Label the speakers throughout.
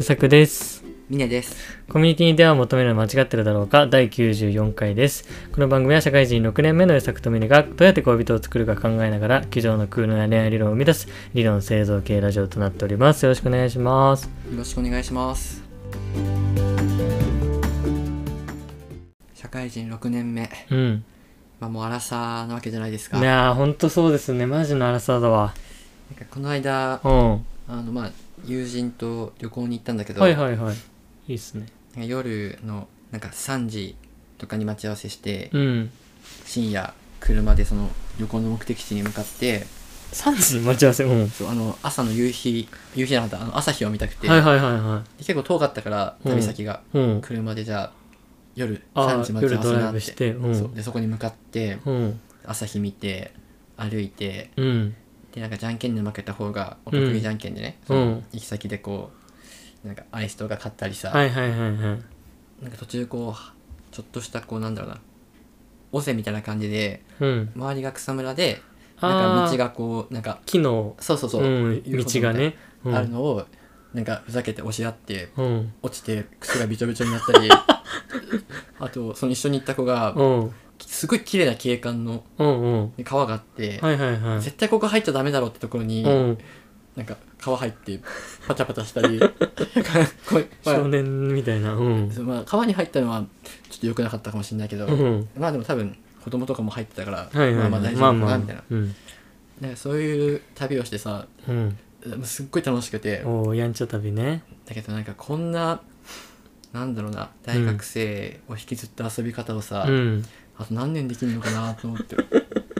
Speaker 1: 作です
Speaker 2: ミネです。
Speaker 1: コミュニティでは求めるの間違ってるだろうか第94回ですこの番組は社会人6年目の予作とミネがどうやって恋人を作るか考えながら机上の空論や恋愛理論を生み出す理論製造系ラジオとなっておりますよろしくお願いします
Speaker 2: よろしくお願いします。社会人6年目。
Speaker 1: うん
Speaker 2: まあもう荒さなわけじゃないですか。
Speaker 1: い
Speaker 2: なん
Speaker 1: やーほんとそうですねマジの荒さだわ
Speaker 2: かこの間、あ
Speaker 1: うん
Speaker 2: のまあ友人と旅行に行ったんだけど、
Speaker 1: はいはいはいいいっすね
Speaker 2: なんか夜のなんか3時とかに待ち合わせして、
Speaker 1: うん
Speaker 2: 深夜車でその旅行の目的地に向かって、
Speaker 1: 3時に待ち合わせうんはい
Speaker 2: そうあの朝の夕日、夕日じゃなかった、あの朝日を見たくて、
Speaker 1: はいはいは
Speaker 2: で結構遠かったから
Speaker 1: うん
Speaker 2: 旅先が、
Speaker 1: いうん
Speaker 2: 車でじゃあ夜
Speaker 1: あ
Speaker 2: 3時
Speaker 1: ー
Speaker 2: 待ち
Speaker 1: 夜
Speaker 2: 合わせ
Speaker 1: ド
Speaker 2: な
Speaker 1: ラ
Speaker 2: っ
Speaker 1: イ
Speaker 2: て
Speaker 1: ブしてうん
Speaker 2: そうでそこに向かって
Speaker 1: うん
Speaker 2: 朝日見て歩いて
Speaker 1: うん
Speaker 2: でなんかじゃんけんで負けた方がお得意じゃんけんでね、
Speaker 1: うん
Speaker 2: その
Speaker 1: うん
Speaker 2: 行き先でこうなんかアイスとか買ったりさ、
Speaker 1: はいはいはいはい
Speaker 2: なんか途中こうちょっとしたこうなんだろうな尾瀬みたいな感じで
Speaker 1: うん
Speaker 2: 周りが草むらで
Speaker 1: あ
Speaker 2: な
Speaker 1: ー
Speaker 2: んか道がこうなんか
Speaker 1: 木の
Speaker 2: そうそうそう、
Speaker 1: うん、
Speaker 2: 遊歩
Speaker 1: 道
Speaker 2: 道
Speaker 1: がね、うん、
Speaker 2: あるのをなんかふざけて押し合って
Speaker 1: うん
Speaker 2: 落ちて靴がびちょびちょになった りあとその一緒に行った子が
Speaker 1: うん
Speaker 2: すごい綺麗な景観の
Speaker 1: うんうん
Speaker 2: 川があって、
Speaker 1: はいはいはい
Speaker 2: 絶対ここ入っちゃダメだろうってところに、
Speaker 1: うん
Speaker 2: なんか川入ってパチャパチャした りかこうまあ
Speaker 1: 少年みたいなうん
Speaker 2: そうまあ、川に入ったのはちょっと良くなかったかもしれないけど、
Speaker 1: うん
Speaker 2: まあでも多分子供とかも入ってたから、
Speaker 1: はいはいは
Speaker 2: まあ
Speaker 1: い
Speaker 2: まあ大丈
Speaker 1: まあ
Speaker 2: 夫か
Speaker 1: ま
Speaker 2: な
Speaker 1: あ
Speaker 2: みたいな,、
Speaker 1: うん
Speaker 2: なんかそういう旅をしてさ
Speaker 1: うん
Speaker 2: すっごい楽しくて
Speaker 1: おーやんちゃ旅ね
Speaker 2: だけどなんかこんななんだろうな大学生を引きずった遊び方をさ、
Speaker 1: うん
Speaker 2: あと何年できるのかなと思って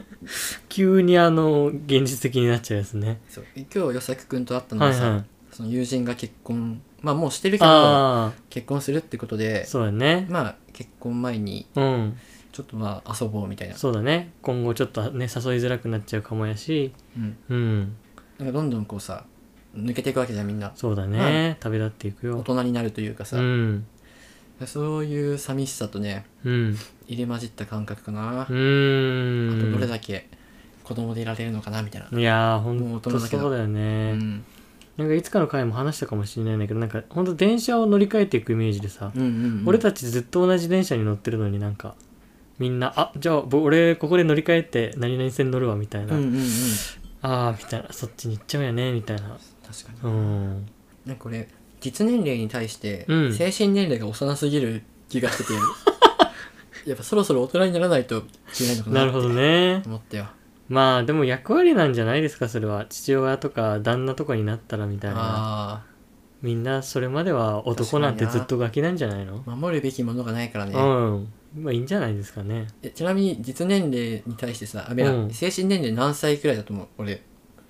Speaker 1: 急にあの現実的になっちゃうやつね
Speaker 2: そう今日与作君と会ったの
Speaker 1: は
Speaker 2: はいさ、
Speaker 1: はい
Speaker 2: その友人が結婚まあもうしてるけど
Speaker 1: あ
Speaker 2: 結婚するってこと
Speaker 1: あ
Speaker 2: で
Speaker 1: そうだね
Speaker 2: まあ結婚前に
Speaker 1: うん
Speaker 2: ちょっとまあ遊ぼうみたいな
Speaker 1: そうだね今後ちょっとね誘いづらくなっちゃうかもやし
Speaker 2: うん、
Speaker 1: うん
Speaker 2: なんかどんどんこうさ抜けていくわけじゃんみんな
Speaker 1: そうだね旅立っていく
Speaker 2: 大
Speaker 1: よ
Speaker 2: 人になるというか
Speaker 1: う
Speaker 2: さ、
Speaker 1: ん
Speaker 2: そういう寂しさとね
Speaker 1: うん
Speaker 2: 入れ混じった感覚か
Speaker 1: う
Speaker 2: な、あとどれ
Speaker 1: ーん
Speaker 2: だけ子供でいられるのかなみたいな、
Speaker 1: いやーほ
Speaker 2: もうん大
Speaker 1: と
Speaker 2: 人だけど
Speaker 1: そうだよね、
Speaker 2: うん、
Speaker 1: なんかいつかの回も話したかもしれないんだけどなんかほんと電車を乗り換えていくイメージでさ、
Speaker 2: うんうんうん
Speaker 1: 俺たちずっと同じ電車に乗ってるのになんかみんな「あじゃあぼ俺ここで乗り換えて何々線乗るわ」みたい
Speaker 2: うん
Speaker 1: な「
Speaker 2: うんうん
Speaker 1: ああ」みたいな「そっちに行っちゃうよね」みたいな
Speaker 2: 確かに
Speaker 1: うん
Speaker 2: なんかこれ実年齢に対して
Speaker 1: うん
Speaker 2: 精神年齢が幼すぎる気がして て、やっぱそろそろ大人にならないといけないのか
Speaker 1: な
Speaker 2: な
Speaker 1: るほど
Speaker 2: って
Speaker 1: ね
Speaker 2: 思ったよ、
Speaker 1: まあでも役割なんじゃないですかそれは父親とか旦那とかになったらみたいな
Speaker 2: あ
Speaker 1: みんなそれまでは男なんて
Speaker 2: 確
Speaker 1: ず
Speaker 2: かに
Speaker 1: っ
Speaker 2: な
Speaker 1: とガキなんじゃないの
Speaker 2: あ守るべきものがないからね、
Speaker 1: うんまあいいんじゃないですかね
Speaker 2: えちなみに実年齢に対してさあべら、
Speaker 1: うん
Speaker 2: 精神年齢何歳くらいだと思う俺、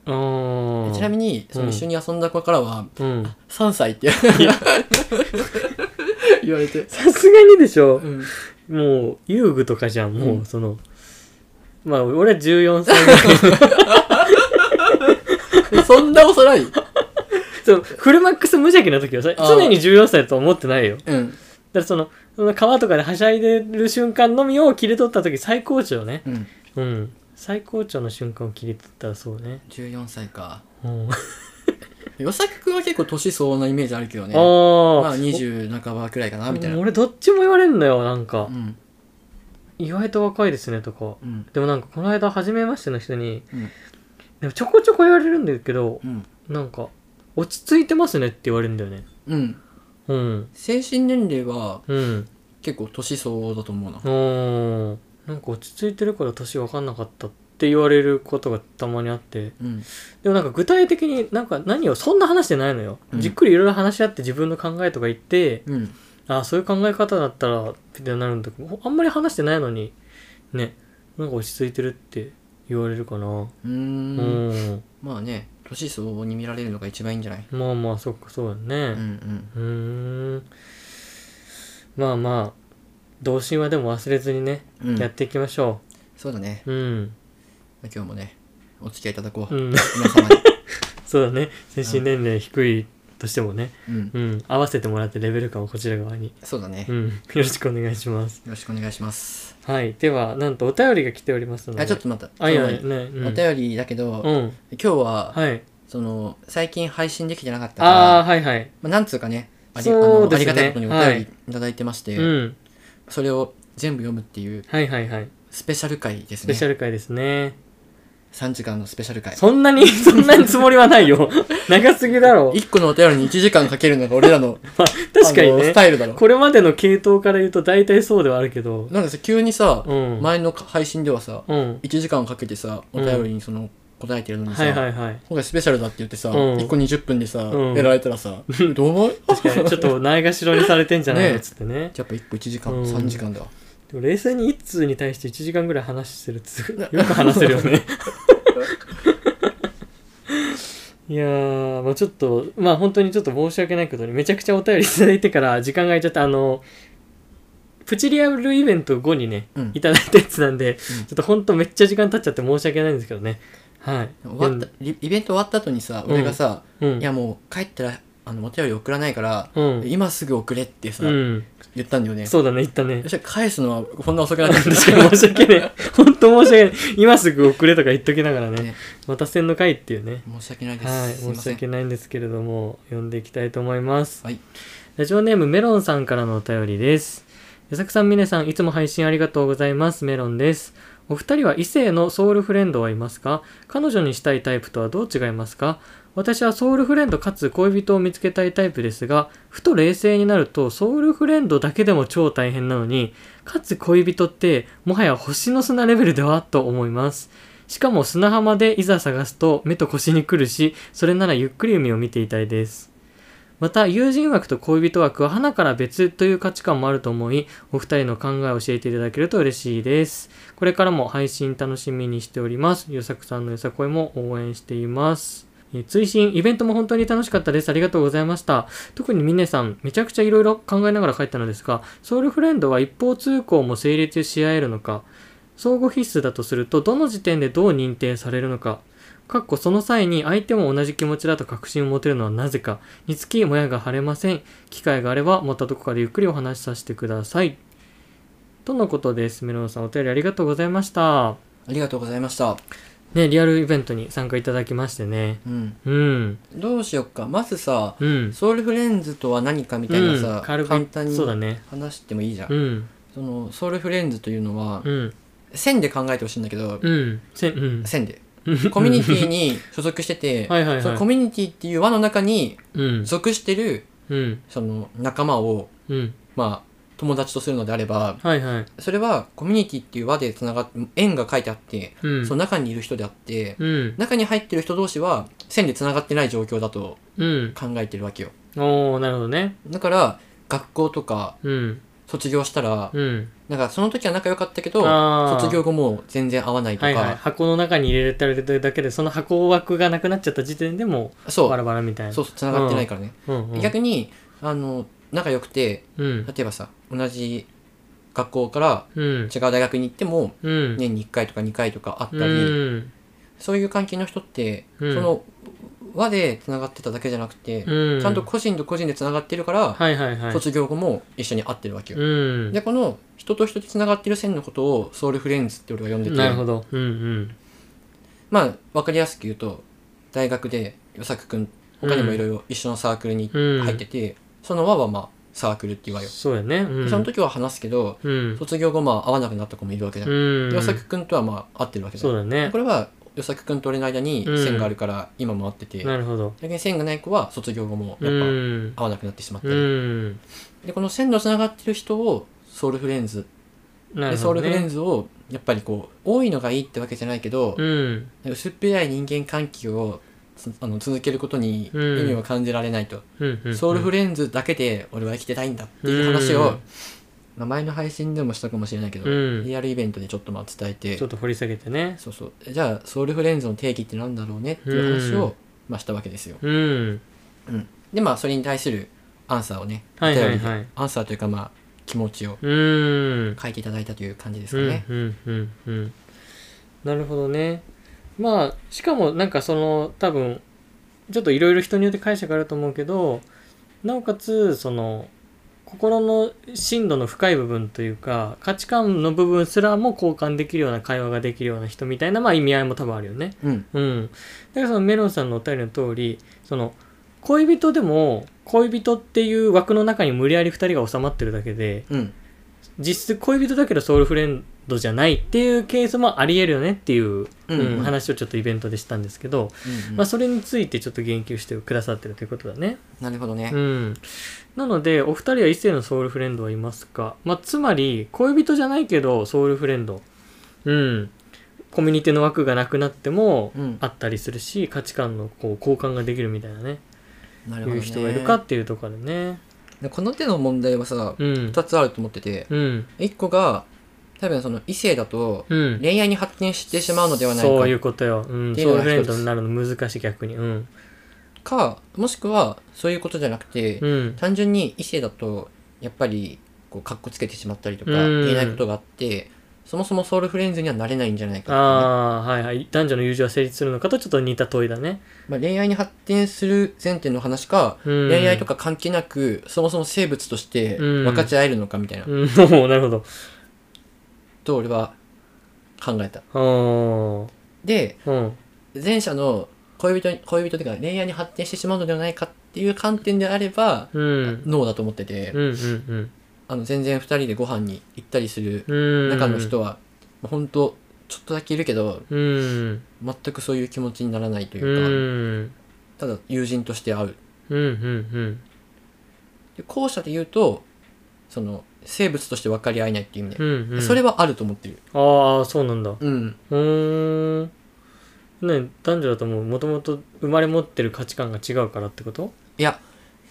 Speaker 1: うん
Speaker 2: ちなみにその一緒に遊んだ子からは
Speaker 1: うん
Speaker 2: 3歳って 言われて、
Speaker 1: さすがにでしょ
Speaker 2: うん、
Speaker 1: もう遊具とかじゃんも
Speaker 2: う
Speaker 1: うんその、まあ俺は14歳ぐらい
Speaker 2: そんな幼い
Speaker 1: そうフルマックス無邪気な時はさ
Speaker 2: あー
Speaker 1: 常に14歳だと思ってないよだか
Speaker 2: うん
Speaker 1: らそのその川とかではしゃいでる瞬間のみを切り取った時最高潮ね
Speaker 2: うん
Speaker 1: うん最高潮の瞬間を切り取ったらそうね、
Speaker 2: 14歳か
Speaker 1: うん、
Speaker 2: 与作君は結構年相応なイメージあるけどね
Speaker 1: あー、
Speaker 2: まあ20半ばくらいかなみたいな。
Speaker 1: 俺どっちも言われんのよなんか、
Speaker 2: うん
Speaker 1: 意外と若いですねとか
Speaker 2: うん
Speaker 1: でもなんかこの間初めましての人に
Speaker 2: うん
Speaker 1: でもちょこちょこ言われるんだけど
Speaker 2: うん
Speaker 1: なんか落ち着いてますねって言われるんだよね
Speaker 2: うん
Speaker 1: うん
Speaker 2: 精神年齢は
Speaker 1: うん
Speaker 2: 結構年相応だと思うな
Speaker 1: お。ーなんか落ち着いてるから年分かんなかったって言われることがたまにあって
Speaker 2: うん
Speaker 1: でもなんか具体的になんか何をそんな話してないのよ、
Speaker 2: うん
Speaker 1: じっくりいろいろ話し合って自分の考えとか言って
Speaker 2: うん
Speaker 1: ああそういう考え方だったらみたいになるんだけどあんまり話してないのにねなんか落ち着いてるって言われるかな
Speaker 2: うー
Speaker 1: うんん
Speaker 2: まあね年相応に見られるのが一番いいんじゃない。
Speaker 1: まあまあそっかそうだね、
Speaker 2: うんう
Speaker 1: うー
Speaker 2: ん
Speaker 1: んまあまあ童心はでも忘れずにね、
Speaker 2: うん
Speaker 1: やっていきましょ
Speaker 2: そうだね。
Speaker 1: ううん、
Speaker 2: 今日もねお付き合いいただこ
Speaker 1: う
Speaker 2: う。
Speaker 1: ん、
Speaker 2: 皆様に。
Speaker 1: そうだね精神年齢低いとしてもね、
Speaker 2: うん
Speaker 1: うん、合わせてもらってレベル感をこちら側に、
Speaker 2: そうだね。
Speaker 1: う
Speaker 2: よ
Speaker 1: ん、よろしくお願いします
Speaker 2: ろしくお願いします。
Speaker 1: はいではなんとお便りが来ておりますので
Speaker 2: あちょっと待った。
Speaker 1: あいや
Speaker 2: その
Speaker 1: ね、
Speaker 2: 前に
Speaker 1: う
Speaker 2: お
Speaker 1: ん、
Speaker 2: 便りだけど
Speaker 1: うん
Speaker 2: 今日は
Speaker 1: はい
Speaker 2: その最近配信できてなかったから
Speaker 1: ああ、はいはい。
Speaker 2: まあ、なんつうかねあり
Speaker 1: そう
Speaker 2: あの
Speaker 1: で
Speaker 2: あ
Speaker 1: す
Speaker 2: り
Speaker 1: ね
Speaker 2: がたいことにお
Speaker 1: はい
Speaker 2: 便りいただいてまして、
Speaker 1: うん。
Speaker 2: それを全部読むっていう
Speaker 1: はいはいはい。
Speaker 2: スペシャル回です
Speaker 1: スペ
Speaker 2: ね
Speaker 1: シャル回ですね。
Speaker 2: 3時間のスペシャル回
Speaker 1: そんなに、そんなにつもりはないよ。 長すぎだろ。
Speaker 2: 1個のお便りに1時間かけるのが俺 らの
Speaker 1: まあ、確かに
Speaker 2: あの
Speaker 1: ね
Speaker 2: ス。タイルだろ
Speaker 1: これまでの系統から言うと大体そうではあるけど。
Speaker 2: なんでさ急にさ、
Speaker 1: うん。
Speaker 2: 前の配信ではさ
Speaker 1: うん。
Speaker 2: 1時間かけてさお便りにその答えてるのにさ、
Speaker 1: はいはいはい。
Speaker 2: 今回スペシャルだって言ってさ、
Speaker 1: うん
Speaker 2: 1個20分でさ、
Speaker 1: うん
Speaker 2: やられた らさどう思う
Speaker 1: 確かに、ちょっとないがしろにされてんじゃないの
Speaker 2: ね
Speaker 1: っつってね。
Speaker 2: やっぱ1個1時間、
Speaker 1: うん
Speaker 2: 3時間だわ
Speaker 1: でも冷静に一通に対して1時間ぐらい話してるっつよく話せるよね いやー、まあ、ちょっとまあ本当にちょっと申し訳ないことにめちゃくちゃお便りいただいてから時間が空いちゃったあのプチリアルイベント後にね、
Speaker 2: うん
Speaker 1: いただいたやつなんで、ちょっと本当めっちゃ時間経っちゃって申し訳ないんですけどねはい
Speaker 2: 終わったリイベント終わった後にさ俺がさ、
Speaker 1: うん
Speaker 2: いやもう帰ったらあのお便り送らないから、
Speaker 1: うん
Speaker 2: 今すぐ送れってさ、
Speaker 1: うん
Speaker 2: 言ったんだよね
Speaker 1: そうだね言ったね
Speaker 2: そしたら返すのはこんな遅くなっちゃった
Speaker 1: 確 かに申し訳ない本当申し訳ない今すぐ送れとか言っときながらね
Speaker 2: ね
Speaker 1: またせんのかいっていうね
Speaker 2: 申し訳ないです、
Speaker 1: はい、
Speaker 2: すい
Speaker 1: 申
Speaker 2: ま
Speaker 1: し
Speaker 2: せん
Speaker 1: 訳ないんですけれども、読んでいきたいと思います。
Speaker 2: はい
Speaker 1: ラジオネームメロンさんからのお便りです。矢作さん、峰さん、いつも配信ありがとうございます。メロンです。お二人は異性のソウルフレンドはいますか彼女にしたいタイプとはどう違いますか私はソウルフレンドかつ恋人を見つけたいタイプですが、ふと冷静になるとソウルフレンドだけでも超大変なのに、かつ恋人ってもはや星の砂レベルではと思います。しかも砂浜でいざ探すと目と腰に来るし、それならゆっくり海を見ていたいです。また、友人枠と恋人枠は花から別という価値観もあると思い、お二人の考えを教えていただけると嬉しいです。これからも配信楽しみにしております。ゆさくさんのよさこいも応援しています。えー追伸イベントも本当に楽しかったです。ありがとうございました。特にミネさん、めちゃくちゃいろいろ考えながら帰ったのですが、ソウルフレンドは一方通行も成立し合えるのか、相互必須だとするとどの時点でどう認定されるのかかっこその際に相手も同じ気持ちだと確信を持てるのはなぜかにつきもやが晴れません機会があればまたどこかでゆっくりお話しさせてくださいとのことですメロンさんお便りありがとうございました
Speaker 2: ありがとうございました、
Speaker 1: ねリアルイベントに参加いただきましてね
Speaker 2: うん、
Speaker 1: うん
Speaker 2: どうしよっかまずさ、
Speaker 1: うん
Speaker 2: ソウルフレンズとは何かみたいな
Speaker 1: う
Speaker 2: さ、
Speaker 1: ん、軽く
Speaker 2: 簡単に
Speaker 1: そうだね
Speaker 2: 話してもいいじゃん、
Speaker 1: うん
Speaker 2: そのソウルフレンズというのは、
Speaker 1: うん
Speaker 2: 線で考えてほしいんだけど、
Speaker 1: うんせうん
Speaker 2: 線でコミュニティに所属して て
Speaker 1: はいはいはい
Speaker 2: そのコミュニティっていう輪の中に
Speaker 1: うん
Speaker 2: 属してる
Speaker 1: うん
Speaker 2: その仲間を
Speaker 1: うん
Speaker 2: まあ友達とするのであれば
Speaker 1: はいはい
Speaker 2: それはコミュニティっていう輪でつながって円が書いてあって、
Speaker 1: うん
Speaker 2: その中にいる人であって、
Speaker 1: うん
Speaker 2: 中に入ってる人同士は線でつながってない状況だと
Speaker 1: うん
Speaker 2: 考えてるわけよ
Speaker 1: おーなるほどね
Speaker 2: だから学校とか
Speaker 1: うん
Speaker 2: 卒業したら、
Speaker 1: うん
Speaker 2: なんかその時は仲良かったけど
Speaker 1: あー
Speaker 2: 卒業後もう全然会わないとか、
Speaker 1: はいはい、箱の中に入れられてるだけでその箱枠がなくなっちゃった時点でも
Speaker 2: そう
Speaker 1: うバラバラみたいな
Speaker 2: そうそうつながってないからね、
Speaker 1: うんうん、
Speaker 2: 逆にあの仲良くて
Speaker 1: うん
Speaker 2: 例えばさ同じ学校から
Speaker 1: うん
Speaker 2: 違う大学に行っても
Speaker 1: うん
Speaker 2: 年に1回とか2回とか会
Speaker 1: う
Speaker 2: ったり、
Speaker 1: ん
Speaker 2: そういう関係の人って、
Speaker 1: うん
Speaker 2: その輪でつながってただけじゃなくて、
Speaker 1: うん
Speaker 2: ちゃんと個人と個人でつながってるから、
Speaker 1: はいはいはい
Speaker 2: 卒業後も一緒に会ってるわけよ、
Speaker 1: うん
Speaker 2: でこの人と人でつながってる線のことをソウルフレンズって俺が呼んでて
Speaker 1: なるほどうんうん
Speaker 2: まあ分かりやすく言うと大学で与作くん他にもいろいろ一緒のサークルに
Speaker 1: うん
Speaker 2: 入ってて、その輪はまあサークルっていうわよ、
Speaker 1: そうやねうん
Speaker 2: その時は話すけど
Speaker 1: うん
Speaker 2: 卒業後まあ会わなくなった子もいるわけじゃん、
Speaker 1: うん
Speaker 2: 与作くんとはまあ会ってるわけじゃ
Speaker 1: そうんだね
Speaker 2: これは与作くんと俺の間に
Speaker 1: うん
Speaker 2: 線があるから今も会ってて、
Speaker 1: なるほど
Speaker 2: 逆に線がない子は卒業後も
Speaker 1: う
Speaker 2: やっぱ
Speaker 1: ん
Speaker 2: 会わなくなってしまった
Speaker 1: う
Speaker 2: り、
Speaker 1: ん
Speaker 2: でこの線のつながってる人をソウルフレンズ、
Speaker 1: な
Speaker 2: で
Speaker 1: る
Speaker 2: ソウ
Speaker 1: ほ
Speaker 2: ル
Speaker 1: ど
Speaker 2: フレン
Speaker 1: ね
Speaker 2: ズをやっぱりこう多いのがいいってわけじゃないけど、
Speaker 1: うん
Speaker 2: 薄っぺらい人間関係をつあの続けることに意
Speaker 1: うん
Speaker 2: 味を感じられないと、
Speaker 1: うんうん
Speaker 2: ソウルフ
Speaker 1: レ
Speaker 2: レンズだけで俺は生きてたいんだっていう話
Speaker 1: う
Speaker 2: を
Speaker 1: ん、
Speaker 2: まあ、前の配信でもしたかもしれないけど、
Speaker 1: うん
Speaker 2: リアルイベントでちょっとまあ伝えて
Speaker 1: ちょっと掘り下げてね
Speaker 2: そうそうじゃあソウルフレンズの定義って何だろうねっていう話
Speaker 1: うん
Speaker 2: を、まあ、したわけですよ
Speaker 1: うん
Speaker 2: でまあそれに対するアンサーをね
Speaker 1: はいはい
Speaker 2: お便
Speaker 1: はい
Speaker 2: りでアンサーというかまあ気持ちを
Speaker 1: うん
Speaker 2: 書いていただいたという感じですかね、
Speaker 1: うんうんうんうん、なるほどねまあしかもなんかその多分ちょっといろいろ人によって解釈あると思うけどなおかつそのこ心の深度の深い部分というか価値観の部分すらも交換できるような会話ができるような人みたいな、まあ、意味合いも多分あるよね。
Speaker 2: うん
Speaker 1: うん、だからそのメロンさんのお便りの通りその恋人でも恋人っていう枠の中に無理やり2人が収まってるだけで
Speaker 2: うん
Speaker 1: 実質恋人だけどソウルフレンドじゃないっていうケースもありえるよねっていう、
Speaker 2: うん
Speaker 1: うん話をちょっとイベントでしたんですけど、
Speaker 2: うん
Speaker 1: まあ、それについてちょっと言及してくださってるということだね。
Speaker 2: なるほどね
Speaker 1: うん、なのでお二人は異性のソウルフレンドはいますか、まあ、つまり恋人じゃないけどソウルフレンド、うん、コミュニティの枠がなくなっても
Speaker 2: うん
Speaker 1: あったりするし価値観のこう交換ができるみたいなね
Speaker 2: なるほ
Speaker 1: いう
Speaker 2: どね
Speaker 1: 人がいるかっていうところでね。
Speaker 2: でこの手の問題はさ
Speaker 1: うん
Speaker 2: 2つあると思ってて
Speaker 1: うん
Speaker 2: 1個が多分その異性だと
Speaker 1: うん、
Speaker 2: 恋愛に発展してしまうのではない
Speaker 1: そういう
Speaker 2: か
Speaker 1: ことよ、うん、
Speaker 2: っていう
Speaker 1: ソウ
Speaker 2: の
Speaker 1: ル
Speaker 2: が一つ
Speaker 1: フレンドになるの難しい逆にうん
Speaker 2: かもしくはそういうことじゃなくて
Speaker 1: うん
Speaker 2: 単純に異性だとやっぱりこうかっこつけてしまったりとか
Speaker 1: うん
Speaker 2: 言えないことがあってそもそもソウルフレンズにはなれないんじゃないかとかね
Speaker 1: ああーはいはい男女の友情は成立するのかとちょっと似た問いだね、
Speaker 2: まあ、恋愛に発展する前提の話か
Speaker 1: うん、
Speaker 2: 恋愛とか関係なくそもそも生物として
Speaker 1: うん
Speaker 2: 分かち合えるのかみたいな
Speaker 1: うん おーなるほど
Speaker 2: と俺は考えた
Speaker 1: おー
Speaker 2: で
Speaker 1: うん
Speaker 2: 前者の恋人に恋人というか恋愛に発展してしまうのではないかっていう観点であれば
Speaker 1: うん
Speaker 2: ノーだと思ってて
Speaker 1: うんうん
Speaker 2: あの全然2人でご飯に行ったりする
Speaker 1: うん
Speaker 2: 中の人は本当ちょっとだけいるけど
Speaker 1: うん
Speaker 2: 全くそういう気持ちにならないとい
Speaker 1: うんう
Speaker 2: うか
Speaker 1: ん
Speaker 2: ただ友人として会う
Speaker 1: うんうん
Speaker 2: で後者で言うとその生物として分かり合えないっていう意味
Speaker 1: う
Speaker 2: で、
Speaker 1: んうん
Speaker 2: それはあると思ってる
Speaker 1: ああそうなんだう
Speaker 2: うん
Speaker 1: ーんね男女だともうもともと生まれ持ってる価値観が違うからってこと
Speaker 2: いや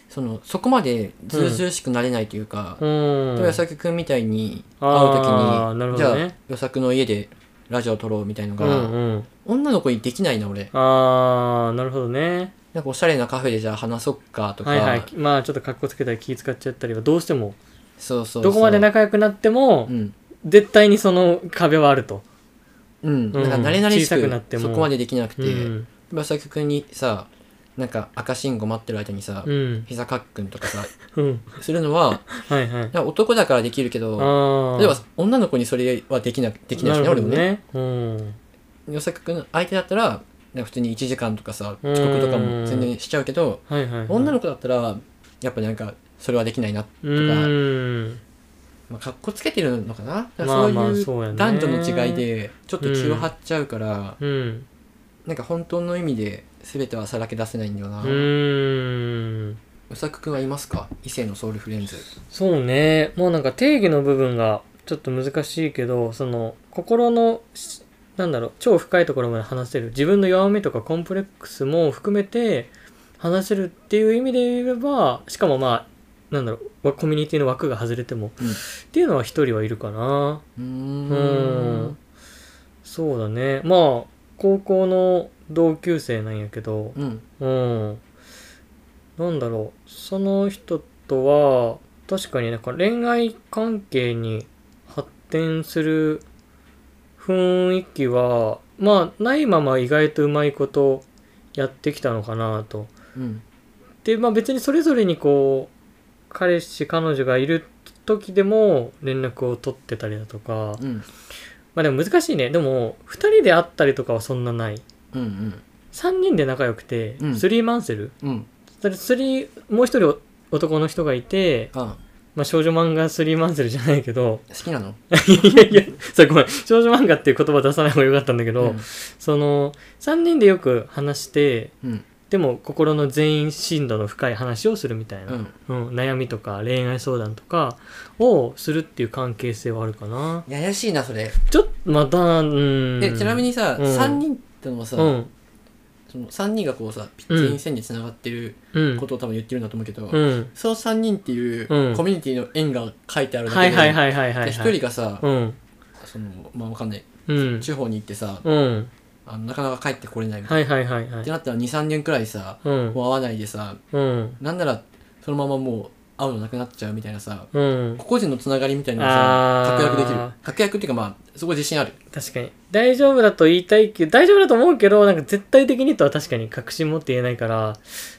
Speaker 2: そのそこまでずうずうしくなれないというか、
Speaker 1: うん
Speaker 2: 例えば与作君みたいに会う時
Speaker 1: あー
Speaker 2: に、
Speaker 1: なるほ
Speaker 2: じ
Speaker 1: ど
Speaker 2: ゃあ
Speaker 1: ね
Speaker 2: 与作の家でラジオ撮ろうみたいの
Speaker 1: う
Speaker 2: が、
Speaker 1: んうん
Speaker 2: 女の子にできないな俺
Speaker 1: ああなるほどね
Speaker 2: なんかおしゃれなカフェでじゃあ話そっかとか、
Speaker 1: はいはいまあちょっと格好つけたり気使っちゃったりはどうしても
Speaker 2: そうそうそう
Speaker 1: どこまで仲良くなっても
Speaker 2: うん
Speaker 1: 絶対にその壁はあると
Speaker 2: うん、なんか慣れ慣れし
Speaker 1: 小さくなって
Speaker 2: く
Speaker 1: も
Speaker 2: そこまでできなくて、
Speaker 1: うん
Speaker 2: 岩崎君にさなんか赤信号待ってる間にさ、
Speaker 1: うん
Speaker 2: 膝かっくんとかさ
Speaker 1: うん
Speaker 2: する のは
Speaker 1: はいはい
Speaker 2: なんか男だからできるけど
Speaker 1: ああ
Speaker 2: 例えば女の子にそれはできなできないしね
Speaker 1: るほ
Speaker 2: 俺
Speaker 1: ど
Speaker 2: もね
Speaker 1: うん
Speaker 2: 岩崎君の相手だったらなんか普通に1時間とかさ遅刻とかも全然しちゃうけど
Speaker 1: はいはいはい、
Speaker 2: 女
Speaker 1: の
Speaker 2: の子だったらやっぱなんかそれはできないなとか、
Speaker 1: うーん
Speaker 2: まあ、かっこつけてるのかなだから
Speaker 1: まあまあ
Speaker 2: そ
Speaker 1: そううや
Speaker 2: いう
Speaker 1: ね
Speaker 2: 男女の違いでちょっと気を張っちゃうから、
Speaker 1: うん
Speaker 2: なんか本当の意味で全てはさらけ出せないんだよ
Speaker 1: う
Speaker 2: な、
Speaker 1: ーん
Speaker 2: うさくくんはいますか異性のソウルフレンズ
Speaker 1: そうねもうなんか定義の部分がちょっと難しいけどその心のしなんだろう超深いところまで話せる自分の弱みとかコンプレックスも含めて話せるっていう意味で言えばしかもまあなんだろうわコミュニティの枠が外れても、
Speaker 2: うん
Speaker 1: っていうのは一人はいるかな
Speaker 2: う
Speaker 1: う
Speaker 2: ー
Speaker 1: んんそうだねまあ高校の同級生なんやけど
Speaker 2: うん
Speaker 1: うんなんだろうその人とは確かになんか恋愛関係に発展する雰囲気はまあないまま意外とうまいことやってきたのかなと
Speaker 2: うん
Speaker 1: でまあ別にそれぞれにこう彼氏彼女がいる時でも連絡を取ってたりだとか
Speaker 2: うん
Speaker 1: まあでも難しいねでも2人で会ったりとかはそんなない
Speaker 2: うんうん
Speaker 1: 3人で仲良くて、
Speaker 2: うん
Speaker 1: スリーマンセル
Speaker 2: うん
Speaker 1: それスリーもう一人男の人がいて、
Speaker 2: あ
Speaker 1: まあ、少女漫画スリーマンセルじゃないけど
Speaker 2: 好きなの
Speaker 1: いやいやそれごめん少女漫画っていう言葉出さない方がよかったんだけど、その3人でよく話して
Speaker 2: うん
Speaker 1: でも心の全員深度の深い話をするみたいな、
Speaker 2: うん
Speaker 1: うん、悩みとか恋愛相談とかをするっていう関係性はあるかな
Speaker 2: ややしいなそれ
Speaker 1: ちょっとまたうん
Speaker 2: えちなみにさ
Speaker 1: うん
Speaker 2: 3人ってのはさ
Speaker 1: うん
Speaker 2: その3人がこうさピッチイン線につながってる
Speaker 1: うん
Speaker 2: ことを多分言ってるんだと思うけど
Speaker 1: うん
Speaker 2: その3人っていう
Speaker 1: うん
Speaker 2: コミュニティの縁が書いてあるだ
Speaker 1: は
Speaker 2: け
Speaker 1: いはい
Speaker 2: で
Speaker 1: はいはいはいはい
Speaker 2: で1人がさ
Speaker 1: うん
Speaker 2: そのまあわかんない
Speaker 1: うん
Speaker 2: 地方に行ってさ
Speaker 1: うん
Speaker 2: あのなかなか帰ってこれないみたい
Speaker 1: はいはいはいは
Speaker 2: なっ
Speaker 1: い
Speaker 2: てなったら23年くらいさ
Speaker 1: うん
Speaker 2: もう会わないでさ
Speaker 1: うん
Speaker 2: なんならそのままもう会うのなくなっちゃうみたいなさ
Speaker 1: うん
Speaker 2: 個々人のつながりみたいなのがさ
Speaker 1: あー
Speaker 2: 確約できる確約っていうかまあそこ自信ある
Speaker 1: 確かに大丈夫だと言いたいけど大丈夫だと思うけどなんか絶対的にとは確かに確信持って言えないから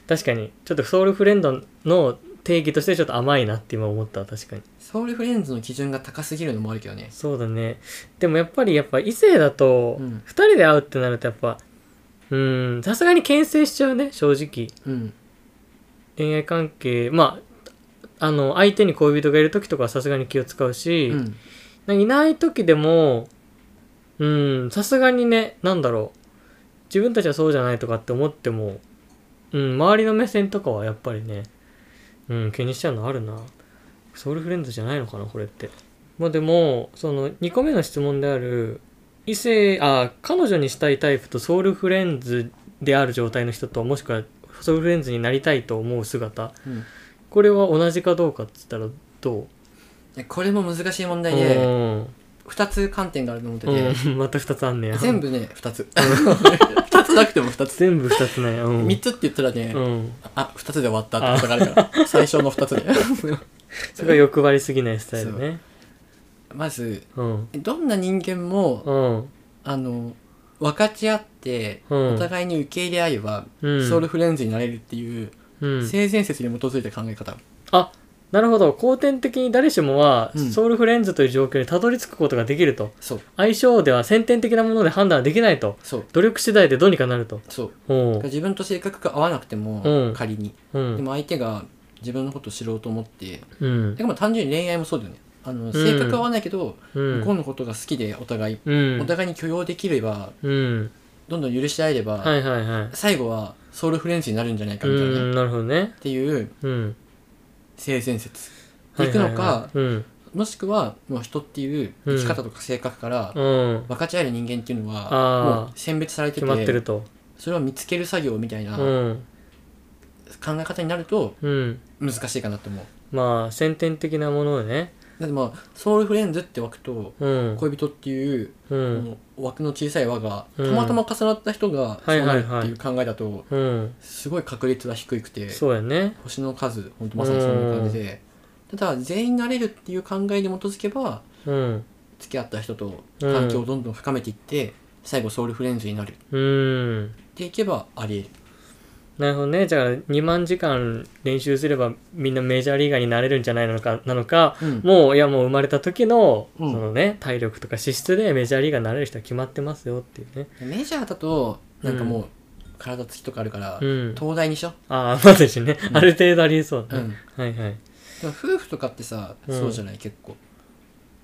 Speaker 1: 確かにちょっとソウルフレンドの定義としてちょっと甘いなって今思った確かに
Speaker 2: ソウルフレンズの基準が高すぎるのもあるけどね
Speaker 1: そうだねでもやっぱりやっぱ異性だと
Speaker 2: うん
Speaker 1: 2人で会うってなるとやっぱうーんさすがに牽制しちゃうね正直
Speaker 2: うん
Speaker 1: 恋愛関係まああの相手に恋人がいる時とかはさすがに気を使うし、
Speaker 2: うん
Speaker 1: なんかいない時でもうんさすがにねなんだろう自分たちはそうじゃないとかって思っても、うん、周りの目線とかはやっぱりね、うん、気にしちゃうのあるなソウルフレンズじゃないのかなこれってまあでもその2個目の質問である異性あ彼女にしたいタイプとソウルフレンズである状態の人ともしくはソウルフレンズになりたいと思う姿
Speaker 2: うん
Speaker 1: これは同じかどうかっつったらど
Speaker 2: いやこれも難しい問
Speaker 1: う、
Speaker 2: 題で
Speaker 1: うん
Speaker 2: 2つ観点があると思ってて、
Speaker 1: うん、 また2つあんねや
Speaker 2: 全部ね2つ 2つなくても2つ
Speaker 1: 全部2つねうん
Speaker 2: 3つって言ったらね、
Speaker 1: うん
Speaker 2: あ2つで終わったってことがあるから最初の2つで
Speaker 1: それが欲張りすぎないスタイルね
Speaker 2: まず
Speaker 1: うん
Speaker 2: どんな人間も、
Speaker 1: うん
Speaker 2: あの分かち合って、
Speaker 1: うん
Speaker 2: お互いに受け入れ合えば、
Speaker 1: うん
Speaker 2: ソウルフレンズになれるっていう、
Speaker 1: うん
Speaker 2: 性善説に基づいた考え方
Speaker 1: あなるほど後天的に誰しもは
Speaker 2: うん
Speaker 1: ソウルフレンズという状況にたどり着くことができると
Speaker 2: そう
Speaker 1: 相性では先天的なもので判断はできないと
Speaker 2: そう
Speaker 1: 努力次第でどうにかなると
Speaker 2: そう
Speaker 1: おう
Speaker 2: 自分と性格が合わなくても、
Speaker 1: うん
Speaker 2: 仮に
Speaker 1: う
Speaker 2: で
Speaker 1: ん
Speaker 2: も相手が自分のことを知ろうと思って
Speaker 1: うん
Speaker 2: でも単純に恋愛もそうだよねあの性格が合わないけど、
Speaker 1: う
Speaker 2: 向こうんのことが好きでお互い、
Speaker 1: うん
Speaker 2: お互いに許容できれば
Speaker 1: うん
Speaker 2: どんどん許し合えれば、
Speaker 1: はいはいはい
Speaker 2: 最後はソウルフレンズになるんじゃないか
Speaker 1: う
Speaker 2: みたいな、っ
Speaker 1: んなるほどね
Speaker 2: ていう
Speaker 1: うん
Speaker 2: 性善説でいくのか、
Speaker 1: はいはいはい
Speaker 2: もしくはもう人っていう生き方とか性格から
Speaker 1: うんうん
Speaker 2: 分かち合える人間っていうの
Speaker 1: あ
Speaker 2: は
Speaker 1: ー
Speaker 2: もう選別されて
Speaker 1: 決まって
Speaker 2: て
Speaker 1: ると
Speaker 2: それを見つける作業みたいな
Speaker 1: う
Speaker 2: 考
Speaker 1: ん
Speaker 2: え方になると
Speaker 1: うん
Speaker 2: 難しいかなと思う
Speaker 1: まあ先天的なものをね
Speaker 2: だってまあソウルフレンズって枠と
Speaker 1: うん
Speaker 2: 恋人っていう
Speaker 1: うん
Speaker 2: この枠の小さい輪がた
Speaker 1: うん
Speaker 2: またま重なった人がそう
Speaker 1: はいは
Speaker 2: ない
Speaker 1: はい
Speaker 2: るっていう考えだと
Speaker 1: うん
Speaker 2: すごい確率は低くて
Speaker 1: そうやね
Speaker 2: 星の数ほんとまさにそんな感じでただ全員なれるっていう考えに基づけば
Speaker 1: うん
Speaker 2: 付き合った人と関係をどんどん深めていって最後ソウルフレンズになる
Speaker 1: うん
Speaker 2: っていけばあり
Speaker 1: なるほどねじゃあ2万時間練習すればみんなメジャーリーガーになれるんじゃないのかなのか
Speaker 2: 得る、うん、
Speaker 1: もういやもう生まれた時の,、
Speaker 2: うん
Speaker 1: そのね体力とか資質でメジャーリーガーになれる人は決まってますよっていうね
Speaker 2: メジャーだとなんかもう体つきとかあるから、
Speaker 1: うん
Speaker 2: 東大にしよ
Speaker 1: ああまずしね、
Speaker 2: うん
Speaker 1: ある程度ありそう
Speaker 2: う、
Speaker 1: だ
Speaker 2: うん
Speaker 1: ね、
Speaker 2: で
Speaker 1: はいはい
Speaker 2: も夫婦とかってさ
Speaker 1: うん
Speaker 2: そうじゃない、結構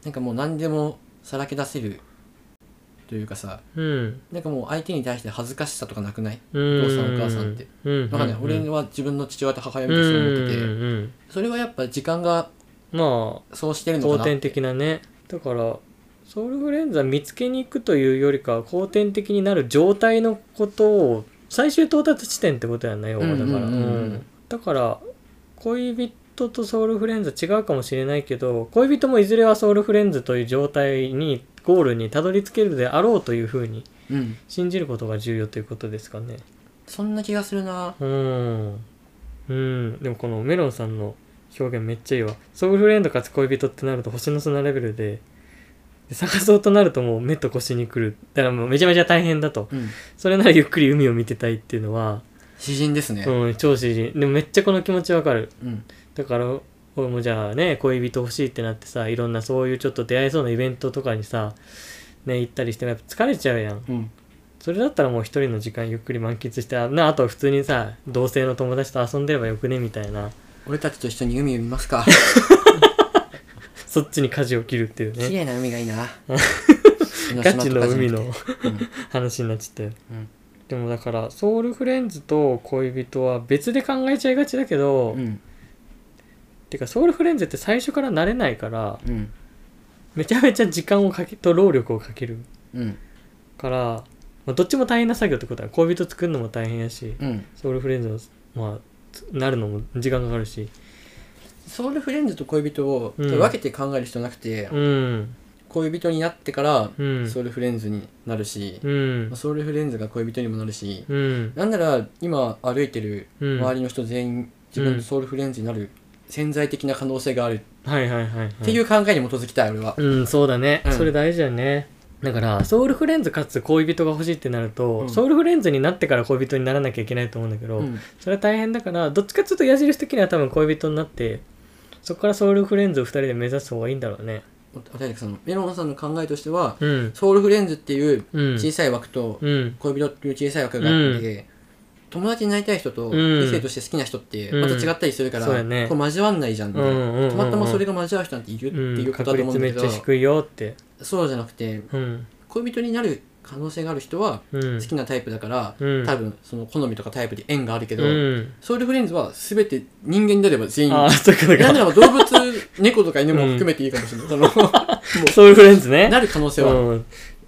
Speaker 2: なんかもう何でもさらけ出せるというかさ
Speaker 1: うん
Speaker 2: なんかもう相手に対して恥ずかしさとかなくない
Speaker 1: うん
Speaker 2: お父さんお母さんって
Speaker 1: うん
Speaker 2: なんかね、
Speaker 1: うん、
Speaker 2: 俺は自分の父親と母親
Speaker 1: う
Speaker 2: み
Speaker 1: ん
Speaker 2: たいにそう
Speaker 1: う
Speaker 2: 思ってて、
Speaker 1: ん
Speaker 2: それはやっぱ時間が
Speaker 1: うんまあ
Speaker 2: そうしてるのか
Speaker 1: 後
Speaker 2: な
Speaker 1: 天的なねだからソウルフレンズは見つけに行くというよりかは後天的になる状態のことを最終到達地点ってことやんな要はだから、
Speaker 2: うんうんうんうん
Speaker 1: うんだから恋人とソウルフレンズは違うかもしれないけど恋人もいずれはソウルフレンズという状態にゴールにたどり着けるであろうというふうに
Speaker 2: うん
Speaker 1: 信じることが重要ということですかね
Speaker 2: そんな気がするな
Speaker 1: うんうんでもこのメロンさんの表現めっちゃいいわソウルフレンドかつ恋人ってなると星の砂レベルでで探そうとなるともう目と腰に来るだからもうめちゃめちゃ大変だと
Speaker 2: うん
Speaker 1: それならゆっくり海を見てたいっていうのは、
Speaker 2: 詩人ですね
Speaker 1: うん、超詩人でもめっちゃこの気持ちわかる
Speaker 2: うん
Speaker 1: だから俺もじゃあね恋人欲しいってなってさいろんなそういうちょっと出会えそうなイベントとかにさね行ったりしてもやっぱ疲れちゃうやん
Speaker 2: うん
Speaker 1: それだったらもう一人の時間ゆっくり満喫してあなあとは普通にさ同性の友達と遊んでればよくねみたいな
Speaker 2: 俺たちと一緒に海を見ますか
Speaker 1: そっちに舵を切るっていう
Speaker 2: 綺
Speaker 1: ね
Speaker 2: 麗な海がいいな
Speaker 1: ガチの海の
Speaker 2: うん
Speaker 1: 話になっちゃったよ、
Speaker 2: うん
Speaker 1: でもだからソウルフレンズと恋人は別で考えちゃいがちだけど、
Speaker 2: うん
Speaker 1: てかソウルフレンズって最初から慣れないから
Speaker 2: うん
Speaker 1: めちゃめちゃ時間をかけと労力をかける
Speaker 2: うん
Speaker 1: から、まあ、どっちも大変な作業ってことだ恋人作るのも大変やし
Speaker 2: うん
Speaker 1: ソウルフレンズのまあつなるのも時間かかるし
Speaker 2: ソウルフレンズと恋人を
Speaker 1: うん
Speaker 2: 分けて考える人なくて、
Speaker 1: うん
Speaker 2: 恋人になってから
Speaker 1: うん
Speaker 2: ソウルフレンズになるし、
Speaker 1: うん
Speaker 2: ソウルフレンズが恋人にもなるし、
Speaker 1: うん
Speaker 2: なんなら今歩いてる
Speaker 1: うん
Speaker 2: 周りの人全員自分のソウルフレンズになる潜在的な可能性があるっ
Speaker 1: はいはいはい、はい、
Speaker 2: ていう考えに基づきたい俺は、
Speaker 1: うんそうだね、
Speaker 2: うん
Speaker 1: それ大事だねだからソウルフレンズかつ恋人が欲しいってなると、
Speaker 2: うん
Speaker 1: ソウルフレンズになってから恋人にならなきゃいけないと思うんだけど、
Speaker 2: うん
Speaker 1: それは大変だからどっちかちょっと矢印的には多分恋人になってそこからソウルフレンズを2人で目指す方がいいんだろうね
Speaker 2: おお便りさんのメロンさんの考えとしては、
Speaker 1: うん
Speaker 2: ソウルフレンズっていう
Speaker 1: うん
Speaker 2: 小さい枠と
Speaker 1: うん
Speaker 2: 恋人っていう小さい枠があって、友達になりたい人
Speaker 1: う
Speaker 2: と
Speaker 1: ん
Speaker 2: 異性として好きな人って
Speaker 1: うん
Speaker 2: また違ったりするから、
Speaker 1: そうやね
Speaker 2: こう交わんないじゃんみたいな、
Speaker 1: うんうんうんうん
Speaker 2: たまたまそれが交わる人なんているっていうこと
Speaker 1: 確
Speaker 2: だと思う
Speaker 1: 率
Speaker 2: んだ
Speaker 1: め
Speaker 2: け
Speaker 1: っ
Speaker 2: ど、
Speaker 1: ちゃ低いよって
Speaker 2: そうじゃなくて
Speaker 1: うん
Speaker 2: 恋人になる可能性がある人は
Speaker 1: うん
Speaker 2: 好きなタイプだから、
Speaker 1: うん
Speaker 2: 多分その好みとかタイプで縁があるけど、
Speaker 1: うん
Speaker 2: ソウルフレンズは全て人間であれば全員
Speaker 1: ああそういうこと
Speaker 2: な
Speaker 1: か
Speaker 2: んなら動物猫とか犬も含めていいかもしれない、そのも
Speaker 1: ソウルフレンズ
Speaker 2: う
Speaker 1: ね
Speaker 2: なる可能性は、
Speaker 1: うん、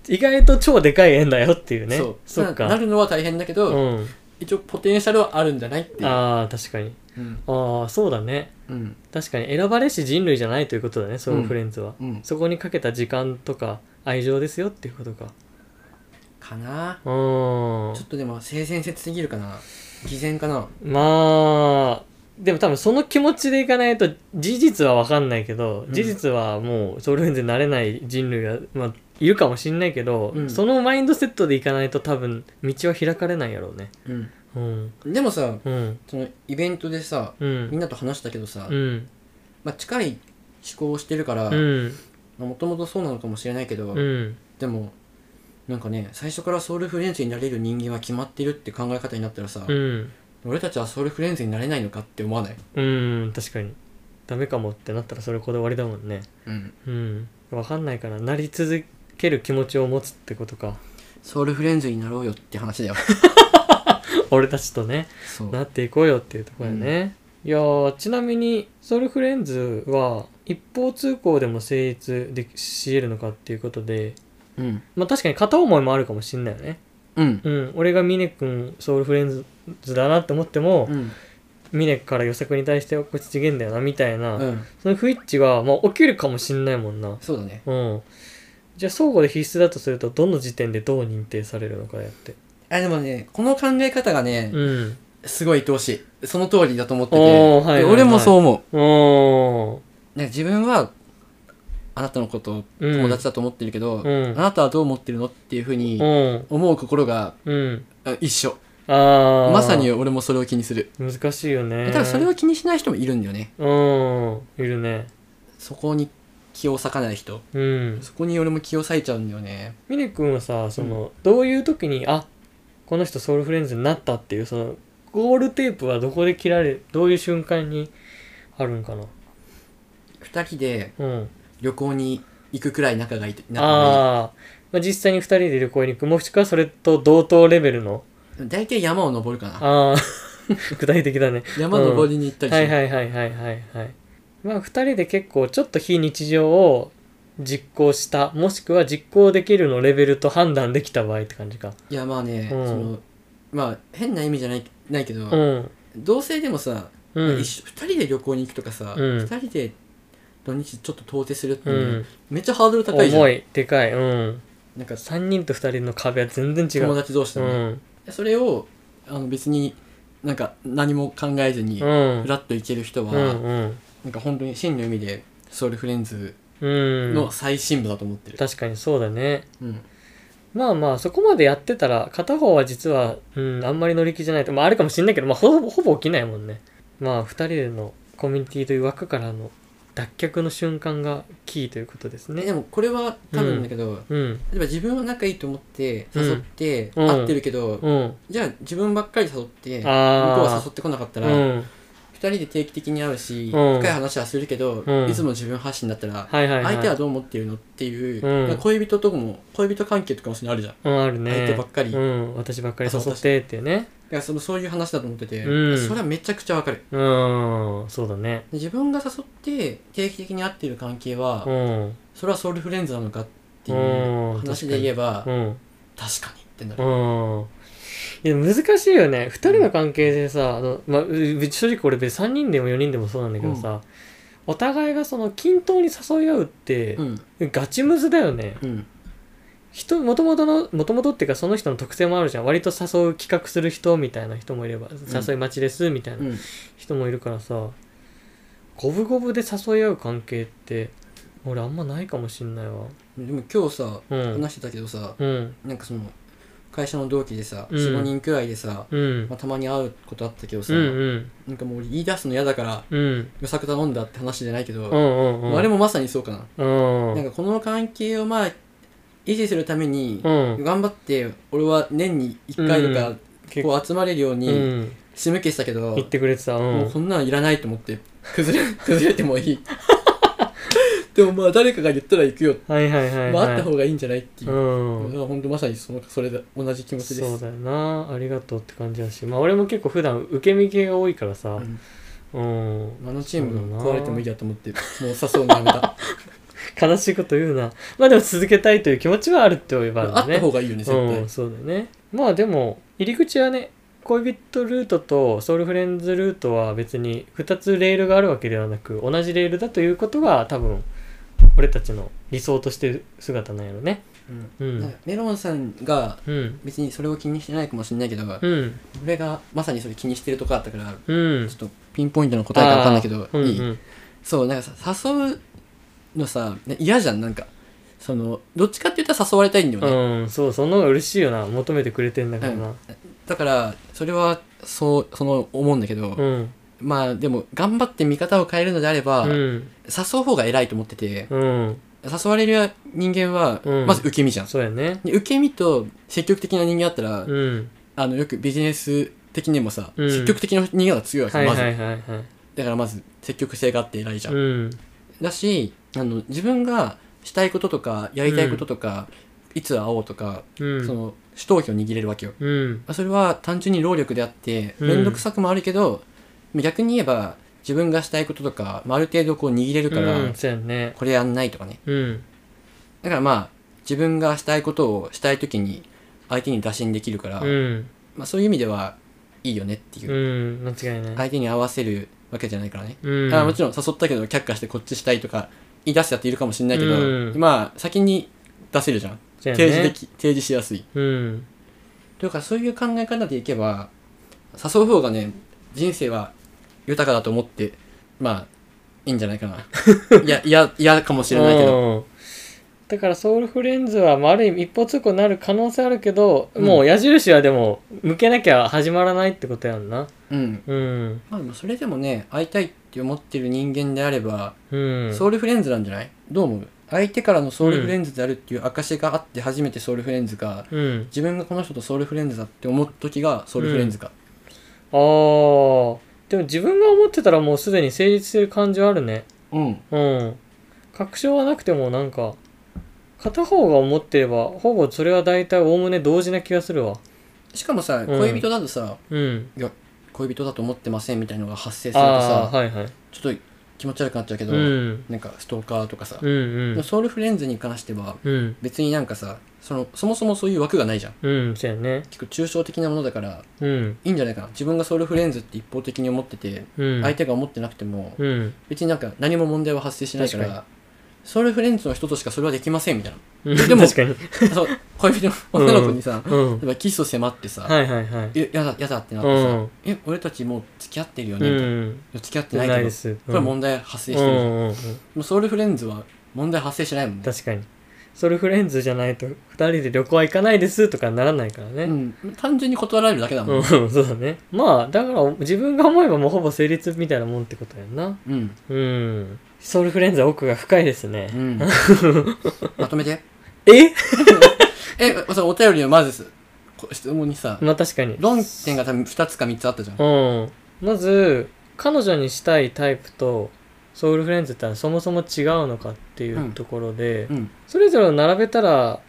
Speaker 1: 意外と超でかい円だよっていうね
Speaker 2: そう
Speaker 1: っか
Speaker 2: ななるのは大変だけど、
Speaker 1: うん、
Speaker 2: 一応ポテンシャルはあるんじゃないっていう、
Speaker 1: ああ確かに
Speaker 2: うん
Speaker 1: ああそうだね
Speaker 2: うん
Speaker 1: 確かに選ばれし人類じゃないということだねソウルフレンズは、
Speaker 2: うん、
Speaker 1: そこにかけた時間とか愛情ですよっていうことか
Speaker 2: かな
Speaker 1: うーん
Speaker 2: ちょっとでも性善説すぎるかな偽善かな
Speaker 1: まあでも多分その気持ちでいかないと事実は分かんないけど、
Speaker 2: うん
Speaker 1: 事実はもうソウルフレンズになれない人類が、まあ、いるかもしんないけど、
Speaker 2: うん
Speaker 1: そのマインドセットでいかないと多分道は開かれないやろうね
Speaker 2: うん
Speaker 1: うん
Speaker 2: でもさ
Speaker 1: うん
Speaker 2: そのイベントでさ
Speaker 1: う
Speaker 2: みん
Speaker 1: ん
Speaker 2: なと話したけどさ、
Speaker 1: うん
Speaker 2: まあ、近い思考をしてるから
Speaker 1: うん
Speaker 2: もともとそうなのかもしれないけ
Speaker 1: う
Speaker 2: ど、
Speaker 1: ん
Speaker 2: でもなんかね最初からソウルフレンズになれる人間は決まってるって考え方になったらさ、
Speaker 1: うん
Speaker 2: 俺たちはソウルフレンズになれないのかって思わない、
Speaker 1: うん確かにダメかもってなったらそれこで終わりだもんね
Speaker 2: うん、
Speaker 1: うん分かんないからなり続ける気持ちを持つってことか
Speaker 2: ソウルフレンズになろうよって話だよ
Speaker 1: 俺たちとね
Speaker 2: そう
Speaker 1: なっていこうよっていうところやね、いやーちなみにソウルフレンズは一方通行でも成立できし得るのかっていうことで
Speaker 2: うん
Speaker 1: まあ確かに片思いもあるかもしんないよね
Speaker 2: うん
Speaker 1: うん俺がミネ君ソウルフレンズだなって思っても、
Speaker 2: うん
Speaker 1: ミネから予測に対してはこいつ違えんだよなみたいな、
Speaker 2: うん
Speaker 1: その不一致が、まあ、起きるかもしんないもんな
Speaker 2: そうだね
Speaker 1: うんじゃあ相互で必須だとするとどの時点でどう認定されるのかやって
Speaker 2: あでもねこの考え方がね、
Speaker 1: うん
Speaker 2: すごい愛おしいその通りだと思ってて、
Speaker 1: おーはいはいはい
Speaker 2: で俺もそう思う
Speaker 1: おー
Speaker 2: なんか自分はあなたのことを
Speaker 1: うん
Speaker 2: 友達だと思ってるけど、
Speaker 1: うん
Speaker 2: あなたはどう思ってるのっていうふうに
Speaker 1: うん
Speaker 2: 思う心が
Speaker 1: うん
Speaker 2: あ一緒
Speaker 1: ああ
Speaker 2: まさに俺もそれを気にする
Speaker 1: 難しいよね
Speaker 2: 多分それを気にしない人もいるんだよね
Speaker 1: うんいるね
Speaker 2: そこに気を割かない人
Speaker 1: うん
Speaker 2: そこに俺も気を割いちゃうんだよね
Speaker 1: ミネ君はさその、どういう時にあこの人ソウルフレンズになったっていうそのゴールテープはどこで切られどういう瞬間にあるんかな
Speaker 2: 二人で
Speaker 1: うん
Speaker 2: 旅行に行くくらい仲がいい仲が
Speaker 1: ああ、まあ、実際に2人で旅行に行くもしくはそれと同等レベルの
Speaker 2: いい大体山を登るかな
Speaker 1: ああ 具体的だね
Speaker 2: 山登りに行ったり
Speaker 1: は
Speaker 2: する
Speaker 1: いはいはいはいはいはいまあ2人で結構ちょっと非日常を実行したもしくは実行できるのレベルと判断できた場合って感じか
Speaker 2: いやまあね、
Speaker 1: うん
Speaker 2: そのまあ変な意味じゃないないけ
Speaker 1: う
Speaker 2: ど、
Speaker 1: ん
Speaker 2: 同性でもさ、
Speaker 1: うん
Speaker 2: 一緒2人で旅行に行くとかさ、
Speaker 1: うん
Speaker 2: 2人で土日ちょっと遠出するって
Speaker 1: う
Speaker 2: ね、
Speaker 1: ん
Speaker 2: めっちゃハードル高いじゃ
Speaker 1: 重
Speaker 2: ん
Speaker 1: いでかいうん
Speaker 2: なんか
Speaker 1: 3人と2人の壁は全然違
Speaker 2: 友
Speaker 1: う
Speaker 2: 達同士
Speaker 1: う
Speaker 2: だもんね、
Speaker 1: ん
Speaker 2: それをあの別になんか何も考えずに
Speaker 1: う
Speaker 2: フ
Speaker 1: ん
Speaker 2: ラッと行ける人は、
Speaker 1: うん
Speaker 2: なんか本当に真の意味でソウルフレンズ
Speaker 1: うんうん
Speaker 2: の最深部だと思ってる、
Speaker 1: 確かにそうだね
Speaker 2: うん
Speaker 1: まあまあそこまでやってたら片方は実は、うん、あんまり乗り気じゃないとまああるかもしんないけど、まあ、ほぼほぼ起きないもんねまあ2人でのコミュニティという枠からの脱却の瞬間がキーということです
Speaker 2: ね
Speaker 1: ね
Speaker 2: でもこれは多分だけど、
Speaker 1: うん
Speaker 2: 例えば自分は仲いいと思って
Speaker 1: うん
Speaker 2: 誘って
Speaker 1: うん
Speaker 2: 会ってるけど、
Speaker 1: うん
Speaker 2: じゃあ自分ばっかり誘って向こう
Speaker 1: あー
Speaker 2: は誘ってこなかった
Speaker 1: う
Speaker 2: ら、
Speaker 1: ん
Speaker 2: 2人で定期的に会うし、
Speaker 1: うん
Speaker 2: 深い話はするけど、
Speaker 1: うん
Speaker 2: いつも自分発信だったら、
Speaker 1: はいはいはい
Speaker 2: 相手はどう思ってるのっていう、
Speaker 1: うん
Speaker 2: 恋人とかも恋人関係とかもそういうのあるじゃんだ
Speaker 1: うんあるね
Speaker 2: 相手ばっかり
Speaker 1: うん私ばっかり誘ってっていうね
Speaker 2: からそのそういう話だと思ってて、
Speaker 1: うん
Speaker 2: それはめちゃくちゃわかるで
Speaker 1: うんそうだね
Speaker 2: 自分が誘って定期的に会ってる関係は、
Speaker 1: うん
Speaker 2: それはソウルフレンズなのかってい
Speaker 1: うん
Speaker 2: う話で言えば、
Speaker 1: うん
Speaker 2: 確かにってなる、
Speaker 1: うんいや難しいよね2人の関係でさあの、まあ、うう正直俺別に3人でも4人でもそうなんだけどさ、お互いがその均等に誘い合うって
Speaker 2: う、ん
Speaker 1: ガチムズだよね
Speaker 2: うん
Speaker 1: 人もともとのもともとっていうかその人の特性もあるじゃん割と誘う企画する人みたいな人もいれば誘い待ちですみたいな
Speaker 2: うん
Speaker 1: 人もいるからさ五分五分で誘い合う関係って俺あんまないかもしんないわ
Speaker 2: でも今日さ、
Speaker 1: うん
Speaker 2: 話してたけどさ
Speaker 1: うん
Speaker 2: なんかその会社の同期でさ、
Speaker 1: うん
Speaker 2: 45人くらいでさ、
Speaker 1: うん
Speaker 2: まあ、たまに会うことあったけど
Speaker 1: う
Speaker 2: さ、
Speaker 1: んうん
Speaker 2: なんかもう俺言い出すの嫌だから
Speaker 1: うん
Speaker 2: 予策頼んだって話じゃないけ
Speaker 1: う
Speaker 2: ど、
Speaker 1: んうんうん
Speaker 2: まああれもまさにそうかな、
Speaker 1: うん
Speaker 2: なんかこの関係をまあ維持するために
Speaker 1: うん
Speaker 2: 頑張って俺は年に1回と
Speaker 1: う
Speaker 2: か
Speaker 1: 結構
Speaker 2: こう集まれるよう
Speaker 1: う
Speaker 2: に
Speaker 1: ん
Speaker 2: 仕向けしたけど、
Speaker 1: 言ってくれてたう
Speaker 2: もうんこんなのいらないと思って崩れ 崩れてもいいでもまあ誰かが言ったら行くよ、
Speaker 1: はいはいはいはい
Speaker 2: まあ、あった方がいいんじゃないっていうう、
Speaker 1: ん
Speaker 2: 俺は本当まさにそのそれで同じ気持ちです
Speaker 1: そうだよなありがとうって感じだしまあ俺も結構普段受け身系が多いからさ
Speaker 2: うん
Speaker 1: うん
Speaker 2: あのチーム
Speaker 1: そうだな
Speaker 2: 壊れてもいいやと思ってもう誘うのや めた
Speaker 1: 悲しいこと言うなまあでも続けたいという気持ちはあるって言えばあるん
Speaker 2: あ
Speaker 1: だ
Speaker 2: っ
Speaker 1: ね
Speaker 2: た方がいいよね絶対、
Speaker 1: うん、そうだよねまあでも入り口はね恋人ルートとソウルフレンズルートは別に2つレールがあるわけではなく同じレールだということが多分俺たちの理想としてる姿なんやろね
Speaker 2: うん
Speaker 1: うん
Speaker 2: なんかメロンさんが
Speaker 1: うん
Speaker 2: 別にそれを気にしてないかもしれないけど、
Speaker 1: うん
Speaker 2: 俺がまさにそれ気にしてるとこあったから、ち
Speaker 1: うん
Speaker 2: ょっとピンポイントの答えが分かんないけど、
Speaker 1: うんう
Speaker 2: いい、
Speaker 1: ん
Speaker 2: そうなんかさ誘うのさね嫌じゃんなんかそのどっちかって言ったら誘われたいんだよね、
Speaker 1: うんそうその方が嬉しいよな求めてくれてんだからな
Speaker 2: だからそれはそうその思うんだけど、
Speaker 1: うん
Speaker 2: まあでも頑張って見方を変えるのであれば、
Speaker 1: うん
Speaker 2: 誘う方が偉いと思ってて、
Speaker 1: うん
Speaker 2: 誘われる人間は
Speaker 1: うん
Speaker 2: まず受け身じゃん、
Speaker 1: そうやね
Speaker 2: で受け身と積極的な人間だったら、
Speaker 1: うん
Speaker 2: あのよくビジネス的にもさ、
Speaker 1: うん
Speaker 2: 積極的な人間が強いわけ、
Speaker 1: はいは
Speaker 2: ま
Speaker 1: い
Speaker 2: ず
Speaker 1: はいはい
Speaker 2: だからまず積極性があって偉いじゃん、
Speaker 1: うん
Speaker 2: だしあの自分がしたいこととかやりたいこととか、いつ会おうとか、
Speaker 1: うん
Speaker 2: その主導権を握れるわけよ
Speaker 1: うん
Speaker 2: それは単純に労力であって
Speaker 1: うん
Speaker 2: 面倒くさくもあるけど、逆に言えば自分がしたいこととか、まあ、ある程度こう握れるから、
Speaker 1: うんそうやね
Speaker 2: これやんないとかね
Speaker 1: うん
Speaker 2: だからまあ自分がしたいことをしたい時に相手に打診できるから、
Speaker 1: うん
Speaker 2: まあ、そういう意味ではいいよねっていう、
Speaker 1: うん間違いない
Speaker 2: 相手に合わせるわけじゃないからね、
Speaker 1: うん、
Speaker 2: あもちろん誘ったけど却下してこっちしたいとか言い出すやついるかもしれないけど、
Speaker 1: うん
Speaker 2: まあ先に出せるじゃん
Speaker 1: そうやね
Speaker 2: 提示でき、提示しやすい
Speaker 1: うん
Speaker 2: というかそういう考え方でいけば誘う方がね人生は豊かだと思ってまあいいんじゃないかないやいやいやかもしれないけど
Speaker 1: うんだからソウルフレンズは、まあ、ある意味一方通行になる可能性あるけど、もう矢印はでも向けなきゃ始まらないってことやんな
Speaker 2: うん
Speaker 1: うん
Speaker 2: まあでもそれでもね会いたいって思ってる人間であれば、
Speaker 1: うん
Speaker 2: ソウルフレンズなんじゃないどう思う相手からのソウルフレンズであるっていう証があって初めてソウルフレンズが
Speaker 1: うん
Speaker 2: 自分がこの人とソウルフレンズだって思う時がソウルフレンズか、
Speaker 1: あーでも自分が思ってたらもうすでに成立してる感じはあるね
Speaker 2: うん
Speaker 1: うん確証はなくてもなんか片方が思ってればほぼそれは大体おおむね同時な気がするわ
Speaker 2: しかもさ、
Speaker 1: ん
Speaker 2: 恋人だとさ
Speaker 1: うん
Speaker 2: 恋人だと思ってませんみたいなのが発生すると
Speaker 1: あ
Speaker 2: さ
Speaker 1: あはいはい
Speaker 2: ちょっと気持ち悪くなっちゃうけ
Speaker 1: う
Speaker 2: ど、
Speaker 1: ん
Speaker 2: なんかストーカーとかさ
Speaker 1: う、ん
Speaker 2: で
Speaker 1: う
Speaker 2: も
Speaker 1: ん
Speaker 2: ソウルフレンズに関しては
Speaker 1: うん
Speaker 2: 別になんかさそのそもそもそういう枠がないじゃん
Speaker 1: うんそうやね
Speaker 2: 結構抽象的なものだから
Speaker 1: うん
Speaker 2: いいんじゃないかな自分がソウルフレンズって一方的に思ってて、
Speaker 1: うん
Speaker 2: 相手が思ってなくても
Speaker 1: うん
Speaker 2: 別になんか何も問題は発生しないから
Speaker 1: 確
Speaker 2: ソウルフレンズの人としかそれはできませんみたいな
Speaker 1: で
Speaker 2: でも
Speaker 1: 確かに
Speaker 2: そう恋人の女の子にさ、
Speaker 1: うん
Speaker 2: 例えばキスを迫ってさ、
Speaker 1: はいはいはい。
Speaker 2: えやだやだってなっ
Speaker 1: う
Speaker 2: てさ、
Speaker 1: ん。
Speaker 2: え俺たちもう付き合ってるよ
Speaker 1: う
Speaker 2: ね、
Speaker 1: ん。
Speaker 2: 付き合ってないけ
Speaker 1: な
Speaker 2: ど
Speaker 1: いです。
Speaker 2: これ
Speaker 1: 題
Speaker 2: 問題発生
Speaker 1: で
Speaker 2: してるじゃん、
Speaker 1: う
Speaker 2: も
Speaker 1: んうん。
Speaker 2: うソウルフレンズは問題発生しないもんね
Speaker 1: 確かに。ソルフレンズじゃないと、二人で旅行は行かないですとかならないから
Speaker 2: う
Speaker 1: ね。
Speaker 2: ん、単純に断られるだけだ
Speaker 1: う
Speaker 2: もん、
Speaker 1: ん、そうだね。まあ、だから自分が思えばもうほぼ成立みたいなもんってことやんな。
Speaker 2: うん
Speaker 1: うん。ソウルフレンズは奥が深いですね
Speaker 2: う。ん、 まとめて
Speaker 1: え
Speaker 2: えそのお便りをまずすこ質問にさ
Speaker 1: まあ確かに。
Speaker 2: 論点が多分2つか3つあったじゃん
Speaker 1: うん。まず、彼女にしたいタイプと、ソウルフレンズってのはそもそも違うのかっていうところで、
Speaker 2: うん
Speaker 1: それぞれを並べたら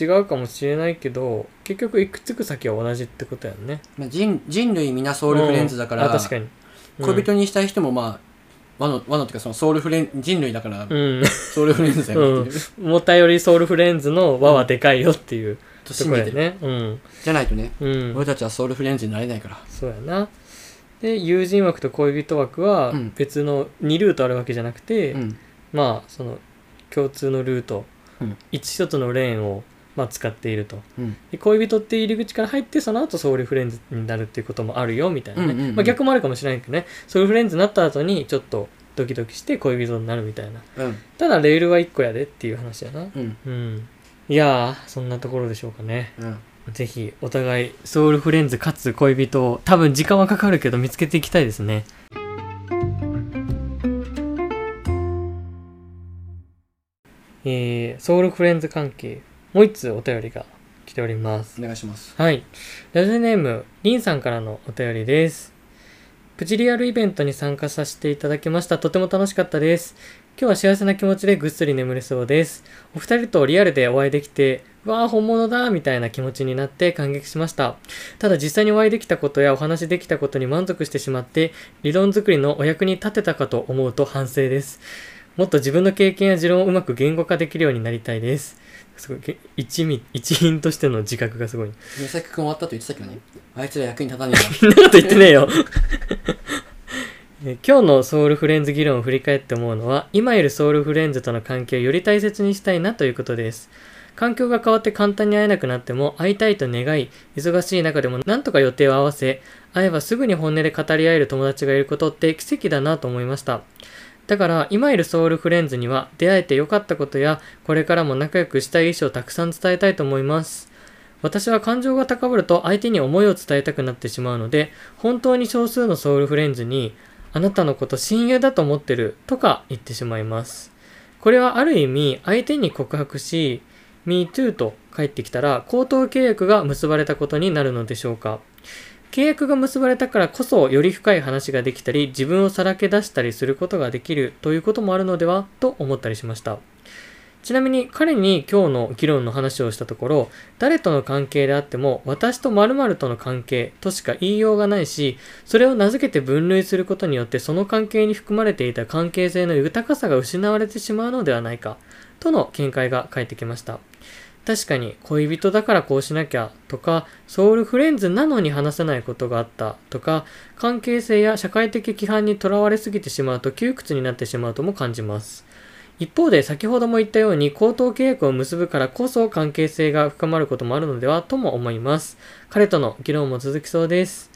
Speaker 1: 違うかもしれないけど結局いくつく先は同じってことやんね
Speaker 2: まあ人人類皆ソウルフレンズだから,、
Speaker 1: うんあ確かに、うん
Speaker 2: 恋人にしたい人もまあ和の和のっていうかそのソウルフレン人類だから、
Speaker 1: うん、
Speaker 2: ソウルフレンズだよっていう、
Speaker 1: もたよりソウルフレンズの輪はでかいよっていう
Speaker 2: と
Speaker 1: と
Speaker 2: 信
Speaker 1: ころや
Speaker 2: じてる、
Speaker 1: ねうん
Speaker 2: じゃないとね
Speaker 1: うん
Speaker 2: 俺たちはソウルフレンズになれないから
Speaker 1: そうやなで友人枠と恋人枠は
Speaker 2: うん
Speaker 1: 別の2ルートあるわけじゃなくて、
Speaker 2: うん
Speaker 1: まあその共通のルート、
Speaker 2: うん
Speaker 1: 一つ一つのレーンを、まあ、使っていると
Speaker 2: うん
Speaker 1: で恋人って入り口から入ってその後ソウルフレンズになるっていうこともあるよみたいなね、
Speaker 2: うんうんうん
Speaker 1: まあ、逆もあるかもしれないけどねソウルフレンズになった後にちょっとドキドキして恋人になるみたいな
Speaker 2: うん
Speaker 1: ただレールは1個やでっていう話やな
Speaker 2: うん
Speaker 1: うんいやーそんなところでしょうかね
Speaker 2: うん
Speaker 1: ぜひお互いソウルフレンズかつ恋人を多分時間はかかるけど見つけていきたいですねえー、ソウルフレンズ関係もう一つお便りが来ております
Speaker 2: お願いします
Speaker 1: はい。ラジオネーム、リンさんからのお便りです。プチリアルイベントに参加させていただきました。とても楽しかったです。今日は幸せな気持ちでぐっすり眠れそうです。お二人とリアルでお会いできて、うわあ、本物だみたいな気持ちになって感激しました。ただ実際にお会いできたことやお話できたことに満足してしまって、理論作りのお役に立てたかと思うと反省です。もっと自分の経験や持論をうまく言語化できるようになりたいです。すごい、け一味一員としての自覚がすごい。
Speaker 2: 美咲君終わったと言ってたけどねあいつら役に立たねえ
Speaker 1: そんなこと言ってねえよ え今日のソウルフレンズ議論を振り返って思うのは今いるソウルフレンズとの関係をより大切にしたいなということです環境が変わって簡単に会えなくなっても会いたいと願い忙しい中でもなんとか予定を合わせ会えばすぐに本音で語り合える友達がいることって奇跡だなと思いましただから今いるソウルフレンズには出会えて良かったことやこれからも仲良くしたい意思をたくさん伝えたいと思います私は感情が高ぶると相手に思いを伝えたくなってしまうので本当に少数のソウルフレンズにあなたのこと親友だと思ってるとか言ってしまいますこれはある意味相手に告白し MeToo と返ってきたら口頭契約が結ばれたことになるのでしょうか契約が結ばれたからこそより深い話ができたり自分をさらけ出したりすることができるということもあるのではと思ったりしましたちなみに彼に今日の議論の話をしたところ誰との関係であっても私と〇〇との関係としか言いようがないしそれを名付けて分類することによってその関係に含まれていた関係性の豊かさが失われてしまうのではないかとの見解が返ってきました確かに恋人だからこうしなきゃとかソウルフレンズなのに話せないことがあったとか関係性や社会的規範にとらわれすぎてしまうと窮屈になってしまうとも感じます一方で先ほども言ったように口頭契約を結ぶからこそ関係性が深まることもあるのではとも思います彼との議論も続きそうです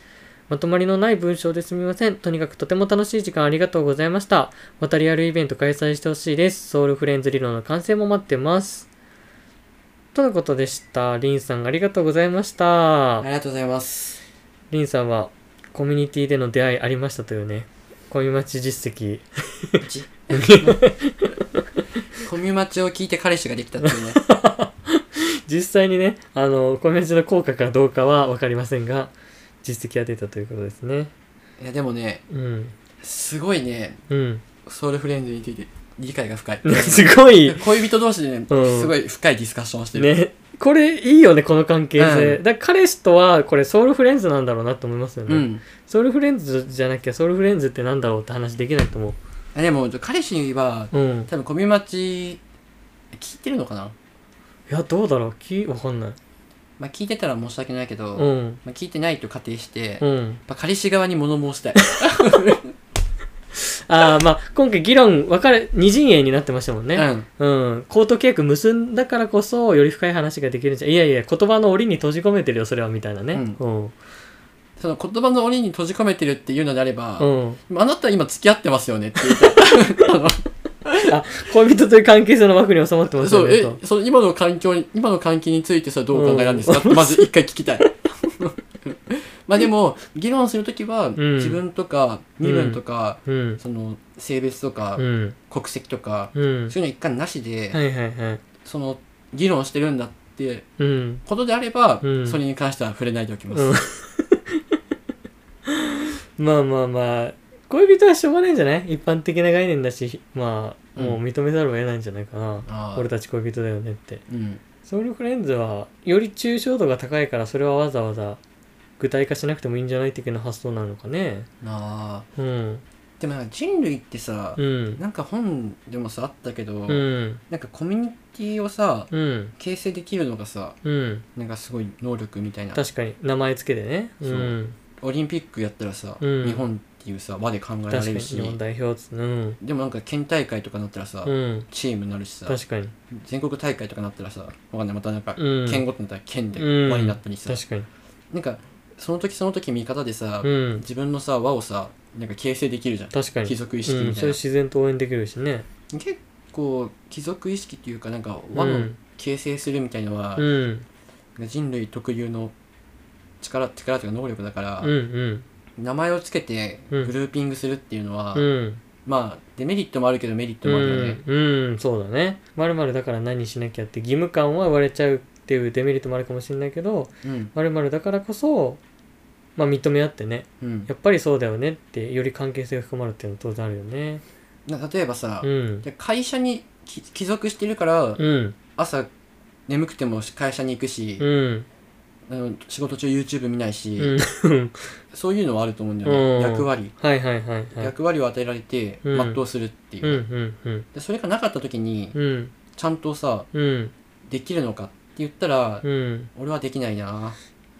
Speaker 1: まとまりのない文章ですみませんとにかくとても楽しい時間ありがとうございましたまたリアルイベント開催してほしいですソウルフレンズ理論の完成も待ってますとのことでしたリンさんありがとうございまし
Speaker 2: な
Speaker 1: た
Speaker 2: ありがとうございます
Speaker 1: リンさんはコミュニティでの出会いありましたというね恋待ち実績
Speaker 2: う ちコミュマチを聞いて彼氏ができたっていうね
Speaker 1: 実際にねあのコメントの効果かどうかは分かりませんが実績が出たということですね
Speaker 2: いやでもね
Speaker 1: うん
Speaker 2: すごいね
Speaker 1: うん
Speaker 2: ソウルフレンズについて理解が深い
Speaker 1: すごい
Speaker 2: 恋人同士でね、
Speaker 1: うん
Speaker 2: すごい深いディスカッションをしてる、
Speaker 1: ねこれいいよねこの関係性、
Speaker 2: うん
Speaker 1: だから彼氏とはこれソウルフレンズなんだろうなと思いますよね、
Speaker 2: うん
Speaker 1: ソウルフレンズじゃなきゃソウルフレンズってなんだろうって話できないと思
Speaker 2: あでも彼氏は
Speaker 1: ううん
Speaker 2: 多分コミュマチ聞いてるのかな、
Speaker 1: いやどうだろうきわかんない
Speaker 2: まあ、聞いてたら申し訳ないけど、
Speaker 1: うん
Speaker 2: まあ、聞いてないと仮定して、
Speaker 1: う
Speaker 2: やっ
Speaker 1: ん
Speaker 2: ぱ彼氏側に物申したい
Speaker 1: ああまあ今回議論分かれ二陣営になってましたもんね、
Speaker 2: うん
Speaker 1: うん、コート契約結んだからこそより深い話ができるんじゃいやいや言葉の檻に閉じ込めてるよそれはみたいなねう、
Speaker 2: うん
Speaker 1: うん
Speaker 2: その言葉の檻に閉じ込めてるっていうのであれば、あなた今付き合ってますよねって言うとあの
Speaker 1: あ恋人という関係性の枠に収まってます
Speaker 2: そ
Speaker 1: よ
Speaker 2: う、
Speaker 1: ね
Speaker 2: え
Speaker 1: と、
Speaker 2: その今の環境に、今の関係についてさ、どうお考えなんですか、ってまず一回聞きたい。 まあでも、議論するときは、
Speaker 1: ん
Speaker 2: 自分とか、身分とか、
Speaker 1: うん
Speaker 2: その、性別とか、
Speaker 1: うん
Speaker 2: 国籍とか、
Speaker 1: うん
Speaker 2: そういうの一回なしで、
Speaker 1: はいはいはい
Speaker 2: その、議論してるんだって
Speaker 1: うん
Speaker 2: ことであれば、
Speaker 1: うん
Speaker 2: それに関しては触れないでおきます。
Speaker 1: うんまあまあまあ恋人はしょうがないんじゃない一般的な概念だしまあもう認めざるを得ないんじゃないかな、
Speaker 2: あ あ
Speaker 1: 俺たち恋人だよねって
Speaker 2: うん。
Speaker 1: ソウルフレンズはより抽象度が高いからそれはわざわざ具体化しなくてもいいんじゃない的な発想なのかね
Speaker 2: なあ。
Speaker 1: うん
Speaker 2: でもなんか人類ってさ、
Speaker 1: うん
Speaker 2: なんか本でもさ、あったけど、
Speaker 1: うん
Speaker 2: なんかコミュニティをさ、
Speaker 1: うん
Speaker 2: 形成できるのがさ、
Speaker 1: うん
Speaker 2: なんかすごい能力みたいな。
Speaker 1: 確かに名前つけてね
Speaker 2: そう
Speaker 1: うん
Speaker 2: オリンピックやったらさ、
Speaker 1: うん
Speaker 2: 日本っていうさ輪で考えら
Speaker 1: 確か
Speaker 2: れ
Speaker 1: に
Speaker 2: るし
Speaker 1: 日本代表っつうん
Speaker 2: でもなんか県大会とかなったらさ、
Speaker 1: うん
Speaker 2: チームになるしさ
Speaker 1: 確かに
Speaker 2: 全国大会とかなったらさわかんないまたなんか、
Speaker 1: うん
Speaker 2: 県ごとになったら県で
Speaker 1: うん
Speaker 2: 輪になったりさ、
Speaker 1: 確かに
Speaker 2: なんかその時その時見方でさ、
Speaker 1: うん
Speaker 2: 自分のさ輪をさなんか形成できるじゃん
Speaker 1: 確かに
Speaker 2: 貴族意識みたいな
Speaker 1: うん、それ自然と応援できるしね
Speaker 2: 結構貴族意識っていうかなんか輪
Speaker 1: う
Speaker 2: の
Speaker 1: ん
Speaker 2: 形成するみたいのは
Speaker 1: う、ん
Speaker 2: 人類特有の力力というか能力だから、
Speaker 1: うんうん
Speaker 2: 名前をつけて
Speaker 1: うん
Speaker 2: グルーピングするっていうのは、
Speaker 1: うん
Speaker 2: まあデメリットもあるけどメリット
Speaker 1: う
Speaker 2: もあるよね
Speaker 1: ん、うんそうだねまるまるだから何しなきゃって義務感は生まれちゃうっていうデメリットもあるかもしれないけど
Speaker 2: うん
Speaker 1: まるまるだからこそまあ認め合ってね
Speaker 2: うん
Speaker 1: やっぱりそうだよねってより関係性が深まるっていうのは当然あるよね
Speaker 2: な例えばさ、
Speaker 1: うん
Speaker 2: で会社にき帰属してるから
Speaker 1: うん
Speaker 2: 朝眠くても会社に行くし
Speaker 1: う、ん
Speaker 2: あの仕事中 YouTube 見ないし、
Speaker 1: うん
Speaker 2: そういうのはあると思うんだよね、
Speaker 1: うん
Speaker 2: 役割
Speaker 1: はいはいはいはい
Speaker 2: 役割を与えられて
Speaker 1: うん
Speaker 2: 全うするっていう、
Speaker 1: うんうんうん
Speaker 2: でそれがなかった時に
Speaker 1: うん
Speaker 2: ちゃんとさ
Speaker 1: うん
Speaker 2: できるのかって言ったら、
Speaker 1: うん
Speaker 2: 俺はできないな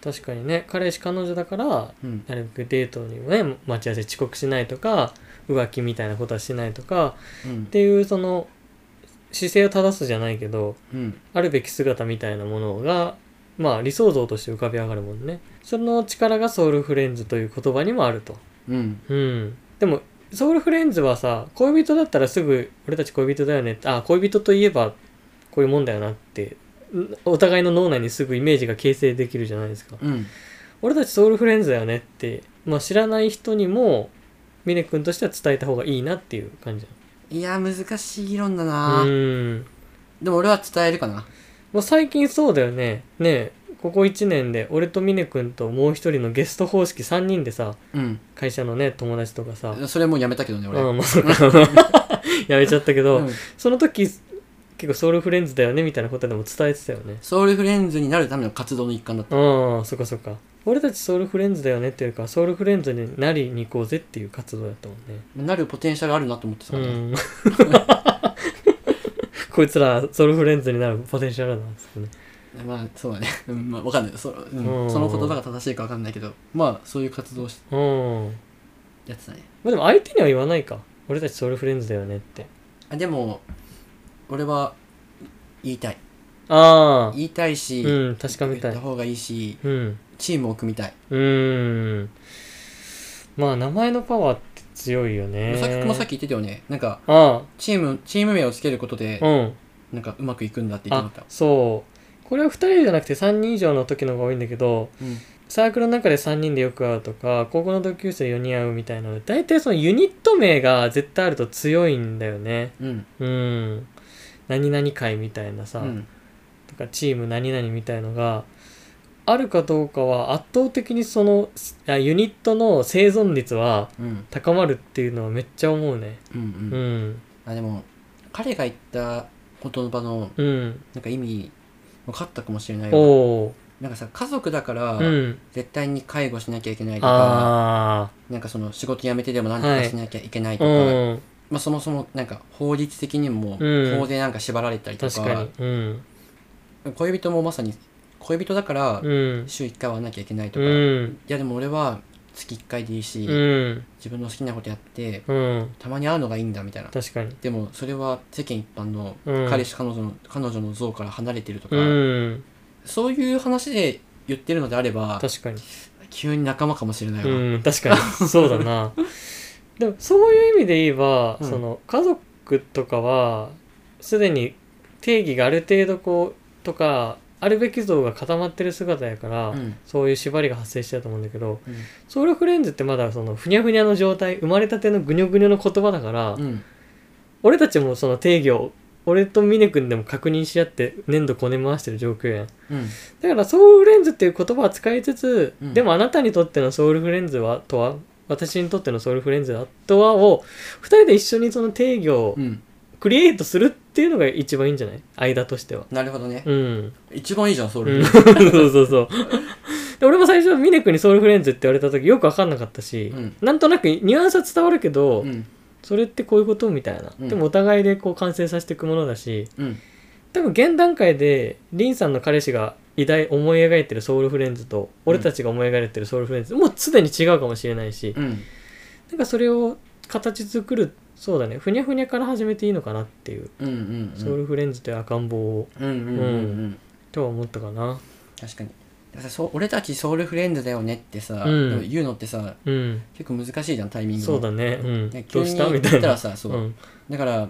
Speaker 1: 確かにね彼氏彼女だから
Speaker 2: うん
Speaker 1: なるべくデートにもね待ち合わせ遅刻しないとか浮気みたいなことはしないとか
Speaker 2: う
Speaker 1: っ
Speaker 2: ん
Speaker 1: ていうその姿勢を正すじゃないけど
Speaker 2: うん
Speaker 1: あるべき姿みたいなものがまあ理想像として浮かび上がるもんねその力がソウルフレンズという言葉にもあると
Speaker 2: うん
Speaker 1: うんでもソウルフレンズはさ恋人だったらすぐ俺たち恋人だよねってあ恋人といえばこういうもんだよなってんお互いの脳内にすぐイメージが形成できるじゃないですか
Speaker 2: うん
Speaker 1: 俺たちソウルフレンズだよねって、まあ、知らない人にも峰君としては伝えた方がいいなっていう感じ
Speaker 2: いや難しい議論だな、
Speaker 1: うん
Speaker 2: でも俺は伝えるかな
Speaker 1: もう最近そうだよねねえここ1年で俺と峰君ともう一人のゲスト方式3人でさ
Speaker 2: うん
Speaker 1: 会社のね友達とかさ
Speaker 2: それもうやめたけどね俺、
Speaker 1: うんまあそう かやめちゃったけど、
Speaker 2: うん
Speaker 1: その時結構ソウルフレンズだよねみたいなことでも伝えてたよね
Speaker 2: ソウルフレンズになるための活動の一環だった
Speaker 1: ああそっかそっか俺たちソウルフレンズだよねっていうかソウルフレンズになりに行こうぜっていう活動だったもんね
Speaker 2: なるポテンシャルあるなと思ってた
Speaker 1: う
Speaker 2: からね、
Speaker 1: ん こいつらソウルフレンズになるポテンシャルあるなんですよね
Speaker 2: まあそうだね、 うん、まあわかんないそ,、うん
Speaker 1: うん
Speaker 2: その言葉が正しいかわかんないけどまあそういう活動をし
Speaker 1: うん
Speaker 2: やってたね
Speaker 1: まあでも相手には言わないか俺たちソウルフレンズだよねって
Speaker 2: あでも俺は言いたい
Speaker 1: ああ
Speaker 2: 言いたいし、
Speaker 1: うん確かめた
Speaker 2: 言った
Speaker 1: い
Speaker 2: 方がいいし
Speaker 1: うん
Speaker 2: チームを組みたい、
Speaker 1: うーんまあ名前のパワーって強いよね
Speaker 2: さっきもさっき言ってたよねなんか
Speaker 1: あ
Speaker 2: チームチーム名をつけることで
Speaker 1: あうん
Speaker 2: なんかうまくいくんだって言っ
Speaker 1: あ
Speaker 2: てなかった
Speaker 1: そうこれは2人じゃなくて3人以上の時の方が多いんだけど
Speaker 2: うん
Speaker 1: サークルの中で3人でよく会うとか高校の同級生で4人会うみたいなので大体そのユニット名が絶対あると強いんだよね
Speaker 2: うん
Speaker 1: うん何々会みたいな
Speaker 2: う
Speaker 1: さ、
Speaker 2: ん
Speaker 1: とかチーム何々みたいのがあるかどうかは圧倒的にそのあユニットの生存率は
Speaker 2: うん
Speaker 1: 高まるっていうのはめっちゃ思うね
Speaker 2: うんう
Speaker 1: う
Speaker 2: ん、
Speaker 1: ん
Speaker 2: あでも彼が言った言葉の
Speaker 1: うん
Speaker 2: なんか意味分かったかもしれない
Speaker 1: お
Speaker 2: わ
Speaker 1: お
Speaker 2: なんかさ家族だから、
Speaker 1: ーうん
Speaker 2: 絶対に介護しなきゃいけないとか
Speaker 1: あ
Speaker 2: なんかその仕事辞めてでも何とかしなきゃいけない
Speaker 1: あう
Speaker 2: とか、
Speaker 1: ん
Speaker 2: まあ、そもそもなんか法律的にも
Speaker 1: うん
Speaker 2: 法でなんか縛られたりと
Speaker 1: 確
Speaker 2: か,、
Speaker 1: かにうん
Speaker 2: 恋人もまさに恋人だから
Speaker 1: うん
Speaker 2: 週1回は会わなきゃいけないと
Speaker 1: う
Speaker 2: か、い
Speaker 1: ん
Speaker 2: やでも俺は月1回でいいし、
Speaker 1: うん
Speaker 2: 自分の好きなことやって
Speaker 1: うん
Speaker 2: たまに会うのがいいんだみたいな
Speaker 1: 確かに
Speaker 2: でもそれは世間一般の
Speaker 1: うん
Speaker 2: 彼氏彼女の彼女の像から離れてるとか、
Speaker 1: うん
Speaker 2: そういう話で言ってるのであれば
Speaker 1: 確かに
Speaker 2: 急に仲間かもしれないわ、
Speaker 1: うん確か にそうだなでもそういう意味で言えば、
Speaker 2: うん
Speaker 1: その家族とかはすでに定義がある程度こうとかあるべき像が固まってる姿やから、
Speaker 2: うん
Speaker 1: そういう縛りが発生しちゃうと思うんだけど
Speaker 2: うん
Speaker 1: ソウルフレンズってまだそのふにゃふにゃの状態生まれたてのぐにょぐにょの言葉だから、
Speaker 2: うん
Speaker 1: 俺たちもその定義を俺と峰君でも確認し合って粘土こね回してる状況やん
Speaker 2: うん
Speaker 1: だからソウルフレンズっていう言葉は使いつつ、
Speaker 2: うん
Speaker 1: でもあなたにとってのソウルフレンズはとは私にとってのソウルフレンズはとはを2人で一緒にその定義を
Speaker 2: うん
Speaker 1: クリエイトするっていうのが一番いいんじゃない間としては。
Speaker 2: なるほどね、
Speaker 1: うん。
Speaker 2: 一番いいじゃんソウル、
Speaker 1: うん、 そうそうそう。で俺も最初ミネ君にソウルフレンズって言われた時よく分かんなかったし、
Speaker 2: うん
Speaker 1: なんとなくニュアンスは伝わるけど、
Speaker 2: うん
Speaker 1: それってこういうことみたいな、
Speaker 2: うん
Speaker 1: でもお互いでこう完成させていくものだし、
Speaker 2: うん
Speaker 1: 多分現段階でリンさんの彼氏が偉大思い描いてるソウルフレンズと俺たちが思い描いてるソウルフレンズ、もうすでに違うかもしれないし、
Speaker 2: うん
Speaker 1: なんかそれを形作るそうだねふにゃふにゃから始めていいのかなっていう、
Speaker 2: うんうん
Speaker 1: ソウルフレンズという赤ん坊を
Speaker 2: うんうんうんうん
Speaker 1: とは思ったかな
Speaker 2: 確かにだからそう俺たちソウルフレンズだよねってさ、
Speaker 1: うん
Speaker 2: 言うのってさ
Speaker 1: うん
Speaker 2: 結構難しいじゃんタイミングも
Speaker 1: そうだねうん
Speaker 2: ね
Speaker 1: ど
Speaker 2: 急
Speaker 1: う
Speaker 2: に
Speaker 1: した
Speaker 2: 言
Speaker 1: み
Speaker 2: った
Speaker 1: い
Speaker 2: た
Speaker 1: な
Speaker 2: らさそう、
Speaker 1: うん
Speaker 2: だから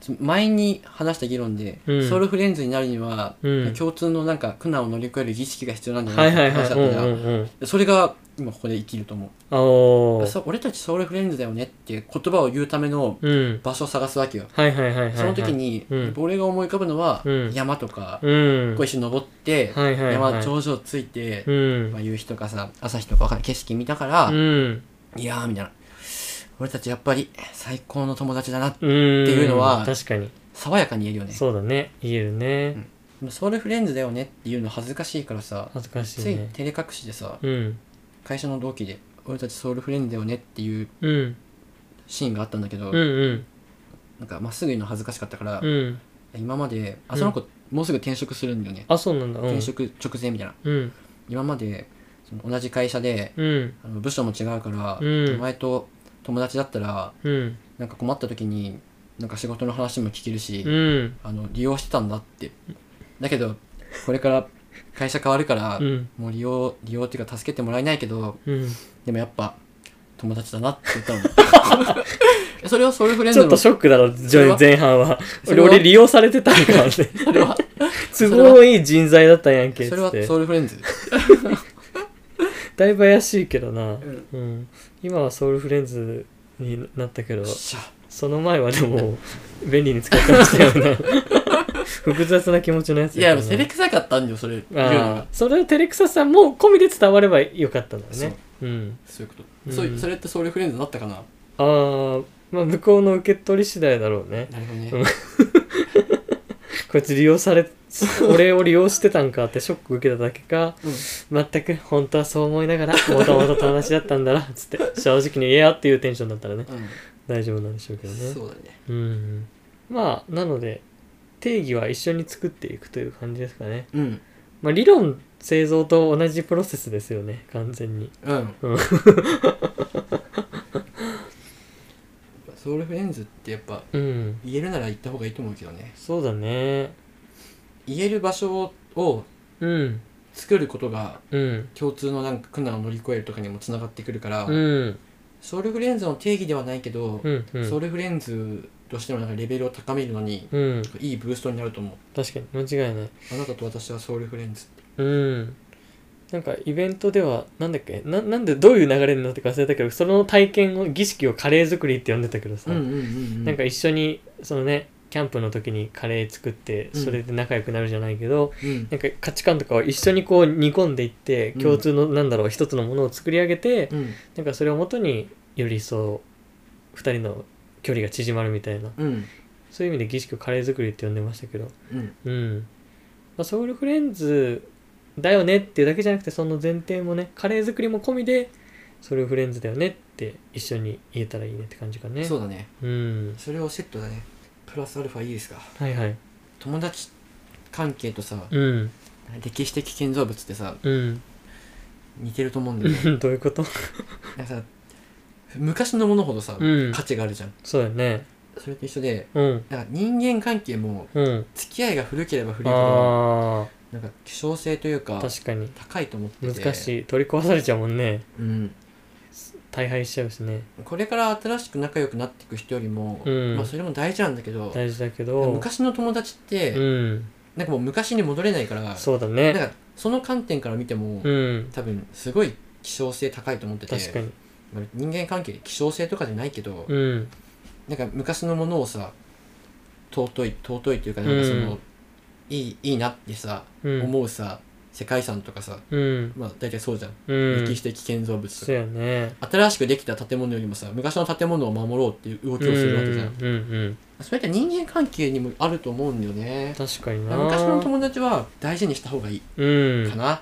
Speaker 2: そ前に話した議論で、
Speaker 1: うん
Speaker 2: ソウルフレンズになるには、
Speaker 1: うん
Speaker 2: 共通のなんか苦難を乗り越える儀式が必要なんじゃな
Speaker 1: はい
Speaker 2: いか
Speaker 1: は
Speaker 2: っ
Speaker 1: い
Speaker 2: て
Speaker 1: はい
Speaker 2: 話だった
Speaker 1: う
Speaker 2: じゃん
Speaker 1: んうんうん
Speaker 2: それが今ここで生きると思う
Speaker 1: あおー
Speaker 2: そう俺たちソウルフレンズだよねっていう言葉を言うための
Speaker 1: うん
Speaker 2: 場所を探すわけよ、
Speaker 1: はいはいはいはいはい
Speaker 2: その時に、
Speaker 1: うん
Speaker 2: やっぱ俺が思い浮かぶのは、
Speaker 1: うん
Speaker 2: 山とか、
Speaker 1: うん
Speaker 2: こう一緒に登って、
Speaker 1: はいはいはい
Speaker 2: 山頂上ついて、
Speaker 1: うん
Speaker 2: まあ、夕日とかさ朝日とかわかんない景色見たから、
Speaker 1: うん
Speaker 2: いやーみたいな俺たちやっぱり最高の友達だな
Speaker 1: っていう
Speaker 2: のは
Speaker 1: 確かに
Speaker 2: 爽やかに言えるよね
Speaker 1: そうだね言えるね
Speaker 2: ソウルフレンズだよねっていうの恥ずかしいからさ
Speaker 1: 恥ずかし
Speaker 2: つ
Speaker 1: い
Speaker 2: い
Speaker 1: ね
Speaker 2: 照れ隠しでさ
Speaker 1: うん
Speaker 2: 会社の同期で俺たちソウルフレンズだよねっていう
Speaker 1: うん
Speaker 2: シーンがあったんだけど、
Speaker 1: うんうん
Speaker 2: なんかまっすぐ言うの恥ずかしかったから、
Speaker 1: うん
Speaker 2: 今まであ
Speaker 1: うん
Speaker 2: その子もうすぐ転職するんだよね、
Speaker 1: あそうなんだうん
Speaker 2: 転職直前みたいな
Speaker 1: うん
Speaker 2: 今までその同じ会社で
Speaker 1: うん
Speaker 2: あの部署も違うから、
Speaker 1: うん
Speaker 2: お前と友達だったら
Speaker 1: うん
Speaker 2: なんか困った時になんか仕事の話も聞けるし、
Speaker 1: うん
Speaker 2: あの利用してたんだってだけどこれから会社変わるから、
Speaker 1: うん
Speaker 2: もう利用利用っていうか助けてもらえないけど
Speaker 1: うん
Speaker 2: でもやっぱ友達だなって言ったの それをソウルフレ
Speaker 1: ち
Speaker 2: ンズ
Speaker 1: ょっ
Speaker 2: の
Speaker 1: とショックだろ、ジ
Speaker 2: それ
Speaker 1: ョイ
Speaker 2: は
Speaker 1: 前半は。
Speaker 2: そ
Speaker 1: 俺、
Speaker 2: れは
Speaker 1: 俺利用されてたんからね。
Speaker 2: それは
Speaker 1: 都合のいい人材だったんやんけ、
Speaker 2: そ
Speaker 1: つ
Speaker 2: れは
Speaker 1: って。
Speaker 2: ソウルフレンズ
Speaker 1: だいぶ怪しいけどな。
Speaker 2: ん
Speaker 1: うん。今はソウルフレンズになったけど
Speaker 2: よっ、しゃ
Speaker 1: その前はで も、便利に使ってましたよね。 複雑な気持ちのやつ
Speaker 2: いやでも
Speaker 1: な
Speaker 2: 照れくさかったんだよそれ言うの
Speaker 1: ああ
Speaker 2: が
Speaker 1: それを照れくささも込みで伝わればよかったんだよねうん
Speaker 2: そういうこと、
Speaker 1: うん
Speaker 2: そういそれってソウルフレンズになったかな
Speaker 1: ああまあ向こうの受け取り次第だろう ね
Speaker 2: なるほどね、
Speaker 1: うんこいつ利用され俺を利用してたんかってショック受けただけか
Speaker 2: うん
Speaker 1: 全く本当はそう思いながらもともと友達だったんだなっつ って正直に言えやっていうテンションだったらね大丈夫なんでしょうけ
Speaker 2: う
Speaker 1: ど
Speaker 2: ん
Speaker 1: ね
Speaker 2: そうだね
Speaker 1: うんまあなので定義は一緒に作っていくという感じですかね
Speaker 2: うん
Speaker 1: まあ理論製造と同じプロセスですよね完全に
Speaker 2: うん
Speaker 1: う
Speaker 2: ソウルフレンズってやっぱ
Speaker 1: うん
Speaker 2: 言えるなら言った方がいいと思うけどね
Speaker 1: そうだね
Speaker 2: 言える場所を
Speaker 1: うん
Speaker 2: 作ることが
Speaker 1: うん
Speaker 2: 共通のなんか苦難を乗り越えるとかにもつながってくるから、
Speaker 1: うん
Speaker 2: ソウルフレンズの定義ではないけど、
Speaker 1: うんう
Speaker 2: ソウ
Speaker 1: ん
Speaker 2: ルフレンズとしてのなんかレベルを高めるのに
Speaker 1: うん
Speaker 2: いいブーストになると思う
Speaker 1: 確かに間違いない
Speaker 2: あなたと私はソウルフレンズ
Speaker 1: うんなんかイベントではなんだっけななんでどういう流れになってか忘れたけどその体験を儀式をカレー作りって呼んでたけどさ、
Speaker 2: うんうんうん
Speaker 1: なんか一緒にそのねキャンプの時にカレー作って
Speaker 2: うん
Speaker 1: それで仲良くなるじゃないけど、
Speaker 2: うん
Speaker 1: なんか価値観とかを一緒にこう煮込んでいって
Speaker 2: うん
Speaker 1: 共通のなんだろう一つのものを作り上げて、
Speaker 2: うん
Speaker 1: なんかそれをもとによりそう2人の距離が縮まるみたいな
Speaker 2: うん
Speaker 1: そういう意味で儀式をカレー作りって呼んでましたけど
Speaker 2: うん
Speaker 1: うん、まあ、ソウルフレンズだよねっていうだけじゃなくてその前提もねカレー作りも込みでソウルフレンズだよねって一緒に言えたらいいねって感じかね
Speaker 2: そうだね
Speaker 1: うん
Speaker 2: それをセットだねプラスアルファいいですか
Speaker 1: はいはい
Speaker 2: 友達関係とさ
Speaker 1: うん
Speaker 2: 歴史的建造物ってさ
Speaker 1: うん
Speaker 2: 似てると思うんだよ ね
Speaker 1: うんどういうこと
Speaker 2: なんかさ昔のものほどさ、
Speaker 1: うん
Speaker 2: 価値があるじゃん
Speaker 1: そうだよね
Speaker 2: それと一緒で
Speaker 1: うん
Speaker 2: なんか人間関係も
Speaker 1: うん
Speaker 2: 付き合いが古ければ古いほ
Speaker 1: あ
Speaker 2: どなんか希少性という
Speaker 1: あ
Speaker 2: か
Speaker 1: 確かに
Speaker 2: 高いと思ってて
Speaker 1: 難しい取り壊されちゃうもんね
Speaker 2: うん、
Speaker 1: 大敗しちゃうしね
Speaker 2: これから新しく仲良くなっていく人よりも、
Speaker 1: うん
Speaker 2: まあ、それも大事なんだけど
Speaker 1: 大事だけど
Speaker 2: 昔の友達って、
Speaker 1: うん
Speaker 2: なんかもう昔に戻れないから
Speaker 1: そうだ
Speaker 2: なん
Speaker 1: ね
Speaker 2: かその観点から見ても、
Speaker 1: うん
Speaker 2: 多分すごい希少性高いと思ってて
Speaker 1: 確かに
Speaker 2: まあ人間関係希少性とかじゃないけど、
Speaker 1: うん
Speaker 2: なんか昔のものをさ尊い尊いというかなんかその、
Speaker 1: うん
Speaker 2: いいいいなってさ、
Speaker 1: うん
Speaker 2: 思うさ世界遺産とかさ
Speaker 1: うん
Speaker 2: まあ大体そうじゃん、
Speaker 1: うん
Speaker 2: 歴史的建造物と
Speaker 1: そう
Speaker 2: か
Speaker 1: やね
Speaker 2: 新しくできた建物よりもさ昔の建物を守ろうっていう動きをするわけじゃん、
Speaker 1: うんうんうん
Speaker 2: それって人間関係にもあると思うんだよね
Speaker 1: 確かにな
Speaker 2: 昔の友達は大事にした方がいい
Speaker 1: うん
Speaker 2: かな、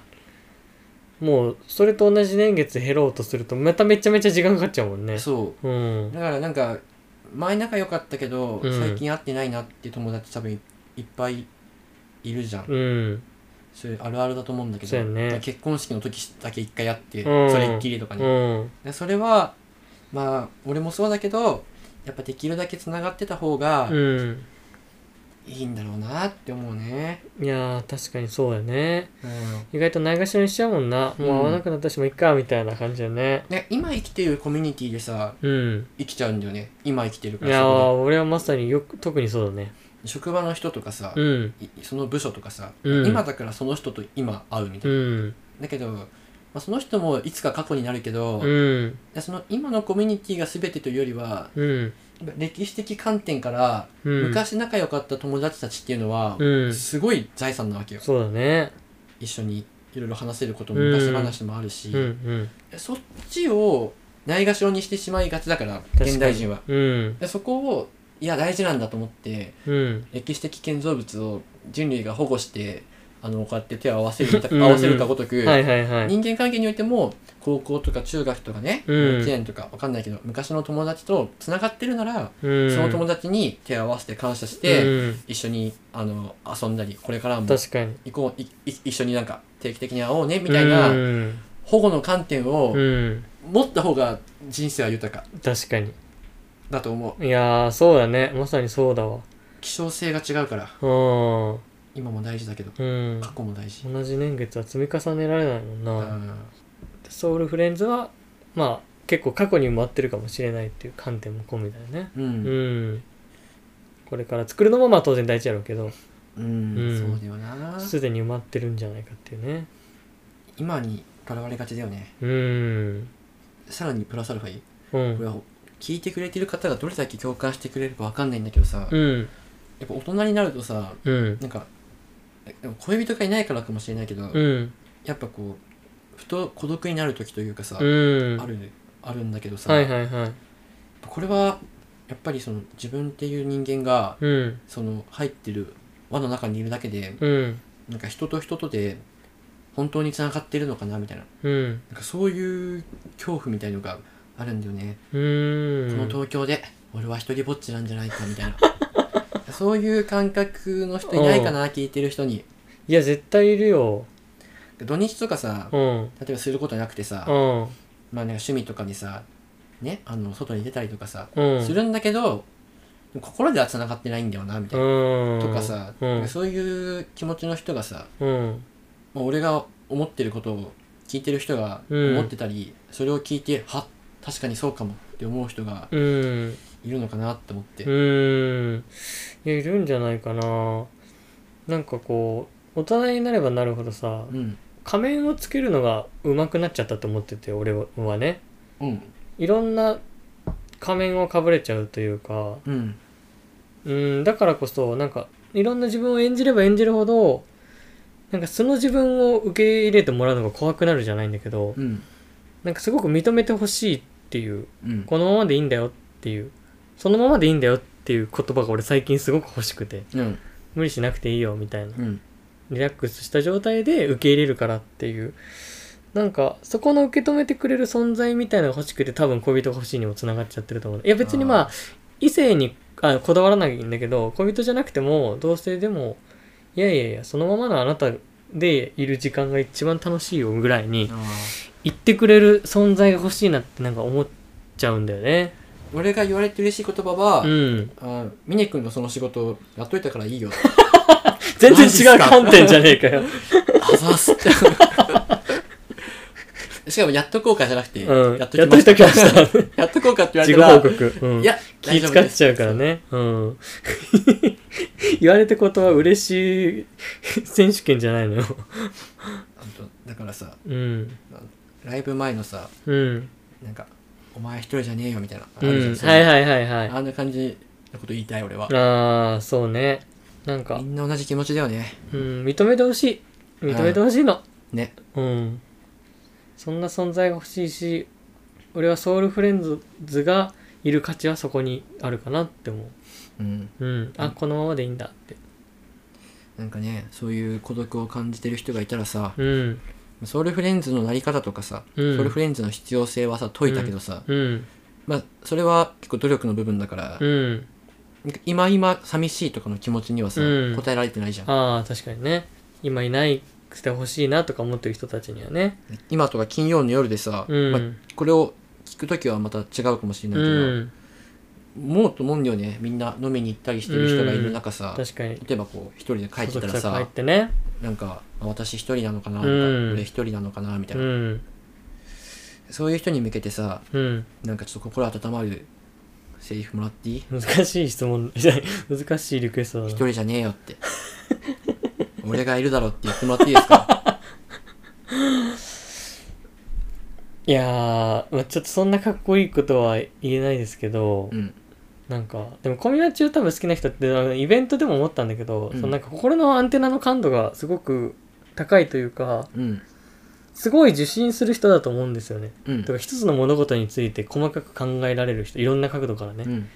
Speaker 1: もうそれと同じ年月減ろうとするとまためちゃめちゃ時間かかっちゃうもんね
Speaker 2: そううんだからなんか前仲良かったけど、
Speaker 1: うん
Speaker 2: 最近会ってないなっていう友達多分いっぱいいるじゃん、
Speaker 1: うん
Speaker 2: それあるあるだと思うんだけ
Speaker 1: そう
Speaker 2: ど、
Speaker 1: やね
Speaker 2: 結婚式の時だけ一回やって、
Speaker 1: うん
Speaker 2: それっきりとかね、
Speaker 1: うん
Speaker 2: でそれはまあ俺もそうだけどやっぱできるだけつながってた方が、
Speaker 1: うん
Speaker 2: いいんだろうなって思うね
Speaker 1: いやー確かにそうだね
Speaker 2: うん
Speaker 1: 意外とないがしろにしちゃうもんな、もう会わなくなったしもういっかみたいな感じだね
Speaker 2: ね今生きてるコミュニティでさ
Speaker 1: うん
Speaker 2: 生きちゃうんだよね今生きてるか
Speaker 1: い
Speaker 2: ら
Speaker 1: やー
Speaker 2: そこ
Speaker 1: 俺はまさによく特にそうだね
Speaker 2: で職場の人とかさ、
Speaker 1: うん
Speaker 2: いその部署とかさ、
Speaker 1: うん
Speaker 2: 今だからその人と今会うみた
Speaker 1: う
Speaker 2: いな、
Speaker 1: ん
Speaker 2: だけど、まあ、その人もいつか過去になるけど、
Speaker 1: うん
Speaker 2: でその今のコミュニティが全てというよりは
Speaker 1: うん
Speaker 2: 歴史的観点から、
Speaker 1: うん
Speaker 2: 昔仲良かった友達たちっていうのは、
Speaker 1: うん
Speaker 2: すごい財産なわけよ
Speaker 1: そうだね
Speaker 2: 一緒にいろいろ話せることも
Speaker 1: うん
Speaker 2: 昔話もあるし、
Speaker 1: うんうん
Speaker 2: そっちをないがしろにしてしまいがちだから
Speaker 1: かに
Speaker 2: 現代人は
Speaker 1: うん
Speaker 2: でそこをいや大事なんだと思って
Speaker 1: うん
Speaker 2: 歴史的建造物を人類が保護してあのこうやって手を合わせる
Speaker 1: うん
Speaker 2: 合わせるかごとく、
Speaker 1: はいはいはい
Speaker 2: 人間関係においても高校とか中学とかね、
Speaker 1: うん
Speaker 2: 幼稚園とかわかんないけど昔の友達とつながってるなら、
Speaker 1: うん
Speaker 2: その友達に手を合わせて感謝して、
Speaker 1: うん
Speaker 2: 一緒にあの遊んだりこれからも
Speaker 1: 確かに
Speaker 2: 行こういい一緒になんか定期的に会おうねみたいな、
Speaker 1: うん
Speaker 2: 保護の観点を
Speaker 1: うん
Speaker 2: 持った方が人生は豊か
Speaker 1: 確かに
Speaker 2: だと思う
Speaker 1: いやーそうだねまさにそうだわ
Speaker 2: 希少性が違うから
Speaker 1: うん
Speaker 2: 今も大事だけど
Speaker 1: うん
Speaker 2: 過去も大事、
Speaker 1: 同じ年月は積み重ねられないもん
Speaker 2: う
Speaker 1: な、
Speaker 2: ん、
Speaker 1: ソウルフレンズはまあ結構過去にも合ってるかもしれないっていう観点も込みだよね
Speaker 2: う
Speaker 1: うん、
Speaker 2: ん、
Speaker 1: これから作るのもまあ当然大事やろうけど
Speaker 2: うん
Speaker 1: うん
Speaker 2: そうだよな
Speaker 1: すでに埋まってるんじゃないかっていうね
Speaker 2: 今にとらわれがちだよね
Speaker 1: うん
Speaker 2: さらにプラスアルファいい
Speaker 1: うん
Speaker 2: これは聞いてくれてる方がどれだけ共感してくれるかわかんないんだけどさ、や
Speaker 1: うん
Speaker 2: っぱ大人になるとさ
Speaker 1: うん
Speaker 2: なんかでも恋人がいないからかもしれないけど、
Speaker 1: うん
Speaker 2: やっぱこうふと孤独になる時というかさ、
Speaker 1: うん
Speaker 2: あるあるんだけどさ、
Speaker 1: はいはいはい
Speaker 2: これはやっぱりその自分っていう人間が
Speaker 1: うん
Speaker 2: その入ってる輪の中にいるだけで
Speaker 1: うん
Speaker 2: なんか人と人とで本当に繋がってるのかなみたいな
Speaker 1: うん
Speaker 2: なんかそういう恐怖みたいのがあるんだよね、
Speaker 1: うん
Speaker 2: この東京で俺は一人ぼっちなんじゃないかみたいな そういう感覚の人いないかな聞いてる人に
Speaker 1: いや絶対いるよ
Speaker 2: 土日とかさ
Speaker 1: うん
Speaker 2: 例えばすることなくてさ、
Speaker 1: うん
Speaker 2: まあ、なんか趣味とかにさねあの外に出たりとかさ、
Speaker 1: うん
Speaker 2: するんだけど心では繋がってないんだよなみたいな、
Speaker 1: うん
Speaker 2: とかさ、
Speaker 1: うん
Speaker 2: そういう気持ちの人がさ、
Speaker 1: うん
Speaker 2: まあ、俺が思ってることを聞いてる人が
Speaker 1: うん
Speaker 2: 思ってたり、それを聞いては確かにそうかもって思う人が
Speaker 1: うん
Speaker 2: いるのかなって思って、
Speaker 1: うーんいやいるんじゃないかななんかこう大人になればなるほどさ
Speaker 2: うん
Speaker 1: 仮面をつけるのが上手くなっちゃったと思ってて俺はね
Speaker 2: うん
Speaker 1: いろんな仮面をかぶれちゃうというか
Speaker 2: うん
Speaker 1: うんだからこそなんかいろんな自分を演じれば演じるほどなんかその自分を受け入れてもらうのが怖くなるじゃないんだけど
Speaker 2: うん
Speaker 1: なんかすごく認めてほしいっていう
Speaker 2: うん
Speaker 1: このままでいいんだよっていうそのままでいいんだよっていう言葉が俺最近すごく欲しくて
Speaker 2: うん
Speaker 1: 無理しなくていいよみたいな
Speaker 2: うん
Speaker 1: リラックスした状態で受け入れるからっていうなんかそこの受け止めてくれる存在みたいなのが欲しくて多分恋人が欲しいにもつながっちゃってると思ういや別にまあ
Speaker 2: あ
Speaker 1: 異性にあこだわらないんだけど恋人じゃなくても同性でもいやいやいやそのままのあなたでいる時間が一番楽しいよぐらいに
Speaker 2: あ
Speaker 1: 言ってくれる存在が欲しいなってなんか思っちゃうんだよね
Speaker 2: ー俺が言われて嬉しい言葉は、
Speaker 1: うん
Speaker 2: あーミネ君のその仕事やっといたからいいよ
Speaker 1: 全然違う観点じゃねえかよ
Speaker 2: あざっ すってしかもやっとこうかじゃなくて、
Speaker 1: うん
Speaker 2: やっときまし
Speaker 1: やっときました
Speaker 2: たやっとこうかって言われ
Speaker 1: 事
Speaker 2: た
Speaker 1: 後
Speaker 2: ら
Speaker 1: 報告、うん、
Speaker 2: いや
Speaker 1: 気使っちゃうからね。うん。 言われたことは嬉しい選手権じゃないのよ。
Speaker 2: 大丈夫ですあとだからさ
Speaker 1: うん。
Speaker 2: ライブ前のさ
Speaker 1: うん。
Speaker 2: なんか「お前一人じゃねえよ」みたいな、
Speaker 1: う
Speaker 2: あるじゃ
Speaker 1: ん。
Speaker 2: んそう
Speaker 1: はいはいはいはい。
Speaker 2: あんな感じのこと言いたい俺は
Speaker 1: ああ、そうね。なんか
Speaker 2: み、んな同じ気持ちだよね
Speaker 1: うん、認めてほしい。認めてほしいの。
Speaker 2: ね
Speaker 1: うん。そんな存在が欲しいし、俺はソウルフレンズがいる価値はそこにあるかなって思
Speaker 2: うん
Speaker 1: う。うん。あ、このままでいいんだって。
Speaker 2: なんかねそういう孤独を感じてる人がいたらさ
Speaker 1: うん。
Speaker 2: ソウルフレンズのなり方とかさ、
Speaker 1: うん
Speaker 2: ソウルフレンズの必要性はさ解いたけどさ、
Speaker 1: うん。
Speaker 2: まあそれは結構努力の部分だから、
Speaker 1: うん。
Speaker 2: なんか今今寂しいとかの気持ちにはさ、
Speaker 1: うん
Speaker 2: 答えられてないじゃん
Speaker 1: ああ確かにね今いないくてほしいなとか思ってる人たちにはね
Speaker 2: 今とか金曜の夜でさ、
Speaker 1: うん、
Speaker 2: まあこれを聞くときはまた違うかもしれ
Speaker 1: う
Speaker 2: ないけど、
Speaker 1: ん
Speaker 2: 思うと思うんだよねみんな飲みに行ったりしてる人がいる中さ、
Speaker 1: 確かに
Speaker 2: 例えばこう一人で帰ってたら
Speaker 1: 入
Speaker 2: さ
Speaker 1: ってね
Speaker 2: なんかあ私一人なのかな、とか
Speaker 1: うん
Speaker 2: 俺一人なのかなみたいうな、
Speaker 1: ん
Speaker 2: そういう人に向けてさ
Speaker 1: うん
Speaker 2: なんかちょっと心温まるセリフもらっていい
Speaker 1: 難しい質問 難しいリクエスト
Speaker 2: 一
Speaker 1: だな
Speaker 2: 人じゃねえよって俺がいるだろって言ってもらっていいですか
Speaker 1: いやー、まあ、ちょっとそんなかっこいいことは言えないですけど、
Speaker 2: うん
Speaker 1: なんかでもコミュニティ多分好きな人ってあのイベントでも思ったんだけど、
Speaker 2: うん
Speaker 1: そのなんか心のアンテナの感度がすごく高いというか
Speaker 2: うん
Speaker 1: すごい受信する人だと思うんですよね。
Speaker 2: うん
Speaker 1: とか一つの物事について細かく考えられる人いろんな角度からね、
Speaker 2: うん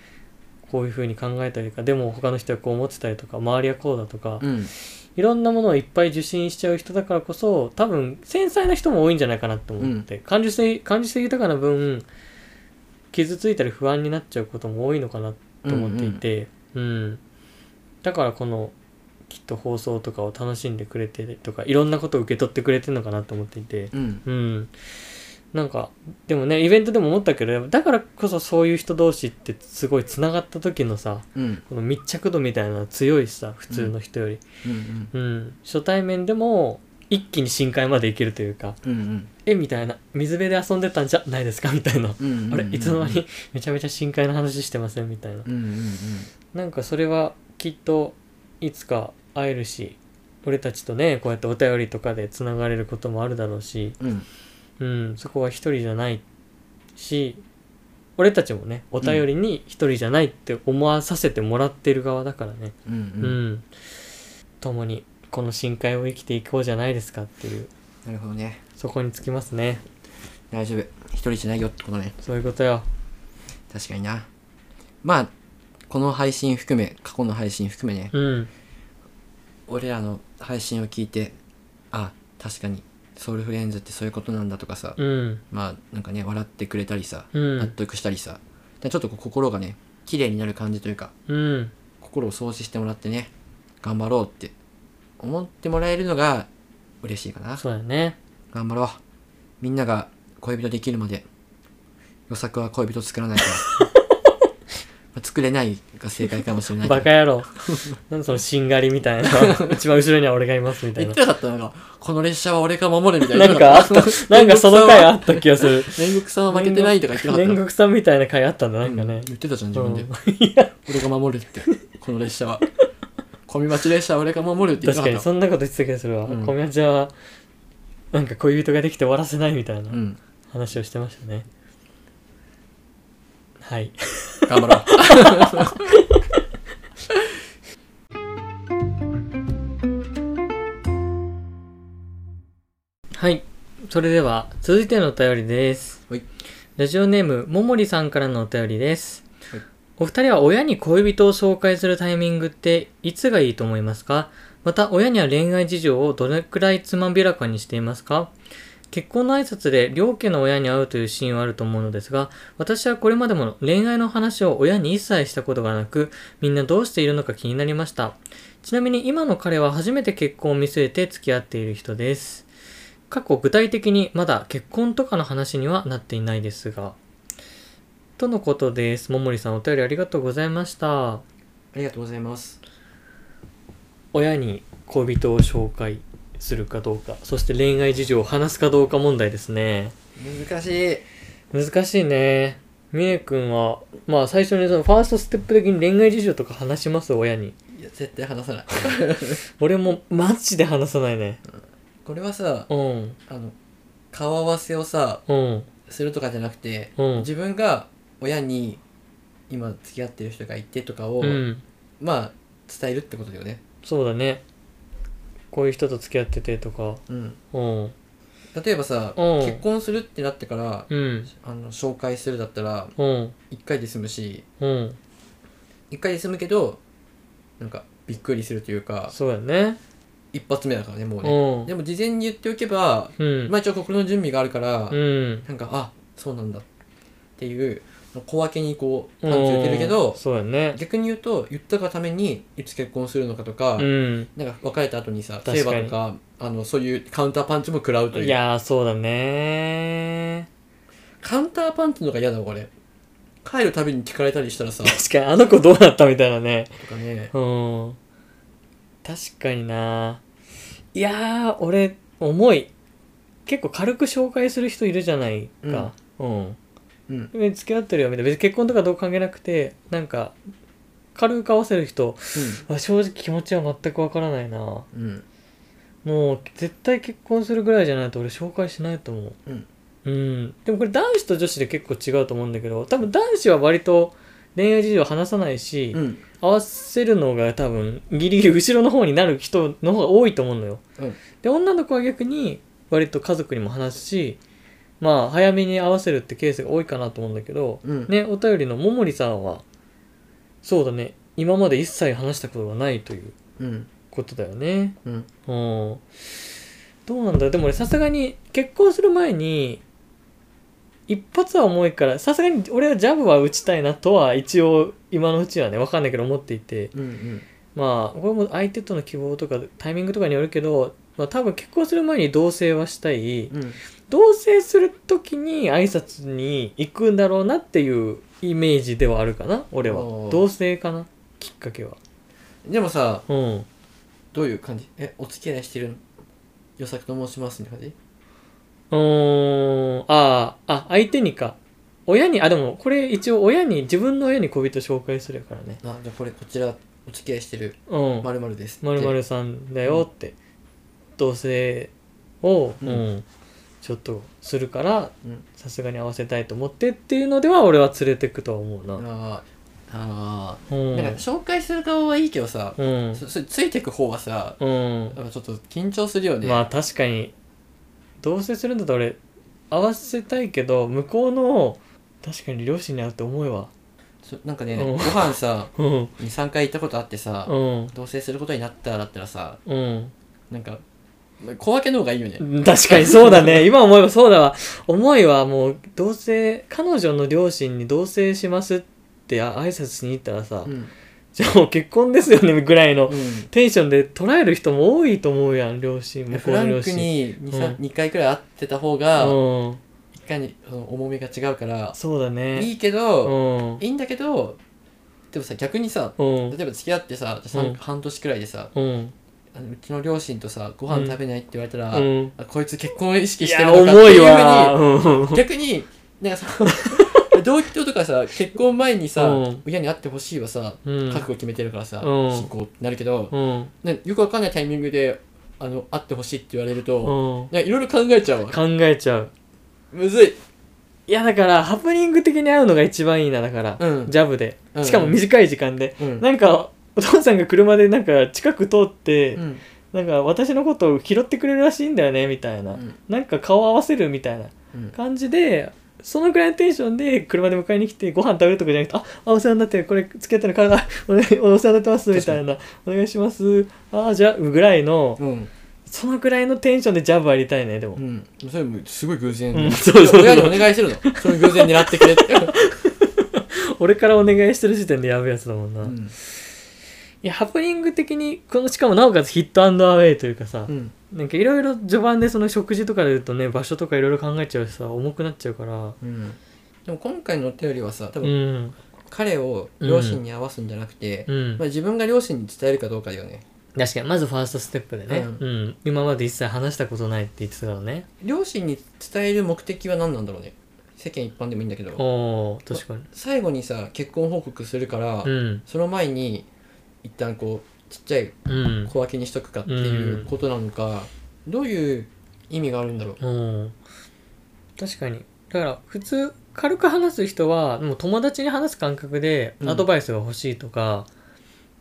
Speaker 1: こういうふうに考えたりとかでも他の人はこう思ってたりとか周りはこうだとか、
Speaker 2: うん
Speaker 1: いろんなものをいっぱい受信しちゃう人だからこそ多分繊細な人も多いんじゃないかなって思って、感受性感受性豊かな分傷ついたり不安になっちゃうことも多いのかなと思っていて、うんだからこのきっと放送とかを楽しんでくれてとかいろんなことを受け取ってくれてるのかなと思っていて、
Speaker 2: うん
Speaker 1: うん。なんか、でもね、イベントでも思ったけど、だからこそそういう人同士ってすごい繋がった時のさ、
Speaker 2: うん
Speaker 1: この密着度みたいなのは強いしさ、普通の人より。
Speaker 2: うん
Speaker 1: うん。初対面でも、一気に深海まで行けるというか、
Speaker 2: うんうん
Speaker 1: え、みたいな、水辺で遊んでたんじゃないですかみたいな。
Speaker 2: うんうん
Speaker 1: あれいつの間にめちゃめちゃ深海の話してませんみたいな
Speaker 2: う。んうん
Speaker 1: なんかそれはきっといつか会えるし、俺たちとね、こうやってお便りとかで繋がれることもあるだろうし、
Speaker 2: うんうん
Speaker 1: うん、そこは一人じゃないし俺たちもねお便りに一人じゃないって思わさせてもらってる側だからね
Speaker 2: うん
Speaker 1: うん、
Speaker 2: うん
Speaker 1: 共にこの深海を生きていこうじゃないですかっていう
Speaker 2: なるほどね
Speaker 1: そこにつきますね
Speaker 2: 大丈夫一人じゃないよってことね
Speaker 1: そういうことよ
Speaker 2: 確かになまあこの配信含め過去の配信含めね
Speaker 1: うん
Speaker 2: 俺らの配信を聞いてあ確かにソウルフレンズってそういうことなんだとかさ、
Speaker 1: うん
Speaker 2: まあなんかね笑ってくれたりさ、
Speaker 1: う
Speaker 2: 納
Speaker 1: ん
Speaker 2: 得したりさでちょっとこう心がね綺麗になる感じというか
Speaker 1: うん
Speaker 2: 心を掃除してもらってね頑張ろうって思ってもらえるのが嬉しいかな
Speaker 1: そうだよね
Speaker 2: 頑張ろうみんなが恋人できるまで予策は恋人 作らないからまあ作れないが正解かもしれないけど
Speaker 1: バカ野 郎なんでそのしんがりみたいな一番後ろには俺がいますみたい
Speaker 2: 言っ
Speaker 1: な
Speaker 2: てなかったなんかこの列車は俺が守るみたいな
Speaker 1: なんか あったなんかその回あった気がする
Speaker 2: 煉獄さんは負けてないとか言ってなかった
Speaker 1: 煉獄さんみたいな回あったんだなんか
Speaker 2: う
Speaker 1: ね
Speaker 2: ん、言ってたじゃん自分で、
Speaker 1: うんいや
Speaker 2: 俺が守るってこの列 車は小見町列車は俺が守るって言っ
Speaker 1: 確かに
Speaker 2: てなかった
Speaker 1: そんなこと言ってた気がするわ、
Speaker 2: うん
Speaker 1: 小宮ちゃんはなんか恋人ができて終わらせないみたいな
Speaker 2: うん
Speaker 1: 話をしてましたね、はい
Speaker 2: 頑張ろう
Speaker 1: はいそれでは続いてのお便りです、
Speaker 2: はい
Speaker 1: ラジオネームももりさんからのお便りです、
Speaker 2: はい
Speaker 1: お二人は親に恋人を紹介するタイミングっていつがいいと思いますかまた親には恋愛事情をどれくらいつまびらかにしていますか結婚の挨拶で両家の親に会うというシーンはあると思うのですが、私はこれまでも恋愛の話を親に一切したことがなく、みんなどうしているのか気になりました。ちなみに今の彼は初めて結婚を見据えて付き合っている人です。過去具体的にまだ結婚とかの話にはなっていないですが。とのことです。ももりさんお便りありがとうございました。
Speaker 2: ありがとうございます
Speaker 1: 親に恋人を紹介するかどうか、そして恋愛事情を話すかどうか問題ですね。
Speaker 2: 難しい
Speaker 1: 難しいねみね君はまあ最初にそのファーストステップ的に恋愛事情とか話します親に
Speaker 2: いや絶対話さない
Speaker 1: 俺もマジで話さないね
Speaker 2: これはさ
Speaker 1: うん
Speaker 2: あの顔合わせをさ
Speaker 1: うん
Speaker 2: するとかじゃなくて、
Speaker 1: うん
Speaker 2: 自分が親に今付き合ってる人がいてとかを、
Speaker 1: うん
Speaker 2: まあ伝えるってことだよね
Speaker 1: そうだねこういう人と付き合っててとか
Speaker 2: うん
Speaker 1: うん
Speaker 2: 例えばさ、
Speaker 1: うん
Speaker 2: 結婚するってなってから、
Speaker 1: うん
Speaker 2: あの紹介するだったら
Speaker 1: うん
Speaker 2: 1回で済むし
Speaker 1: うん
Speaker 2: 1回で済むけどなんかびっくりするというか
Speaker 1: そうやね
Speaker 2: 一発目だからねもう
Speaker 1: う
Speaker 2: ね、
Speaker 1: ん
Speaker 2: でも事前に言っておけば、
Speaker 1: うん
Speaker 2: まあ一応心の準備があるから、
Speaker 1: うん
Speaker 2: なんかあそうなんだっていう小分けにこうパンチ打てるけ
Speaker 1: うん
Speaker 2: ど、
Speaker 1: そうやね
Speaker 2: 逆に言うと言ったがためにいつ結婚するのかとか、
Speaker 1: うん
Speaker 2: なんか別れた後にさ
Speaker 1: 確かに
Speaker 2: セーバーとかあのそういうカウンターパンチも食らうという
Speaker 1: いやーそうだね
Speaker 2: カウンターパンチの方が嫌だ俺帰るたびに聞かれたりしたらさ、と
Speaker 1: 確かにあの子どうなったみたいなね
Speaker 2: かね。
Speaker 1: うん確かにないやー俺重い結構軽く紹介する人いるじゃないかうん、
Speaker 2: うん。
Speaker 1: 別に付き合ってるよみたいな別に結婚とかどう関係なくてなんか軽く合わせる人あ正直気持ちは全くわからないな
Speaker 2: うん。
Speaker 1: もう絶対結婚するぐらいじゃないと俺紹介しないと思う
Speaker 2: うん、
Speaker 1: うんでもこれ男子と女子で結構違うと思うんだけど多分男子は割と恋愛事情話さないし、
Speaker 2: うん。
Speaker 1: 合わせるのが多分ギリギリ後ろの方になる人の方が多いと思うのよ、
Speaker 2: うん
Speaker 1: で女の子は逆に割と家族にも話すしまあ早めに合わせるってケースが多いかなと思うんだけど、
Speaker 2: うん。
Speaker 1: ねお便りのももりさんはそうだね今まで一切話したことがないという
Speaker 2: うん。
Speaker 1: ことだよね
Speaker 2: うん。
Speaker 1: うんどうなんだでも俺さすがに結婚する前に一発は重いからさすがに俺はジャブは打ちたいなとは一応今のうちはねわかんないけど思っていて
Speaker 2: うん。うん。
Speaker 1: まあこれも相手との希望とかタイミングとかによるけど、まあ、多分結婚する前に同棲はしたい
Speaker 2: うん。
Speaker 1: 同棲する時に挨拶に行くんだろうなっていうイメージではあるかな俺は
Speaker 2: おー
Speaker 1: 同棲かなきっかけは
Speaker 2: でもさ、
Speaker 1: うん
Speaker 2: どういう感じえ、お付き合いしてる予作と申しますみたいな感
Speaker 1: うーん、ああ、あ、相手にか。親に、あ、でも、これ一応親に、自分の親に恋人紹介するからね。
Speaker 2: じあ、じゃあこれ、こちら、お付き合いしてる
Speaker 1: うん。
Speaker 2: まるです。
Speaker 1: まるまるさんだよって、同棲を、う、
Speaker 2: うんん
Speaker 1: ちょっとするから、
Speaker 2: うん。
Speaker 1: さすがに合わせたいと思ってっていうのでは、俺は連れてくとは思うな。
Speaker 2: ああ。あ
Speaker 1: う
Speaker 2: あ。
Speaker 1: ん。
Speaker 2: なんか、紹介する側はいいけどさ、
Speaker 1: うん。
Speaker 2: そそれついてく方はさ、
Speaker 1: うん。
Speaker 2: なんかちょっと緊張するよね。
Speaker 1: まあ、確かに、同棲するんだったら俺、合わせたいけど、向こうの、確かに両親に会うって思いは。
Speaker 2: そなんかね、
Speaker 1: うん
Speaker 2: ご飯さ、
Speaker 1: うん。
Speaker 2: 2、3回行ったことあってさ、
Speaker 1: うん。
Speaker 2: 同棲することになったらだったらさ、
Speaker 1: うん。
Speaker 2: なんか、小分けの方がいいよね。
Speaker 1: 確かにそうだ ね今思えばそうだわ思いはもう同棲彼女の両親に同棲しますってあ挨拶しに行ったらさ、
Speaker 2: うん。
Speaker 1: じゃあもう結婚ですよねぐらいの
Speaker 2: うん
Speaker 1: テンションで捉える人も多いと思うやん両親向こ
Speaker 2: フ
Speaker 1: う
Speaker 2: ラ
Speaker 1: の両
Speaker 2: ンク
Speaker 1: 親
Speaker 2: に 2,
Speaker 1: うん
Speaker 2: 3 2回くらい会ってた方が、
Speaker 1: うん
Speaker 2: いかにその重みが違うから、
Speaker 1: そうだね
Speaker 2: いいけ
Speaker 1: うん
Speaker 2: ど、いいんだけど、でもさ、逆にさ、
Speaker 1: うん
Speaker 2: 例えば付き合ってさ、さん
Speaker 1: うん
Speaker 2: 半年くらいでさ、
Speaker 1: うん
Speaker 2: あのうちの両親とさ、ご飯食べないって言われたら、
Speaker 1: うん
Speaker 2: あこいつ結婚を意識
Speaker 1: い
Speaker 2: してる
Speaker 1: や
Speaker 2: のかって
Speaker 1: 重
Speaker 2: い
Speaker 1: いうわ
Speaker 2: ふ
Speaker 1: うん
Speaker 2: うに、逆に、なん かさ、同居とかさ、結婚前にさ、
Speaker 1: うん
Speaker 2: 親に会ってほしいはさ、
Speaker 1: うん
Speaker 2: 覚悟決めてるからさ、
Speaker 1: うん
Speaker 2: 進行ってなるけど、
Speaker 1: うん
Speaker 2: ね、よくわかんないタイミングであの会ってほしいって言われ
Speaker 1: う
Speaker 2: る
Speaker 1: ん
Speaker 2: と、
Speaker 1: 考
Speaker 2: ねいろいろ考えちゃうわ
Speaker 1: えちゃう
Speaker 2: むずい
Speaker 1: いやだからハプニング的に会うのが一番いいなだから、
Speaker 2: うん
Speaker 1: ジャブで
Speaker 2: うん
Speaker 1: しかも短い時間で、
Speaker 2: うん
Speaker 1: なんかお父さんが車でなんか近く通って、
Speaker 2: うん
Speaker 1: なんか私のことを拾ってくれるらしいんだよねみたいな、
Speaker 2: うん
Speaker 1: なんか顔合わせるみたいな
Speaker 2: うん
Speaker 1: 感じでそのぐらいのテンションで車で迎えに来てご飯食べるとかじゃなくて「ああお世話になってるこれ付き合ってるから お,、ね、お世話になってます」みたいな「お願いします」ああじゃあぐらいの、
Speaker 2: うん、
Speaker 1: そのぐらいのテンションでジャブありたいねでも、
Speaker 2: うん、それもすごい偶然、
Speaker 1: うんそうそう
Speaker 2: 親にお願いするのそれ偶然狙って くれって、
Speaker 1: 俺からお願いしてる時点でやべえやつだもんな、
Speaker 2: う
Speaker 1: い
Speaker 2: ん
Speaker 1: やハプニング的にこのしかもなおかつヒットアンドアウェイというかさ、
Speaker 2: うん
Speaker 1: なんかいろいろ序盤でその食事とかで言うとね場所とかいろいろ考えちゃうしさ重くなっちゃうから
Speaker 2: うん、でも今回のお便りはさ多
Speaker 1: う
Speaker 2: 分
Speaker 1: ん
Speaker 2: 彼を両親に合わすんじゃなくて、
Speaker 1: うん
Speaker 2: まあ、自分が両親に伝えるかどうかだよね
Speaker 1: 確かにまずファーストステップでね、う
Speaker 2: うん
Speaker 1: 今まで一切話したことないって言ってたからね
Speaker 2: 両親に伝える目的は何なんだろうね世間一般でもいいんだけど
Speaker 1: おお確かに
Speaker 2: 最後にさ結婚報告するから、
Speaker 1: うん
Speaker 2: その前に一旦こうちっちゃい
Speaker 1: うん
Speaker 2: 小分けにしとくかっていうことなのか、どういう意味があるんだろう
Speaker 1: うん確かにだから普通軽く話す人はもう友達に話す感覚で
Speaker 2: うん
Speaker 1: アドバイスが欲しいとか、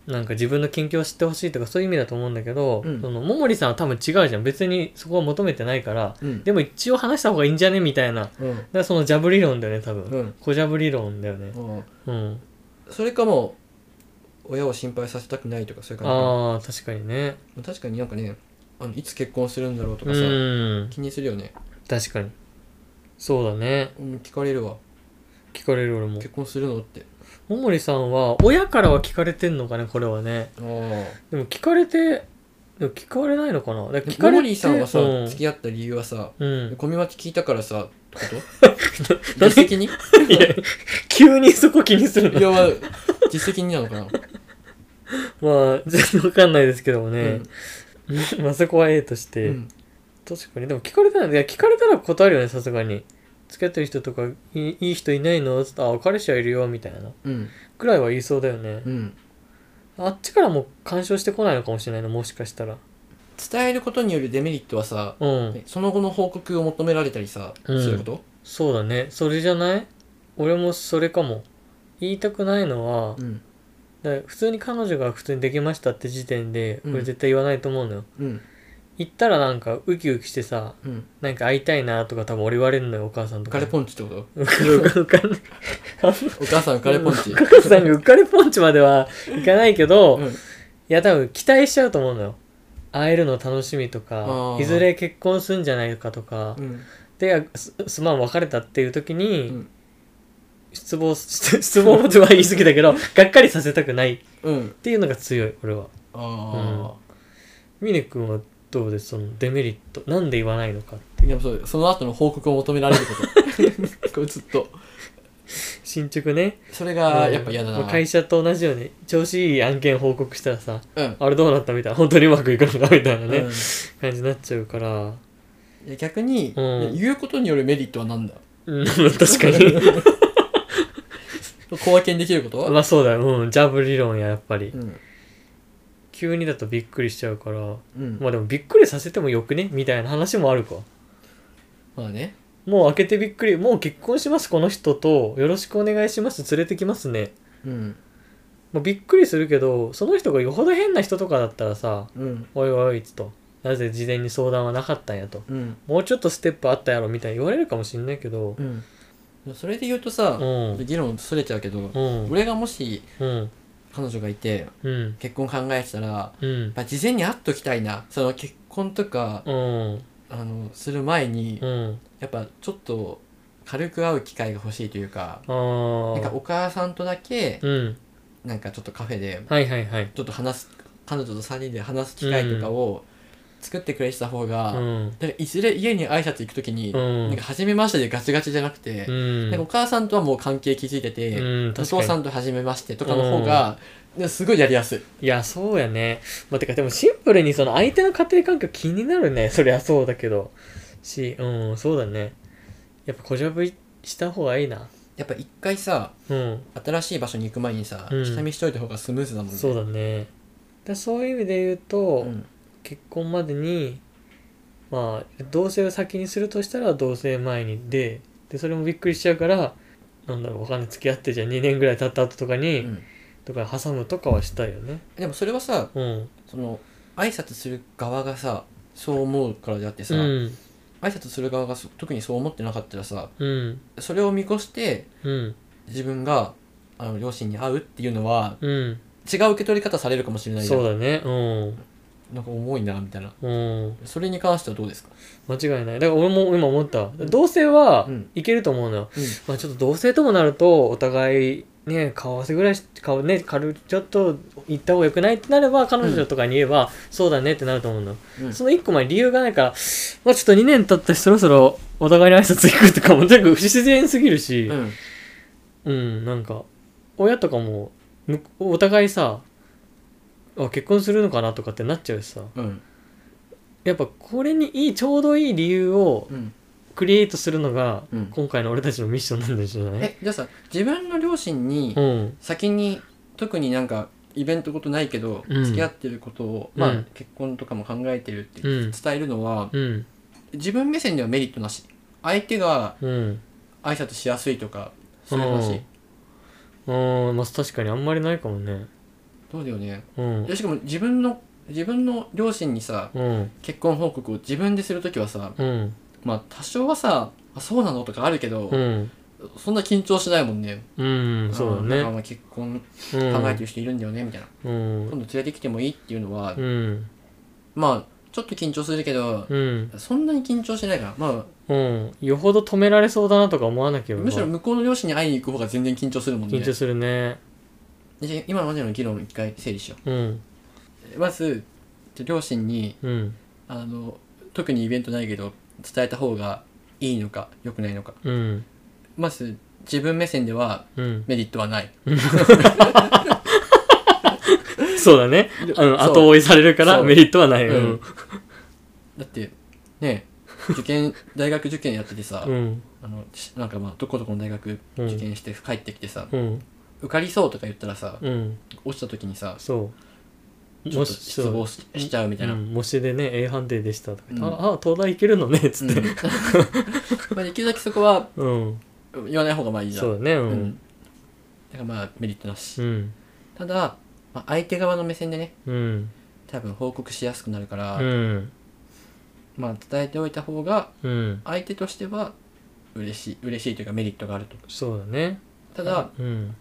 Speaker 1: なんか自分の近況を知ってほしいとかそういう意味だと思うんだけど、
Speaker 2: うん
Speaker 1: その桃李さんは多分違うじゃん別にそこは求めてないから
Speaker 2: うん
Speaker 1: でも一応話した方がいいんじゃねみたいなだか
Speaker 2: うん
Speaker 1: らそのジャブ理論だよね多分、
Speaker 2: うん
Speaker 1: 小ジャブ理論だよね
Speaker 2: うん
Speaker 1: うん
Speaker 2: それかもう親を心配させたくないとかそういう感
Speaker 1: ああ確かにね
Speaker 2: じ確かになんかねあのいつ結婚するんだろうと
Speaker 1: う
Speaker 2: かさ、
Speaker 1: ん
Speaker 2: 気にするよね、
Speaker 1: 確かにそうだね
Speaker 2: うん、聞かれるわ
Speaker 1: 聞かれる俺も
Speaker 2: 結婚するのって
Speaker 1: 桃李さんは親からは聞かれてんのかねこれはね
Speaker 2: ああ
Speaker 1: でも聞かれてでも聞かれないのかなだから聞か
Speaker 2: モ
Speaker 1: れ
Speaker 2: モ
Speaker 1: て
Speaker 2: リーさんはさ、
Speaker 1: うん
Speaker 2: 付き合った理由はさ、
Speaker 1: うん、
Speaker 2: コミマキ聞いたからさ、ってこ と
Speaker 1: なん
Speaker 2: 実
Speaker 1: で
Speaker 2: 績にい
Speaker 1: いや 急にそこ気にするの
Speaker 2: や、まあ実績になのかな、
Speaker 1: まあ全然わかんないですけどもね、まあそこは A とし
Speaker 2: うん
Speaker 1: て、
Speaker 2: うん
Speaker 1: 確かにでも聞かれたらいや聞かれたら断るよねさすがに付き合ってる人とかいいいい人いないのつってあ彼氏はいるよみたいな
Speaker 2: うん
Speaker 1: くらいは言いそうだよね、
Speaker 2: うん
Speaker 1: あっちからも干渉してこないのかもしれないのもしかしたら
Speaker 2: 伝えることによるデメリットはさ、
Speaker 1: うん、
Speaker 2: ねその後の報告を求められたりさ、
Speaker 1: うん
Speaker 2: そういうこと
Speaker 1: そうだねそれじゃない俺もそれかも言いたくないのは、
Speaker 2: うん
Speaker 1: だから普通に彼女が普通にできましたって時点で
Speaker 2: うん
Speaker 1: 俺絶対言わないと思うのよ、
Speaker 2: うん
Speaker 1: 言ったらなんかウキウキしてさ
Speaker 2: うん
Speaker 1: なんか会いたいなとか多分俺言われるのよお母さん
Speaker 2: 浮
Speaker 1: とか
Speaker 2: かれ
Speaker 1: に
Speaker 2: ポンチってこと
Speaker 1: 浮 かれ浮かれ浮かれ
Speaker 2: お母さん浮かれポンチ
Speaker 1: お母さんが浮かれポンチまではいかないけど、
Speaker 2: う
Speaker 1: い
Speaker 2: ん
Speaker 1: や多分期待しちゃうと思うのよ会えるの楽しみと
Speaker 2: あ
Speaker 1: か
Speaker 2: ー
Speaker 1: いずれ結婚するんじゃないかとか、
Speaker 2: うん
Speaker 1: であすすまん別れたっていう時に、
Speaker 2: うん
Speaker 1: 失望し 失望とは言い過ぎだけ どがっかりさせたくないっ
Speaker 2: うん
Speaker 1: ていうのが強い俺は
Speaker 2: あ
Speaker 1: 峰君はどうですそのデメリットなんで言わないのかって
Speaker 2: あでもそうその後の報告を求められる ことこれずっと
Speaker 1: 進捗ね
Speaker 2: それが
Speaker 1: うん
Speaker 2: やっぱ嫌だな
Speaker 1: まあ会社と同じよね調子いい案件報告したらさ
Speaker 2: うん
Speaker 1: あれどうなったみたいな本当にうまくいくのかみたいなね、
Speaker 2: うん
Speaker 1: 感じになっちゃうから
Speaker 2: いや逆に
Speaker 1: うん
Speaker 2: 言うことによるメリットは何だ
Speaker 1: うん 確か に
Speaker 2: 小分けにできること
Speaker 1: まあそうだよ、うん、ジャブ理論ややっぱり
Speaker 2: うん
Speaker 1: 急にだとびっくりしちゃうから
Speaker 2: うん
Speaker 1: まあでもびっくりさせてもよくねみたいな話もあるか
Speaker 2: まあね
Speaker 1: もう開けてびっくりもう結婚しますこの人とよろしくお願いします連れてきますね
Speaker 2: うん
Speaker 1: まあびっくりするけどその人がよほど変な人とかだったらさ
Speaker 2: うん
Speaker 1: 「おいおい」と「なぜ事前に相談はなかったんや」と
Speaker 2: うん
Speaker 1: 「もうちょっとステップあったやろ」みたいに言われるかもしんないけど
Speaker 2: うんそれで言うとさ
Speaker 1: うん
Speaker 2: 議論それちゃうけど
Speaker 1: うん
Speaker 2: 俺がもし
Speaker 1: うん
Speaker 2: 彼女がいて
Speaker 1: うん
Speaker 2: 結婚考えてたらや
Speaker 1: うん
Speaker 2: っぱ事前に会っときたいなその結婚とか
Speaker 1: うん
Speaker 2: あのする前に
Speaker 1: うん
Speaker 2: やっぱちょっと軽く会う機会が欲しいというか
Speaker 1: あ
Speaker 2: なんか
Speaker 1: ー
Speaker 2: お母さんとだけ
Speaker 1: うん
Speaker 2: なんかちょっとカフェで
Speaker 1: はいはいはい
Speaker 2: ちょっと話す彼女と3人で話す機会とかを作ってくれてた方
Speaker 1: う
Speaker 2: が、なんか
Speaker 1: ん
Speaker 2: いずれ家に挨拶行く時に、
Speaker 1: うん
Speaker 2: なんか初めましてでガチガチじゃなくて、
Speaker 1: うん
Speaker 2: なんかお母さんとはもう関係築いてて、
Speaker 1: うん
Speaker 2: お
Speaker 1: 確か
Speaker 2: 父
Speaker 1: に
Speaker 2: さんと初めましてとかの方が、ねすごいやりやすい。
Speaker 1: いや、そうやね。まあ、てか、でもシンプルにその相手の家庭環境気になるね。そりゃそうだけど。し、うん、そうだね。やっぱ、こじゃぶりした方がいいな。
Speaker 2: やっぱ一回さ
Speaker 1: うん、
Speaker 2: 新しい場所に行く前にさ、
Speaker 1: うん
Speaker 2: 下見しといた方がスムーズだもんね。
Speaker 1: そうだね。だそういう意味で言うと、
Speaker 2: うん
Speaker 1: 結婚までに、まあ、同棲を先にするとしたら、同棲前にで、で、それもびっくりしちゃうから、なんだろう、わかんない。付き合ってじゃあ2年ぐらい経った後とかに、
Speaker 2: うん
Speaker 1: とか挟むとかはしたいよね。
Speaker 2: でもそれはさ
Speaker 1: うん。
Speaker 2: その挨拶する側がさそう思うからであってさ、
Speaker 1: うん。
Speaker 2: 挨拶する側がそ特にそう思ってなかったらさ
Speaker 1: うん。
Speaker 2: それを見越して
Speaker 1: うん。
Speaker 2: 自分があの両親に会うっていうのは
Speaker 1: うん。
Speaker 2: 違う受け取り方されるかもしれないじゃん
Speaker 1: そうだね。うん。
Speaker 2: なんか重いなみたいな
Speaker 1: うん、
Speaker 2: それに関してはどうですか
Speaker 1: 間違いないだから俺も今思った同棲は
Speaker 2: うん
Speaker 1: いけると思うのよ、
Speaker 2: うん
Speaker 1: まあちょっと同棲ともなるとお互いね顔合わせぐらいし顔ね軽くちょっと行った方がよくないってなれば彼女とかに言えば、そうだねってなると思うの、
Speaker 2: うん
Speaker 1: その一個前に理由がないからまあちょっと2年経ったしそろそろお互いに挨拶行くとかも全部不自然すぎるし
Speaker 2: うん
Speaker 1: うん、なんか親とかもむお互いさあ結婚するのかなとかってなっちゃうしさ
Speaker 2: うん
Speaker 1: やっぱこれにいいちょうどいい理由を
Speaker 2: うん
Speaker 1: クリエイトするのが、
Speaker 2: うん
Speaker 1: 今回の俺たちのミッションなんじゃない
Speaker 2: えじゃあさ自分の両親に
Speaker 1: うん
Speaker 2: 先に特になんかイベントことないけど、
Speaker 1: うん
Speaker 2: 付き合ってることを、
Speaker 1: うん
Speaker 2: まあ、結婚とかも考えてるって
Speaker 1: うん
Speaker 2: 伝えるのは、
Speaker 1: うん
Speaker 2: 自分目線ではメリットなし相手が
Speaker 1: うん
Speaker 2: 挨拶しやすいとかそういう話、
Speaker 1: うんうんまあ確かにあんまりないかもね
Speaker 2: どうだよね
Speaker 1: うん
Speaker 2: でしかも自分の自分の両親にさ
Speaker 1: うん
Speaker 2: 結婚報告を自分でする時はさ
Speaker 1: うん
Speaker 2: まあ多少はさ「あそうなの?」とかあるけど、
Speaker 1: うんそ
Speaker 2: そんな緊張しないもんね
Speaker 1: うんそう
Speaker 2: あーなんか
Speaker 1: だね
Speaker 2: まあ結婚
Speaker 1: 考
Speaker 2: 考えてる人いるんだよね、みたいな
Speaker 1: うん
Speaker 2: 今度連れてきてもいいっていうのは、
Speaker 1: うん
Speaker 2: まあちょっと緊張するけど、
Speaker 1: うん
Speaker 2: そんなに緊張しないからま
Speaker 1: うんよほど止められそうだなとか思わなけ
Speaker 2: あ
Speaker 1: れば
Speaker 2: むしろ向こうの両親に会いに行く方が全然緊張するもんね
Speaker 1: 緊張するね
Speaker 2: で今までの議論を一回整理しよ
Speaker 1: うん
Speaker 2: うまずって両親に
Speaker 1: うん
Speaker 2: あの特にイベントないけど伝えた方がいいのか良くないのか
Speaker 1: うん
Speaker 2: まず自分目線では
Speaker 1: うん
Speaker 2: メリットはない
Speaker 1: そうだね
Speaker 2: で
Speaker 1: あの
Speaker 2: そう
Speaker 1: 後追いされるから
Speaker 2: そう
Speaker 1: メリットはない
Speaker 2: うんだってね受験 大学受験やっててさ、
Speaker 1: うん
Speaker 2: あのしなんかまあどこどこの大学
Speaker 1: うん
Speaker 2: 受験して帰ってきてさ、
Speaker 1: うん
Speaker 2: 受かりそうとか言ったらさ
Speaker 1: うん
Speaker 2: 落ちた時にさ
Speaker 1: そう
Speaker 2: ちょっと失望ししちゃうみたいな、
Speaker 1: うん模試でね A 判定でしたとか言って、
Speaker 2: うん
Speaker 1: ああ東大行けるのねっつって
Speaker 2: うん まあできるだけそこは
Speaker 1: うん、
Speaker 2: 言わない方がまあいいじゃん
Speaker 1: そうだねう
Speaker 2: うん
Speaker 1: ん
Speaker 2: だからまあメリットなし、
Speaker 1: うん
Speaker 2: ただ、まあ、相手側の目線でね
Speaker 1: うん
Speaker 2: 多分報告しやすくなるから、
Speaker 1: うん
Speaker 2: まあ伝えておいた方が
Speaker 1: うん
Speaker 2: 相手としては嬉しい嬉しいというかメリットがあると
Speaker 1: そうだね
Speaker 2: ただ
Speaker 1: うん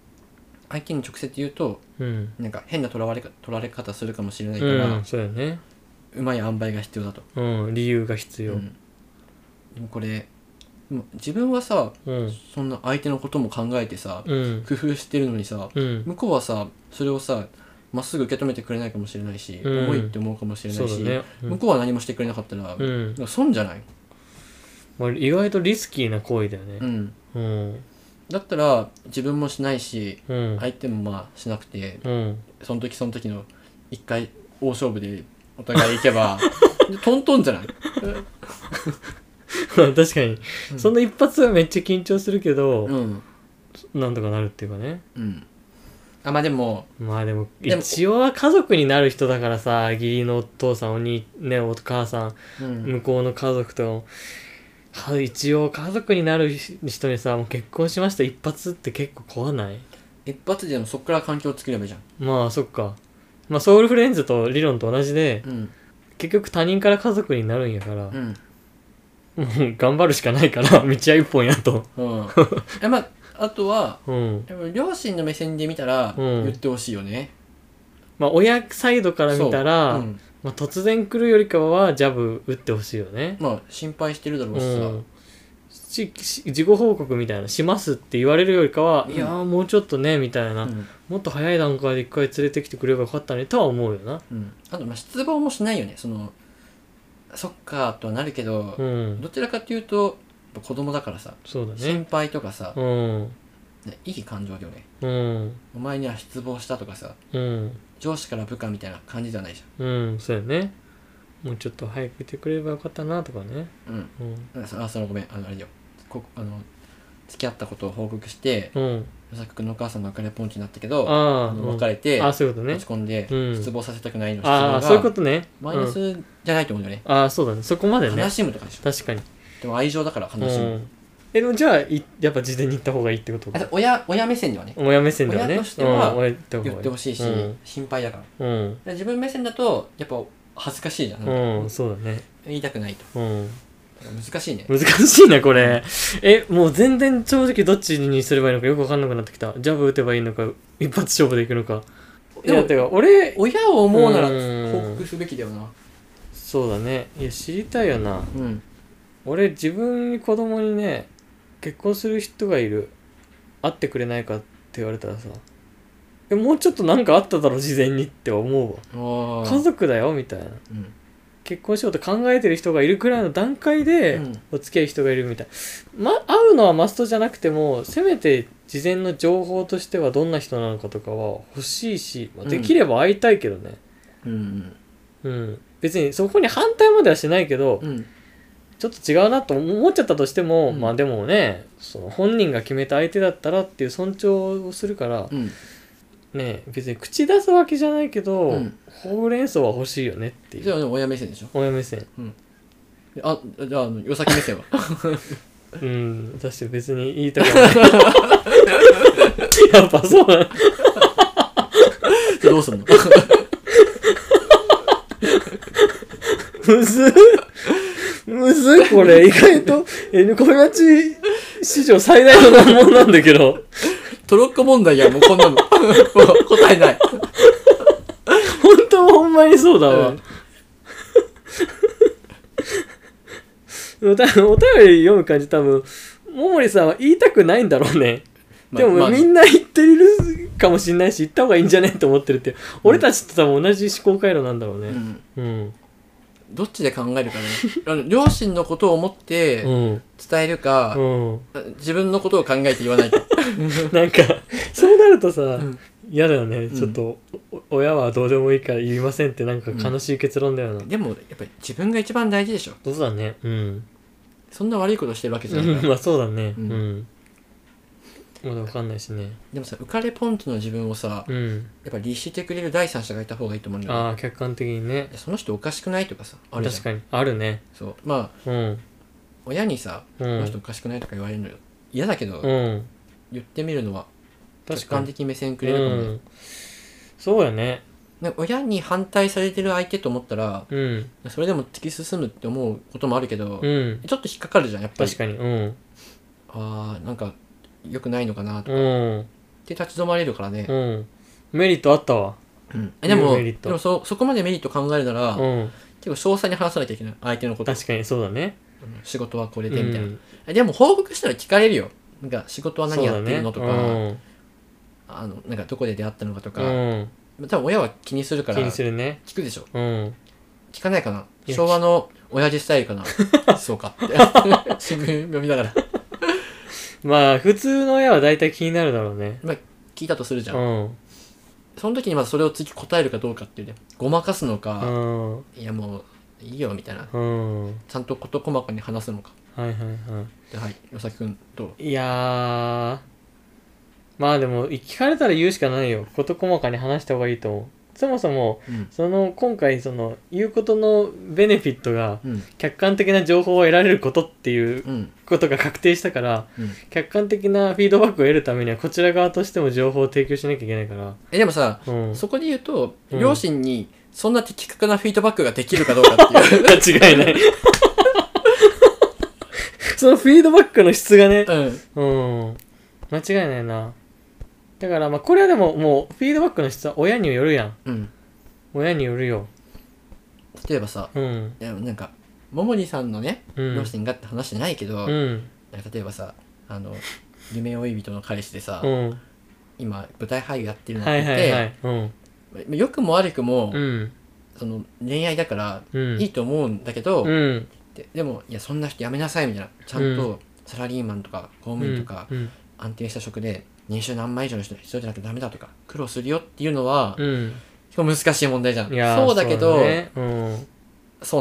Speaker 2: 相手に直接言うと
Speaker 1: うん
Speaker 2: なんか変なとらわれか取られ方するかもしれないか
Speaker 1: う
Speaker 2: ら、
Speaker 1: んそうだよね
Speaker 2: うまい塩梅が必要だと、
Speaker 1: うん理由が必要
Speaker 2: うんでもこれでも自分はさ
Speaker 1: うん
Speaker 2: そんな相手のことも考えてさ
Speaker 1: うん
Speaker 2: 工夫してるのにさ
Speaker 1: うん
Speaker 2: 向こうはさそれをさまっすぐ受け止めてくれないかもしれないし、
Speaker 1: うん
Speaker 2: 重いって思うかもしれな
Speaker 1: そ
Speaker 2: いう
Speaker 1: だ
Speaker 2: し、
Speaker 1: ねう
Speaker 2: 向
Speaker 1: ん
Speaker 2: こうは何もしてくれなかったら、
Speaker 1: う
Speaker 2: なんんか損じゃない、
Speaker 1: まあ意外とリスキーな行為だよ
Speaker 2: う
Speaker 1: ね
Speaker 2: ん、
Speaker 1: うん
Speaker 2: だったら自分もしないし
Speaker 1: うん
Speaker 2: 相手もまあしなくて
Speaker 1: うん
Speaker 2: その時その時の一回大勝負でお互い行け ばでトントンじゃない、
Speaker 1: 確かに
Speaker 2: うん
Speaker 1: その一発はめっちゃ緊張するけど
Speaker 2: うん
Speaker 1: なんとかなるっていうかね
Speaker 2: うんあまあでも
Speaker 1: まあでも
Speaker 2: でも
Speaker 1: 一応は家族になる人だからさ義理のお父さんおにねお母さん
Speaker 2: うん
Speaker 1: 向こうの家族とは一応家族になる人にさもう結婚しました一発って結構怖ない
Speaker 2: 一発でもそっから環境を作ればいいじゃん
Speaker 1: まあそっかまあソウルフレンズと理論と同じで
Speaker 2: うん
Speaker 1: 結局他人から家族になるんやから
Speaker 2: うん
Speaker 1: もう 頑張るしかないから道は一本やと
Speaker 2: うんえまああとは
Speaker 1: うん
Speaker 2: でも両親の目線で見たら
Speaker 1: うん
Speaker 2: 言ってほしいよね、
Speaker 1: まあ親サイドから見たら、
Speaker 2: うん
Speaker 1: まあ、突然来るよりかはジャブ打ってほしいよね
Speaker 2: まあ心配してるだろう
Speaker 1: う
Speaker 2: しさ、
Speaker 1: んしし事後報告みたいなしますって言われるよりかは、
Speaker 2: うん
Speaker 1: いやーもうちょっとねみたいな、
Speaker 2: うん
Speaker 1: もっと早い段階で一回連れてきてくればよかったねとは思うよな
Speaker 2: うん、あとまあ失望もしないよねそのそっかとはなるけど、
Speaker 1: うん
Speaker 2: どちらかというとやっぱ子供だからさ
Speaker 1: そうだね
Speaker 2: 心配とかさ、
Speaker 1: うん
Speaker 2: ねいい感情だよね
Speaker 1: うん
Speaker 2: お前には失望したとかさ
Speaker 1: うん
Speaker 2: 上司から部下みたいな感じじゃないじ
Speaker 1: うんそうやねもうちょっと早く来てくれればよかったなとかね
Speaker 2: ゃんうん
Speaker 1: うん
Speaker 2: だからさあそのごめんあのあれだよこあの付き合ったことを報告して
Speaker 1: うん
Speaker 2: 与作君のお母さんが別れポンチになったけど
Speaker 1: あ
Speaker 2: あ
Speaker 1: あ
Speaker 2: の
Speaker 1: うん
Speaker 2: 別れて
Speaker 1: あ
Speaker 2: 落
Speaker 1: そういうことね
Speaker 2: ち込んで
Speaker 1: うん
Speaker 2: 失望させたくないの質
Speaker 1: ああそういう
Speaker 2: 問
Speaker 1: こ
Speaker 2: が
Speaker 1: とね
Speaker 2: マイナ
Speaker 1: うん
Speaker 2: スじゃないと思うんだよね
Speaker 1: ああそうだねそこまでね
Speaker 2: 悲しむとかでしょ
Speaker 1: 確かに
Speaker 2: でも愛情だから
Speaker 1: う
Speaker 2: 悲しむ
Speaker 1: んえでもじゃあいやっぱ事前に行った方がいいってこと
Speaker 2: あ親親目線ではね
Speaker 1: 親目線ではね
Speaker 2: 親としては
Speaker 1: うん親行った方が
Speaker 2: 言ってほしいし
Speaker 1: うん
Speaker 2: 心配だから
Speaker 1: うん、
Speaker 2: で自分目線だとやっぱ恥ずかしいじゃんなんか
Speaker 1: うん、そうだね
Speaker 2: 言いたくないと
Speaker 1: うん
Speaker 2: 難しいね
Speaker 1: 難しいなこれえもう全然正直どっちにすればいいのかよく分かんなくなってきたジャブ打てばいいのか一発勝負でいくのかい
Speaker 2: でも
Speaker 1: やてか俺
Speaker 2: 親を思うなら
Speaker 1: うん
Speaker 2: 報告すべきだよな
Speaker 1: そうだねいや知りたいよな
Speaker 2: うん
Speaker 1: 俺自分に子供にね結婚する人がいる会ってくれないかって言われたらさえもうちょっとなんかあっただろ事前にって思う
Speaker 2: あ
Speaker 1: わ
Speaker 2: あ
Speaker 1: 家族だよみたいな
Speaker 2: うん
Speaker 1: 結婚しようと考えてる人がいるくらいの段階で、
Speaker 2: うん
Speaker 1: お付き合い人がいるみたい、ま、会うのはマストじゃなくてもせめて事前の情報としてはどんな人なのかとかは欲しいし、まあ
Speaker 2: うん
Speaker 1: できれば会いたいけどね、
Speaker 2: うん
Speaker 1: うん別にそこに反対まではしないけど、
Speaker 2: うん
Speaker 1: ちょっと違うなと思っちゃったとしても、
Speaker 2: うん
Speaker 1: まあでもねその本人が決めた相手だったらっていう尊重をするから、
Speaker 2: うん
Speaker 1: ね別に口出すわけじゃないけど、
Speaker 2: うん
Speaker 1: ほうれん草は欲しいよねってい
Speaker 2: じ
Speaker 1: う
Speaker 2: ゃあ親目線でしょ
Speaker 1: 親目線
Speaker 2: あじゃああの与作目線は
Speaker 1: うん、私別に言いたくない。 やっぱそうなの
Speaker 2: どうすんの
Speaker 1: むずっむずっこれ、意外と、N コミ町史上最大の難問なんだけど、
Speaker 2: トロッコ問題やもうこん なのもう答えない
Speaker 1: 本当ほんまにそうだわ。おたお便り読む感じ多分、桃森さんは言いたくないんだろうね。
Speaker 2: まあ
Speaker 1: でも、
Speaker 2: まあ
Speaker 1: みんな言ってるかもしれないし行った方がいいんじゃねと思ってるって俺たちって多分同じ思考回路なんだろう
Speaker 2: う
Speaker 1: ね
Speaker 2: ん、
Speaker 1: うん
Speaker 2: どっちで考えるかねあの両親のことを思って
Speaker 1: うん
Speaker 2: 伝えるか、
Speaker 1: うん
Speaker 2: 自分のことを考えて言わな いか
Speaker 1: なんかそうなるとさ
Speaker 2: ん
Speaker 1: 嫌だよね
Speaker 2: ん
Speaker 1: ちょっとお親はどうでもいいから言いませんってなんか悲しい結論だよな
Speaker 2: でもやっぱり自分が一番大事でしょ
Speaker 1: そうだねうん
Speaker 2: そんな悪いことしてるわけじゃないから、
Speaker 1: うんまあそうだねう
Speaker 2: うん
Speaker 1: んまだわかんないしね
Speaker 2: でもさ浮かれポンチの自分をさ
Speaker 1: うん
Speaker 2: やっぱ律してくれる第三者がいた方がいいと思うんだよね
Speaker 1: ああ客観的にね
Speaker 2: いやその人おかしくないとかさあるじゃ
Speaker 1: 確
Speaker 2: ん
Speaker 1: かにあるね
Speaker 2: そうまあ
Speaker 1: うん
Speaker 2: 親にさ、
Speaker 1: う
Speaker 2: この人お
Speaker 1: ん
Speaker 2: かしくないとか言われるのよ嫌だけ
Speaker 1: う
Speaker 2: ど、
Speaker 1: ん
Speaker 2: 言ってみるのは
Speaker 1: 確
Speaker 2: 客
Speaker 1: か
Speaker 2: 観
Speaker 1: に
Speaker 2: 的目線くれるかもね、
Speaker 1: うんそうやね
Speaker 2: なんか親に反対されてる相手と思ったら
Speaker 1: うん
Speaker 2: それでも突き進むって思うこともあるけど、
Speaker 1: うん
Speaker 2: ちょっと引っかかるじゃんやっぱり
Speaker 1: 確かにうん
Speaker 2: あーなんか良くないのかなとか、
Speaker 1: う
Speaker 2: っ
Speaker 1: ん
Speaker 2: て立ち止まれるからね、
Speaker 1: うんメリットあったわ
Speaker 2: うんえでも
Speaker 1: メリ
Speaker 2: で
Speaker 1: ット
Speaker 2: もそそこまでメリット考えるなら、
Speaker 1: うん
Speaker 2: 結構詳細に話さなきゃいけない相手のこと
Speaker 1: 確かにそうだね
Speaker 2: うん仕事はこ
Speaker 1: う
Speaker 2: れでみたいな、
Speaker 1: ん
Speaker 2: えでも報告したら聞かれるよなんか仕事は
Speaker 1: そ
Speaker 2: 何
Speaker 1: う
Speaker 2: や
Speaker 1: だ
Speaker 2: って
Speaker 1: ね
Speaker 2: る
Speaker 1: う
Speaker 2: のとか、
Speaker 1: ん
Speaker 2: あのなんかどこで出会ったのかとか、
Speaker 1: うん
Speaker 2: 多分親は気にするか
Speaker 1: 気
Speaker 2: ら
Speaker 1: にす
Speaker 2: 聞
Speaker 1: るね
Speaker 2: くでしょ
Speaker 1: うん
Speaker 2: 聞かないかない
Speaker 1: や
Speaker 2: 昭和の親父スタイル かなそうかって新聞読みながら
Speaker 1: まあ普通の親は大体気になるだろうね
Speaker 2: 聞いたとするじゃ
Speaker 1: うんん
Speaker 2: その時にまずそれを次答えるかどうかっていうねごまかすの
Speaker 1: う
Speaker 2: か
Speaker 1: ん
Speaker 2: いやもういいよみたいな
Speaker 1: うん
Speaker 2: ちゃんと事細かに話すのか
Speaker 1: はいはいは
Speaker 2: ではい与崎君ど
Speaker 1: いいやーまあでも聞かれたら言うしかないよ事細かに話した方がいいと思うそもそも
Speaker 2: ううん、
Speaker 1: その今回その言うことのベネフィットが
Speaker 2: うん
Speaker 1: 客観的な情報を得られることっていう
Speaker 2: うん
Speaker 1: ことが確定したから
Speaker 2: うん、
Speaker 1: 客観的なフィードバックを得るためにはこちら側としても情報を提供しなきゃいけないから
Speaker 2: えでもさ
Speaker 1: うん
Speaker 2: そこで言うと、
Speaker 1: うん
Speaker 2: 両親にそんな的確なフィードバックができるかどうかってい う
Speaker 1: 間違いないそのフィードバックの質がね
Speaker 2: うん
Speaker 1: うん間違いないなだからまあこれはでももうフィードバックの質は親によるやん
Speaker 2: うん
Speaker 1: 親によるよ
Speaker 2: 例えばさ
Speaker 1: うん
Speaker 2: いやなんかももりさんのね
Speaker 1: うん
Speaker 2: 両親がって話してないけど、
Speaker 1: うん
Speaker 2: 例えばさあの夢追い人の彼氏でさ、
Speaker 1: うん
Speaker 2: 今舞台俳優やってるのっ
Speaker 1: は
Speaker 2: て
Speaker 1: い
Speaker 2: 言
Speaker 1: は
Speaker 2: っ
Speaker 1: いはいうん
Speaker 2: て良くも悪くも、
Speaker 1: うん
Speaker 2: その恋愛だから
Speaker 1: うん
Speaker 2: いいと思うんだけど、
Speaker 1: うん
Speaker 2: ででもいやそんな人やめなさいみたいなちゃんとサラリーマンとか公務員とか、
Speaker 1: うん
Speaker 2: 安定した職で年収何万以上の人人じゃなきゃダメだとか苦労するよっていうのは、
Speaker 1: うん
Speaker 2: 結構難しい問題じゃん
Speaker 1: いやー
Speaker 2: そうだけどそう,、
Speaker 1: ねうん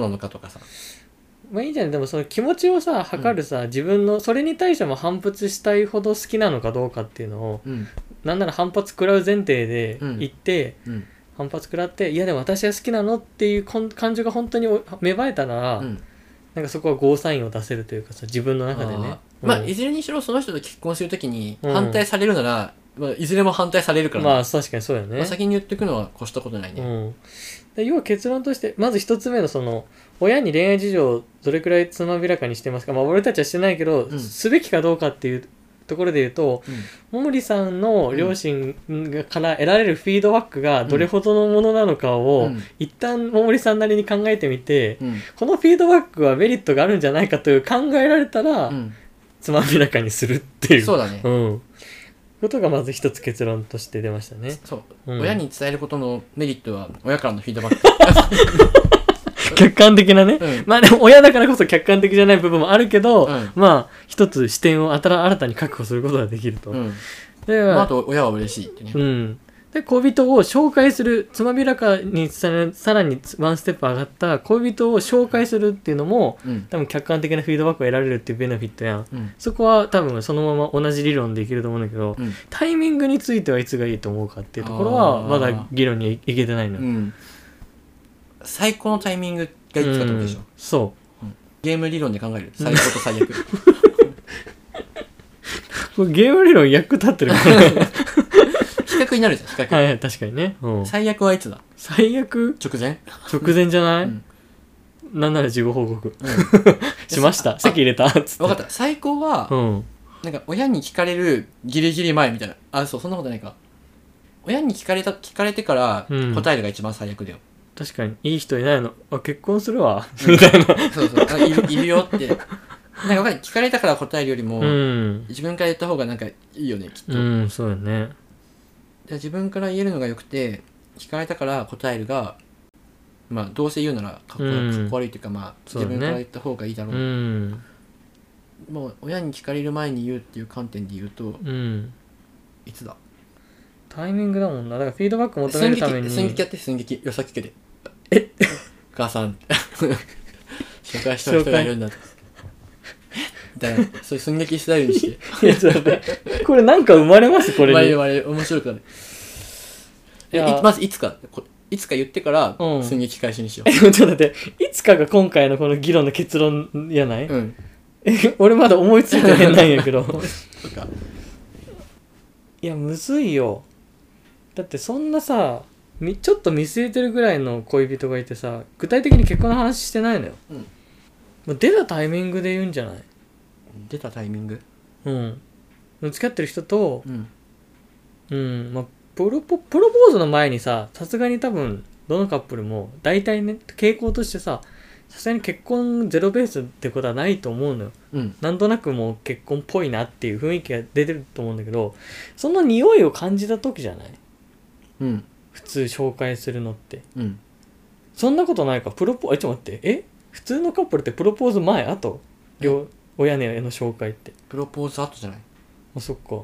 Speaker 2: なのかとかさ
Speaker 1: まあいいんじゃないでもその気持ちをさ測るさ、自分のそれに対しても反発したいほど好きなのかどうかっていうのを
Speaker 2: うん
Speaker 1: なんなら反発食らう前提で
Speaker 2: うん
Speaker 1: 行って、
Speaker 2: うん
Speaker 1: 反発食らっていやでも私は好きなのっていうこん感情が本当にお芽生えたなら、
Speaker 2: うん
Speaker 1: なんかそこはゴーサインを出せるというかさ自分の中でね
Speaker 2: あーまあ
Speaker 1: うん
Speaker 2: いずれにしろその人と結婚するときに
Speaker 1: うん
Speaker 2: 反対されるなら、まあ、いずれも反対されるからね、
Speaker 1: まあ確かにそうだよね、
Speaker 2: まあ先に言ってくのは越したことないね、
Speaker 1: うん、で要は結論としてまず一つ目のその親に恋愛事情をどれくらいつまびらかにしてますかまあ俺たちはしてないけど、
Speaker 2: うん
Speaker 1: すべきかどうかっていうところで言うとももりさんの両親がから得られるフィードバックがどれほどのものなのかを、
Speaker 2: うん
Speaker 1: 一旦ももりさんなりに考えてみて、
Speaker 2: うん
Speaker 1: このフィードバックはメリットがあるんじゃないかという考えられたら、
Speaker 2: うん
Speaker 1: つまびらかにするっていう
Speaker 2: そうだね、
Speaker 1: うん、ことがまず一つ結論として出ましたね
Speaker 2: そう、
Speaker 1: うん
Speaker 2: 親に伝えることのメリットは親からのフィー ドバック、
Speaker 1: 客観的なね、
Speaker 2: うん
Speaker 1: まあでも親だからこそ客観的じゃない部分もあるけど、
Speaker 2: うん
Speaker 1: まあ一つ視点を新新たに確保することができると、
Speaker 2: うん
Speaker 1: で
Speaker 2: まあ、あ
Speaker 1: は、
Speaker 2: と親は嬉しいってね、
Speaker 1: うんで恋人を紹介するつまびらかにさらさらにワンステップ上がった恋人を紹介するっていうのも
Speaker 2: うん
Speaker 1: 多分客観的なフィードバックを得られるっていうベネフィットやん
Speaker 2: うん
Speaker 1: そこは多分そのまま同じ理論でいけると思うんだけど、
Speaker 2: うん
Speaker 1: タイミングについてはいつがいいと思うかっていうところは
Speaker 2: あー
Speaker 1: まだ議論にいけてないの
Speaker 2: う
Speaker 1: よ、
Speaker 2: ん最高のタイミングがいつかってことでしょ、
Speaker 1: うんそ
Speaker 2: ゲーム理論で考える最高と 最悪
Speaker 1: うこれゲーム理論役立ってるからね
Speaker 2: 比較になるじゃん比 較、
Speaker 1: はい確かにね、うん、
Speaker 2: 最悪はいつだ
Speaker 1: 最悪
Speaker 2: 直前
Speaker 1: 直前じゃない、
Speaker 2: うん
Speaker 1: なんなら事後報告しました席入れたつ
Speaker 2: 分か
Speaker 1: っ
Speaker 2: った最高は
Speaker 1: たうん
Speaker 2: なんか親に聞かれるギリギリ前みたいなあそうそんなことないか親に聞かれた聞かれてから
Speaker 1: うん
Speaker 2: 答えるが一番最悪だ よ、
Speaker 1: 確かにいい人いないのあ結婚するわ
Speaker 2: そうそうあいいるよってなんかわかる聞かれたから答えるよりも、
Speaker 1: うん。
Speaker 2: 自分から言った方がなんかいいよねきっと、
Speaker 1: う
Speaker 2: だか
Speaker 1: ん、そうよね。
Speaker 2: ら自分から言えるのがよくて聞かれたから答えるがまあどうせ言うならかっこ,、
Speaker 1: うん
Speaker 2: かっこ悪いというかまあ
Speaker 1: そう
Speaker 2: 自
Speaker 1: だね
Speaker 2: 分から言った方がいいだろ
Speaker 1: う
Speaker 2: う、
Speaker 1: ん。
Speaker 2: もう親に聞かれる前に言うっていう観点で言うと
Speaker 1: うん。
Speaker 2: いつだ
Speaker 1: タイミングだもんな。だからフィードバック求め
Speaker 2: 寸
Speaker 1: るため
Speaker 2: 劇
Speaker 1: に。
Speaker 2: 寸劇やって寸劇よさきけでえ母さ ん紹介した人がいるんだってみたいなそういう寸劇スタイルにして
Speaker 1: いやちょっと待ってこれなんか生まれますこ
Speaker 2: 我
Speaker 1: れに。
Speaker 2: 々面白くなる
Speaker 1: いや
Speaker 2: えいまずいつかこいつか言ってから
Speaker 1: うん
Speaker 2: 寸劇開始にしよ、
Speaker 1: え、 ちょっと待って。いつかが今回のこの議論の結論やないう
Speaker 2: うん
Speaker 1: え 俺まだ思いついてへんないんやけ ど。
Speaker 2: そっか
Speaker 1: いや、むずいよ。だってそんなさ、みちょっと見据えてるぐらいの恋人がいてさ、具体的に結婚の話してないのよ。
Speaker 2: うん
Speaker 1: もう出たタイミングで言うんじゃない
Speaker 2: 出たタイミング
Speaker 1: うん。付き合ってる人と、
Speaker 2: うん
Speaker 1: うん、まあ、プロポ、プロポーズの前にさ、さすがに多分、どのカップルも、大体ね、傾向としてさ、さすがに結婚ゼロベースってことはないと思うのよ。
Speaker 2: うん
Speaker 1: なんとなくもう結婚っぽいなっていう雰囲気が出てると思うんだけど、その匂いを感じた時じゃない
Speaker 2: うん
Speaker 1: 普通紹介するのって。
Speaker 2: うん
Speaker 1: そんなことないか、プロポ、え、ちょっと待って、え普通のカップルってプロポーズ前、あと、両親への紹介って。
Speaker 2: プロポーズ後じゃない
Speaker 1: あそっか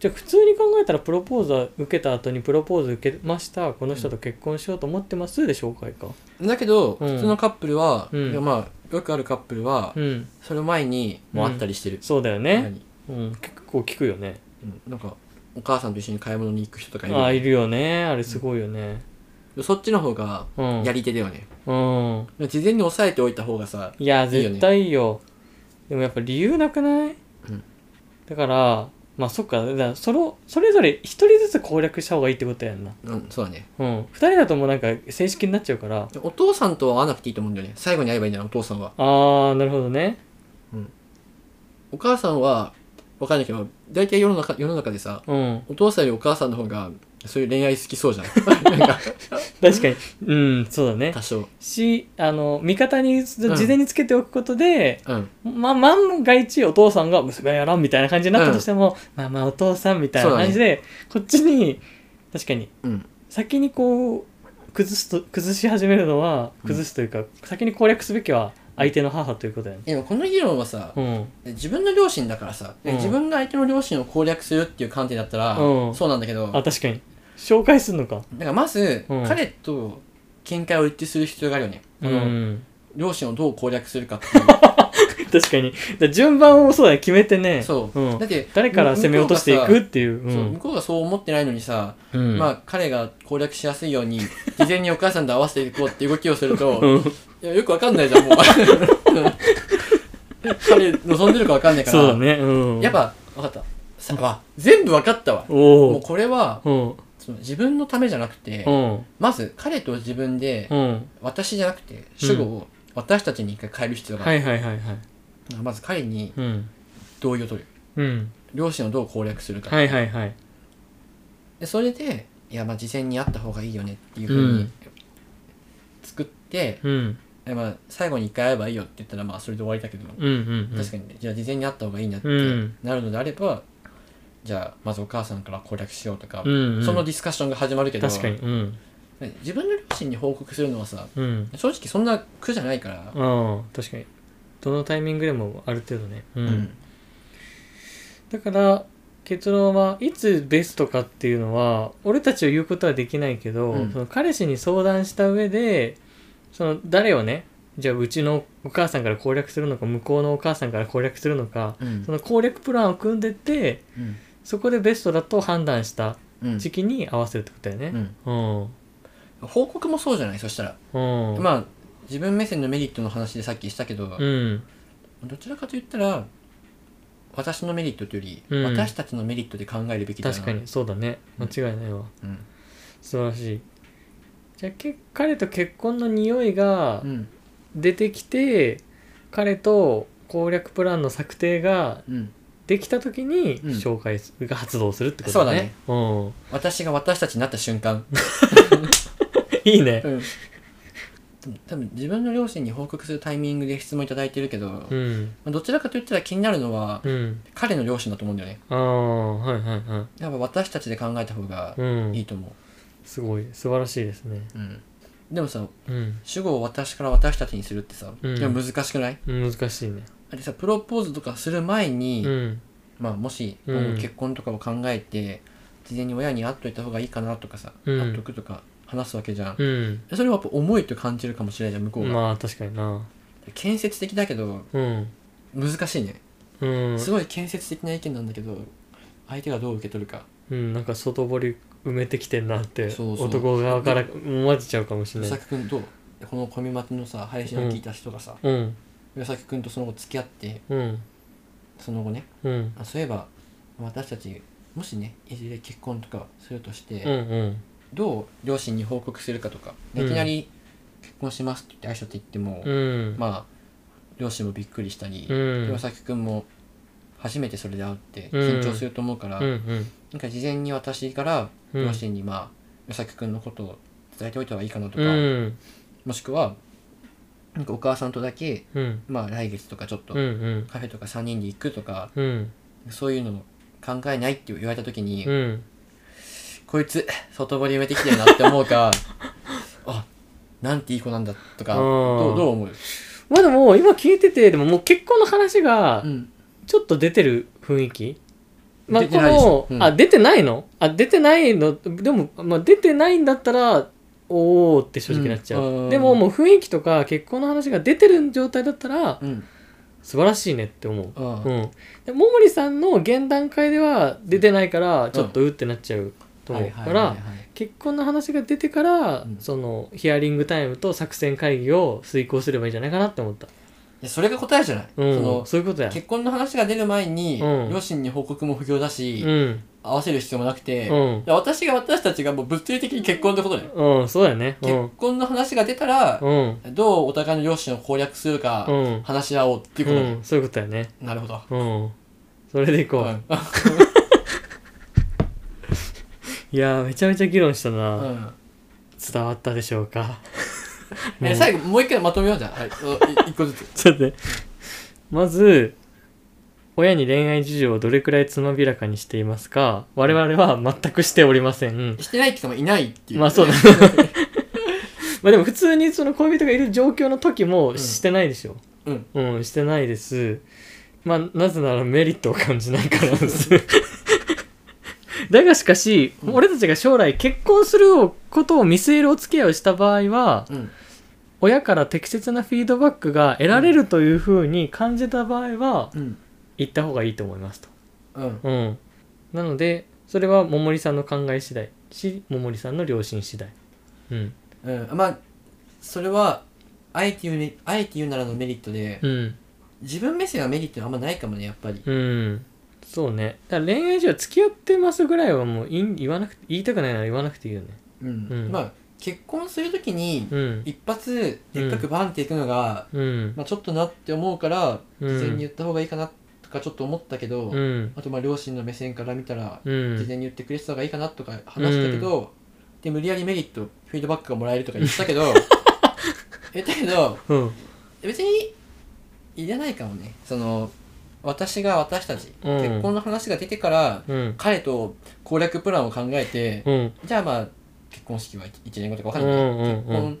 Speaker 1: じゃあ普通に考えたらプロポーズは受けた後にプロポーズ受けましたこの人と結婚しようと思ってますで紹介か
Speaker 2: だけど、
Speaker 1: うん
Speaker 2: 普通のカップルは、
Speaker 1: うん
Speaker 2: いやまあよくあるカップルは、
Speaker 1: うん
Speaker 2: それ前にもう会ったりしてる、
Speaker 1: そうだよ
Speaker 2: たま
Speaker 1: ね、
Speaker 2: に
Speaker 1: うん、結構聞くよね
Speaker 2: うんなんかお母さんと一緒に買い物に行く人とかいる
Speaker 1: ああいるよねあれすごいよね
Speaker 2: そっちの方が
Speaker 1: うん
Speaker 2: やり手だよね、
Speaker 1: うん
Speaker 2: 事前に押さえておいた方がさ
Speaker 1: いや
Speaker 2: いいよね
Speaker 1: 絶対いいよでもやっぱ理由なくない、
Speaker 2: うん
Speaker 1: だからまあそっかだからそのそれぞれ一人ずつ攻略した方がいいってことやんな
Speaker 2: うんそうだね
Speaker 1: うん二人だともうなんか正式になっちゃうから
Speaker 2: お父さんとは会わなくていいと思うんだよね最後に会えばいいんだよお父さんは
Speaker 1: ああなるほどね
Speaker 2: お母さんはわかんないけど大体世の中世の中でさ
Speaker 1: うん
Speaker 2: お父さんよりお母さんの方がそういう恋愛好き そうじゃんなんか
Speaker 1: 確かにうんそうだね
Speaker 2: 多少
Speaker 1: しあの味方に事
Speaker 2: うん
Speaker 1: 前につけておくことで、
Speaker 2: うん
Speaker 1: まあ万が一お父さんが娘はやらんみたいな感じになったとしても、まあまあお父さんみたいな感じで、こっちに確かに
Speaker 2: うん
Speaker 1: 先にこう崩すと崩し始めるのは
Speaker 2: うん
Speaker 1: 崩すというか、先に攻略すべきは相手の母ということだよね。
Speaker 2: でもこの議論はさ
Speaker 1: うん、
Speaker 2: 自分の両親だからさ、
Speaker 1: うん
Speaker 2: 自分が相手の両親を攻略するっていう観点だったら、
Speaker 1: うん
Speaker 2: そうなんだけど
Speaker 1: あ確かに紹介するのか。
Speaker 2: だからまず、
Speaker 1: うん
Speaker 2: 彼と見解を一致する必要があるよね、
Speaker 1: う
Speaker 2: あの
Speaker 1: ん、
Speaker 2: 両親をどう攻略するかってい
Speaker 1: 確かにだ順番をそうだね決めてね
Speaker 2: うそう、
Speaker 1: うん
Speaker 2: だ、って
Speaker 1: 誰から攻め落としていくっていう。
Speaker 2: 向こうがさそう向こうがそう思ってないのにさ、
Speaker 1: うんうん
Speaker 2: まあ彼が攻略しやすいように 事前にお母さんと合わせていこうって動きをすると、
Speaker 1: うん
Speaker 2: いやよくわかんないじゃんもう 彼望んでるかわかんないから
Speaker 1: そうだね。うん。
Speaker 2: やっぱわかったさわ全部わかったわも
Speaker 1: お
Speaker 2: うこれは
Speaker 1: お。
Speaker 2: その自分のためじゃなくて、
Speaker 1: うん。
Speaker 2: まず彼と自分で、
Speaker 1: うん。
Speaker 2: 私じゃなくて主語を私たちに一回変える必要があ
Speaker 1: は
Speaker 2: る、
Speaker 1: いはいはいはい。
Speaker 2: まず彼に
Speaker 1: うん。
Speaker 2: 同意を取る
Speaker 1: うん。
Speaker 2: 両親をどう攻略するか、
Speaker 1: はいはいはい。
Speaker 2: でそれでいやまあ事前に会った方がいいよねっていうふ
Speaker 1: う
Speaker 2: うに
Speaker 1: ん
Speaker 2: 作って、
Speaker 1: うん。
Speaker 2: えまあ、最後に一回会えばいいよって言ったらまあそれで終わりだけど、
Speaker 1: うんうん。
Speaker 2: 確かにじゃあ事前に会った方がいいなって
Speaker 1: うん
Speaker 2: なるのであればじゃあまずお母さんから攻略しようとか、
Speaker 1: に。うん、うん。
Speaker 2: そのディスカッションが始まるけど
Speaker 1: 確かに。うん。
Speaker 2: ね自分の両親に報告するのはさ
Speaker 1: うん。
Speaker 2: 正直そんな苦じゃないか
Speaker 1: あ
Speaker 2: ら、
Speaker 1: あ、確かに。どのタイミングでもある程度ね。う。
Speaker 2: うん
Speaker 1: だから、結論はいつベストかっていうのは俺たちを言うことはできないけど、
Speaker 2: うん
Speaker 1: その彼氏に相談した上でその誰をねじゃあうちのお母さんから攻略するのか向こうのお母さんから攻略するのか
Speaker 2: うん
Speaker 1: その攻略プランを組んでって
Speaker 2: うん
Speaker 1: そこでベストだと判断した
Speaker 2: うん
Speaker 1: 時期に合わせるってことだよ
Speaker 2: う
Speaker 1: ね。
Speaker 2: ん
Speaker 1: うん。
Speaker 2: 報告もそうじゃないそしたら、
Speaker 1: うん。
Speaker 2: まあ自分目線のメリットの話でさっきしたけど、
Speaker 1: うん。
Speaker 2: どちらかと言ったら私のメリットというより、
Speaker 1: うん
Speaker 2: 私たちのメリットで考えるべきだな
Speaker 1: 確かに、そうだね。間違いないわ。
Speaker 2: うん
Speaker 1: 素晴らしい。じゃあ、け彼と結婚の匂いが
Speaker 2: うん
Speaker 1: 出てきて、彼と攻略プランの策定が
Speaker 2: うん、
Speaker 1: できた時に、
Speaker 2: うん
Speaker 1: 紹介が発動するってことだね。そう
Speaker 2: 私が私たちになった瞬間、
Speaker 1: だね。うん。いいね。
Speaker 2: うんでも多分自分の両親に報告するタイミングで質問いただいてるけど、ま
Speaker 1: うん
Speaker 2: あどちらかと言ったら気になるのは、
Speaker 1: うん
Speaker 2: 彼の両親だと思うんだよね
Speaker 1: ああはいはいは
Speaker 2: やっぱ私たちで考えた方が
Speaker 1: いうん
Speaker 2: いいと思
Speaker 1: すごい素晴らしいですね
Speaker 2: う、うんでもさ
Speaker 1: うん
Speaker 2: 主語を私から私たちにするってさ、
Speaker 1: うん
Speaker 2: でも難しくない
Speaker 1: 難しいね
Speaker 2: あれさプロポーズとかする前に、
Speaker 1: うん
Speaker 2: まあ、もし、
Speaker 1: うん
Speaker 2: 結婚とかを考えて事前に親に会っといた方がいいかなとかさ、
Speaker 1: うん
Speaker 2: 会っとくとか話すわけじゃん、
Speaker 1: うん
Speaker 2: それはやっぱ思いと感じるかもしれないじゃん向こうが、
Speaker 1: まあ確かにな
Speaker 2: 建設的だけど
Speaker 1: うん
Speaker 2: 難しいね、
Speaker 1: うん
Speaker 2: すごい建設的な意見なんだけど相手がどう受け取るか
Speaker 1: うんなんか外堀埋めてきてんなって
Speaker 2: そうそう
Speaker 1: 男側から思われちゃうかもし
Speaker 2: 与
Speaker 1: れない
Speaker 2: 作君どうこの小見町のさ配信を聞いた人がさ
Speaker 1: うん
Speaker 2: 与作君とその後付き合って
Speaker 1: うん
Speaker 2: その後ね
Speaker 1: うん
Speaker 2: あそういえば私たちもしねいずれ結婚とかするとして、
Speaker 1: うんうん
Speaker 2: どう両親に報告するかとかいき
Speaker 1: うん
Speaker 2: なり結婚しますって言って挨拶行っても、
Speaker 1: うん
Speaker 2: まあ両親もびっくりしたり
Speaker 1: う
Speaker 2: 岩
Speaker 1: ん
Speaker 2: 崎君も初めてそれで会うって
Speaker 1: うん
Speaker 2: 緊張すると思うから、
Speaker 1: うんうん
Speaker 2: なんか事前に私から
Speaker 1: うん
Speaker 2: 両親にまあ岩崎君のことを伝えておいた方がいいかなと
Speaker 1: う
Speaker 2: か、
Speaker 1: ん
Speaker 2: もしくはなんかお母さんとだけ
Speaker 1: うん
Speaker 2: まあ来月とかちょっと
Speaker 1: うんうん
Speaker 2: カフェとか3人で行くとか、
Speaker 1: うん
Speaker 2: そういうのを考えないって言われた時に、
Speaker 1: うん
Speaker 2: こいつ外堀埋めてきてるなって思 うかあなんていい子なんだとか
Speaker 1: あー
Speaker 2: どうどう思う、
Speaker 1: まあでも今聞いててでももう結婚の話が
Speaker 2: うん、
Speaker 1: ちょっと出てる雰囲気まあ
Speaker 2: 出
Speaker 1: こ
Speaker 2: てないでしょ
Speaker 1: の、
Speaker 2: うん
Speaker 1: あ出てないのあ出てないのでも、まあ、出てないんだったらおおって正直なっちゃう、
Speaker 2: うん
Speaker 1: でももう雰囲気とか結婚の話が出てる状態だったら
Speaker 2: うん
Speaker 1: 素晴らしいねって思う
Speaker 2: あー
Speaker 1: うん、でももりさんの現段階では出てないからちょっとうってなっちゃうと
Speaker 2: は
Speaker 1: 思う
Speaker 2: いはい
Speaker 1: か
Speaker 2: はいは
Speaker 1: ら
Speaker 2: い
Speaker 1: 結婚の話が出てから、
Speaker 2: うん
Speaker 1: そのヒアリングタイムと作戦会議を遂行すればいいんじゃないかなって思った、
Speaker 2: いやそれが答えじゃない、
Speaker 1: うん、
Speaker 2: そ
Speaker 1: そ
Speaker 2: の
Speaker 1: ういうことや
Speaker 2: 結婚の話が出る前に、
Speaker 1: うん
Speaker 2: 両親に報告も不要だし、
Speaker 1: うん
Speaker 2: 合わせる必要もなくて、
Speaker 1: うん
Speaker 2: いや私が私たちがもう物理的に結婚ってことだよ、
Speaker 1: うんそうだよねうん
Speaker 2: 結婚の話が出たら
Speaker 1: う、ん
Speaker 2: どうお互いの両親を攻略するか、
Speaker 1: うん
Speaker 2: 話し合おうっていう
Speaker 1: う
Speaker 2: ことだよ、
Speaker 1: んそういうことやね
Speaker 2: なるほど、
Speaker 1: うんそれでいこう、
Speaker 2: うん
Speaker 1: いやーめちゃめちゃ議論したな、
Speaker 2: うん
Speaker 1: 伝わったでしょうか
Speaker 2: え
Speaker 1: もう
Speaker 2: 最後もう一回まとめようじゃん、はい、おい一個ずつ
Speaker 1: ちょっとねまず親に恋愛事情をどれくらいつまびらかにしていますか我々は全くしておりません
Speaker 2: してないっていうかまあいないっていう
Speaker 1: まあそうだまあでも普通にその恋人がいる状況の時もしてないでしょ
Speaker 2: うん
Speaker 1: うん、してないですまあなぜならメリットを感じないからですだがしかし、
Speaker 2: うん
Speaker 1: 俺たちが将来結婚することを見据えるお付き合いをした場合は
Speaker 2: うん
Speaker 1: 親から適切なフィードバックが得られるというふうに感じた場合は
Speaker 2: うん
Speaker 1: 行った方がいいと思いますと
Speaker 2: うん
Speaker 1: うんなのでそれは桃李さんの考え次第し桃李さんの両親次第うん
Speaker 2: うんまあそれはあえて言うねあえて言うならのメリットで、
Speaker 1: うん
Speaker 2: 自分目線はメリットはあんまないかもねやっぱり
Speaker 1: うんそうねだから恋愛上付き合ってますぐらいはもういん言わなくて言いたくないなら言わなくていいよね
Speaker 2: うん、
Speaker 1: うん
Speaker 2: まあ結婚するときに
Speaker 1: うん
Speaker 2: 一発でっかくバンっていくのが、
Speaker 1: うん
Speaker 2: まあ、ちょっとなって思うから
Speaker 1: う
Speaker 2: 事
Speaker 1: ん
Speaker 2: 前に言った方がいいかなとかちょっと思ったけど、
Speaker 1: うん
Speaker 2: あとまあ両親の目線から見たら
Speaker 1: う
Speaker 2: 事
Speaker 1: ん
Speaker 2: 前に言ってくれてた方がいいかなとか話したけど、で無理やりメリットフィードバックがもらえるとか言った けど言ったけど
Speaker 1: うん
Speaker 2: 別にいらないかもねその私が私たち、
Speaker 1: うん
Speaker 2: 結婚の話が出てから
Speaker 1: うん
Speaker 2: 彼と攻略プランを考えて、
Speaker 1: うん
Speaker 2: じゃあまあ結婚式は1年後とかわか
Speaker 1: うんんう
Speaker 2: ないけど、
Speaker 1: んう
Speaker 2: 結
Speaker 1: ん
Speaker 2: 婚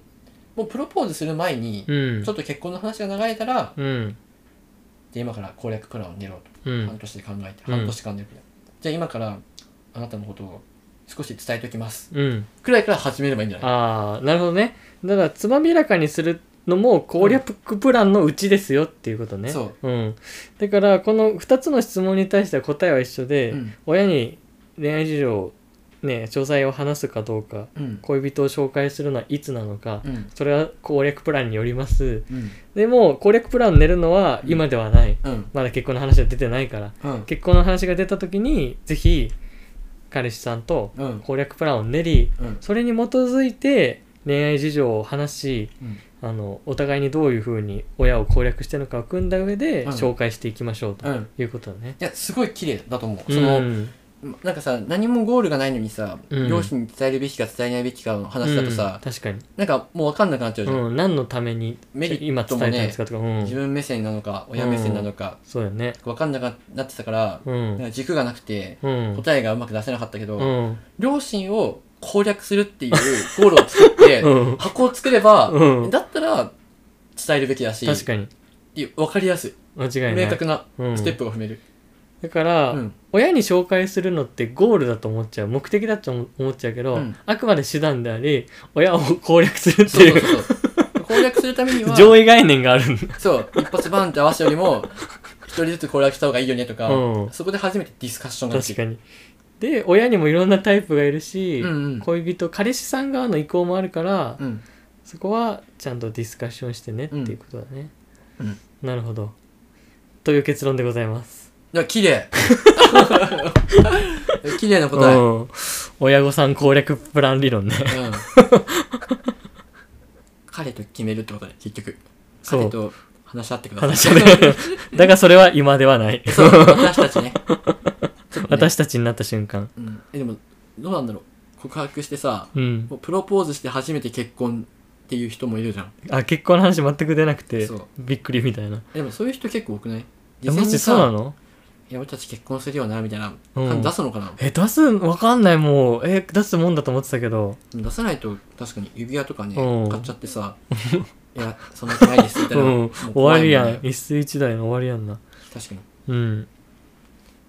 Speaker 2: もうプロポーズする前に、
Speaker 1: うん
Speaker 2: ちょっと結婚の話が流れたら
Speaker 1: うん
Speaker 2: じゃあ今から攻略プランを練ろうと、
Speaker 1: うん
Speaker 2: 半年で考えて
Speaker 1: うん
Speaker 2: 半年間で、じゃあ今からあなたのことを少し伝えておきます
Speaker 1: うん
Speaker 2: くらいから始めればいいんじゃない
Speaker 1: ああなるほどねだからつまびらかにするのも攻略プランのうちですよっていうことね、、
Speaker 2: そう
Speaker 1: ん、だからこの2つの質問に対しては答えは一緒で、
Speaker 2: うん
Speaker 1: 親に恋愛事情をね詳細を話すかどうか
Speaker 2: うん
Speaker 1: 恋人を紹介するのはいつなのか、
Speaker 2: うん
Speaker 1: それは攻略プランによります
Speaker 2: うん
Speaker 1: でも攻略プランを練るのは今ではない、
Speaker 2: うん
Speaker 1: まだ結婚の話は出てないから
Speaker 2: うん
Speaker 1: 結婚の話が出た時にぜひ彼氏さんと
Speaker 2: うん
Speaker 1: 攻略プランを練り
Speaker 2: うん
Speaker 1: それに基づいて恋愛事情を話し
Speaker 2: うん
Speaker 1: あのお互いにどういうふうに親を攻略してるのかを組んだ上で
Speaker 2: うん
Speaker 1: 紹介していきましょうと
Speaker 2: うん
Speaker 1: いうことだね。
Speaker 2: いやすごい綺麗だと思う、
Speaker 1: うん、
Speaker 2: そのなんかさ何もゴールがないのにさ、
Speaker 1: うん
Speaker 2: 両親に伝えるべきか伝えないべきかの話だとさ、
Speaker 1: うん確かに、
Speaker 2: なんかもう分かんなくなっちゃうじゃん、
Speaker 1: うん、何のために
Speaker 2: メリ
Speaker 1: 今
Speaker 2: ット
Speaker 1: 伝え
Speaker 2: も
Speaker 1: た
Speaker 2: ね
Speaker 1: んですかとか、う
Speaker 2: 自
Speaker 1: ん、
Speaker 2: 分目線なのか親目線なのか、
Speaker 1: そうよね
Speaker 2: 分かんなくなってたから、
Speaker 1: う
Speaker 2: なん
Speaker 1: ん
Speaker 2: か軸がなくて
Speaker 1: うん
Speaker 2: 答えがうまく出せなかったけど、
Speaker 1: うん
Speaker 2: 両親を攻略するっていう ゴールを作って、
Speaker 1: うん
Speaker 2: 箱を作れば、
Speaker 1: うん
Speaker 2: だったら伝えるべきだし
Speaker 1: 確かに
Speaker 2: 分かりやすい
Speaker 1: 間違いない
Speaker 2: 明確な
Speaker 1: うん
Speaker 2: ステップが踏める、
Speaker 1: だから、
Speaker 2: うん
Speaker 1: 親に紹介するのってゴールだと思っちゃう目的だと思思っちゃうけど、
Speaker 2: うん
Speaker 1: あくまで手段であり親を攻略するって
Speaker 2: そう
Speaker 1: い
Speaker 2: そううそう攻略するためには
Speaker 1: 上位概念 があるんだ
Speaker 2: そう一発バンって合わせよりも一人ずつ攻略した方がいいよねとか、
Speaker 1: うん
Speaker 2: そこで初めてディスカッションができ
Speaker 1: 確か
Speaker 2: る
Speaker 1: にで親にもいろんなタイプがいるし、
Speaker 2: うんうん
Speaker 1: 恋人彼氏さん側の意向もあるから、
Speaker 2: うん
Speaker 1: そこはちゃんとディスカッションしてねっていうことだね、
Speaker 2: うん
Speaker 1: なるほどという結論でございます
Speaker 2: いや綺麗 綺麗な答え、うん
Speaker 1: うん親御さん攻略プラン理論ね
Speaker 2: 彼と決めるってことね結局
Speaker 1: そう
Speaker 2: 彼と話し合ってください
Speaker 1: 話し合って だがそれは今ではない
Speaker 2: そう私たちねちょっとね
Speaker 1: 私たちになった瞬間
Speaker 2: うん、えでもどうなんだろう告白してさ
Speaker 1: うん
Speaker 2: もうプロポーズして初めて結婚っていう人もいるじゃん
Speaker 1: あ結婚の話全く出なくて
Speaker 2: そう
Speaker 1: びっくりみたいな
Speaker 2: えでもそういう人結構多くない
Speaker 1: えマジそうなの
Speaker 2: いや俺たち結婚するよなみたいな
Speaker 1: うん
Speaker 2: 感じ出すのかな、
Speaker 1: え出すわかんないもうえ出すもんだと思ってたけど
Speaker 2: 出さないと確かに指輪とかね
Speaker 1: うん
Speaker 2: 買っちゃってさいやそんな気ないですみたいうな、も
Speaker 1: ん
Speaker 2: う
Speaker 1: 終わ
Speaker 2: 怖い
Speaker 1: り
Speaker 2: んだ
Speaker 1: やん
Speaker 2: よ
Speaker 1: 一世一代の終わりやんな
Speaker 2: 確かに
Speaker 1: うん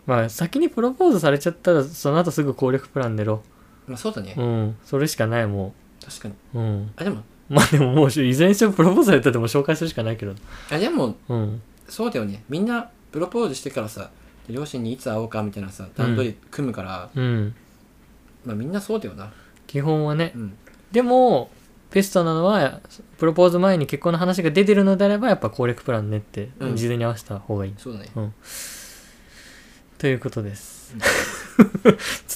Speaker 1: まあ先にプロポーズされちゃったらその後すぐ攻略プラン出ろ
Speaker 2: まあそうだね、
Speaker 1: うんそれしかないも
Speaker 2: 確かに
Speaker 1: ううん
Speaker 2: あでも
Speaker 1: まあでももういずれにしてもプロポーズされたってもう紹介するしかないけど
Speaker 2: あでも
Speaker 1: うん
Speaker 2: そうだよねみんなプロポーズしてからさ両親にいつ会おうかみたいなさ段取り組むから、
Speaker 1: うん
Speaker 2: まあみんなそうだよな
Speaker 1: 基本はね
Speaker 2: うん
Speaker 1: でもベストなのはプロポーズ前に結婚の話が出てるのであればやっぱ攻略プランねって
Speaker 2: うん
Speaker 1: 事前に合わせた方がいい、
Speaker 2: そうだね
Speaker 1: ということ です、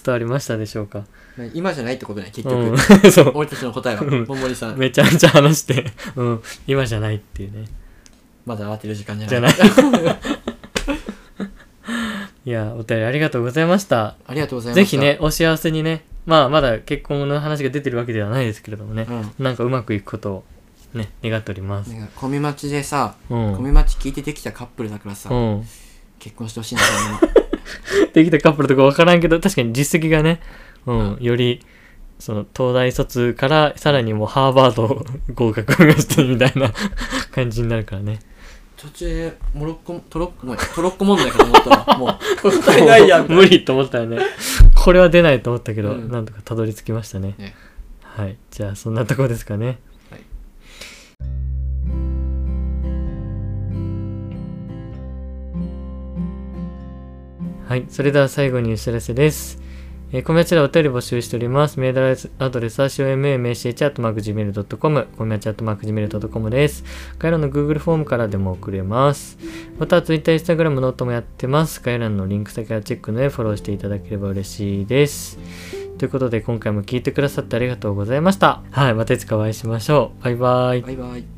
Speaker 1: 伝わりましたでしょうか
Speaker 2: まあ今じゃないってことね結局、
Speaker 1: うん そ
Speaker 2: 俺たちの答えは
Speaker 1: うん
Speaker 2: もんもりさ
Speaker 1: うんめちゃめちゃ話して、うん、今じゃないっていうね
Speaker 2: まだ慌てる時間じ
Speaker 1: じ
Speaker 2: ゃ
Speaker 1: ゃ
Speaker 2: ない
Speaker 1: ないいやお便りありがとうございました
Speaker 2: ありがとうございま
Speaker 1: ぜ
Speaker 2: した
Speaker 1: ひねお幸せにねまあまだ結婚の話が出てるわけではないですけれどもね
Speaker 2: う、ん
Speaker 1: なんかうまくいくことをね願っております、
Speaker 2: なんかコミマチでさ、
Speaker 1: うん
Speaker 2: コミマチ聞いてできたカップルだからさ、
Speaker 1: うん
Speaker 2: 結婚してほしいなと思う
Speaker 1: できたカップルとか分からんけど確かに実績がね、うん、よりその東大卒からさらにもうハーバード合格を目指してみたいな 感じになるからね
Speaker 2: 途中モロッコトロッコごめんトロッコ問題かと思ったわもう 答えないや
Speaker 1: も
Speaker 2: ん
Speaker 1: う無理と思ったよねこれは出ないと思ったけど、
Speaker 2: うん
Speaker 1: なんとかたどり着きましたね
Speaker 2: ね
Speaker 1: はいじゃあそんなとこですかね
Speaker 2: はい
Speaker 1: はい、それでは最後にお知らせです。えー、コメアチではお便り募集しております。メールアドレスアドレスは comach.gmail.com、コメアチ .gmail.com です。概要欄の Google フォームからでも送れます。また、Twitter、Instagram、ノートもやってます。概要欄のリンク先からチェックの上、フォローしていただければ嬉しいです。ということで、今回も聞いてくださってありがとうございました。はい、またいつかお会いしましょう。バイバイ。
Speaker 2: バイバイ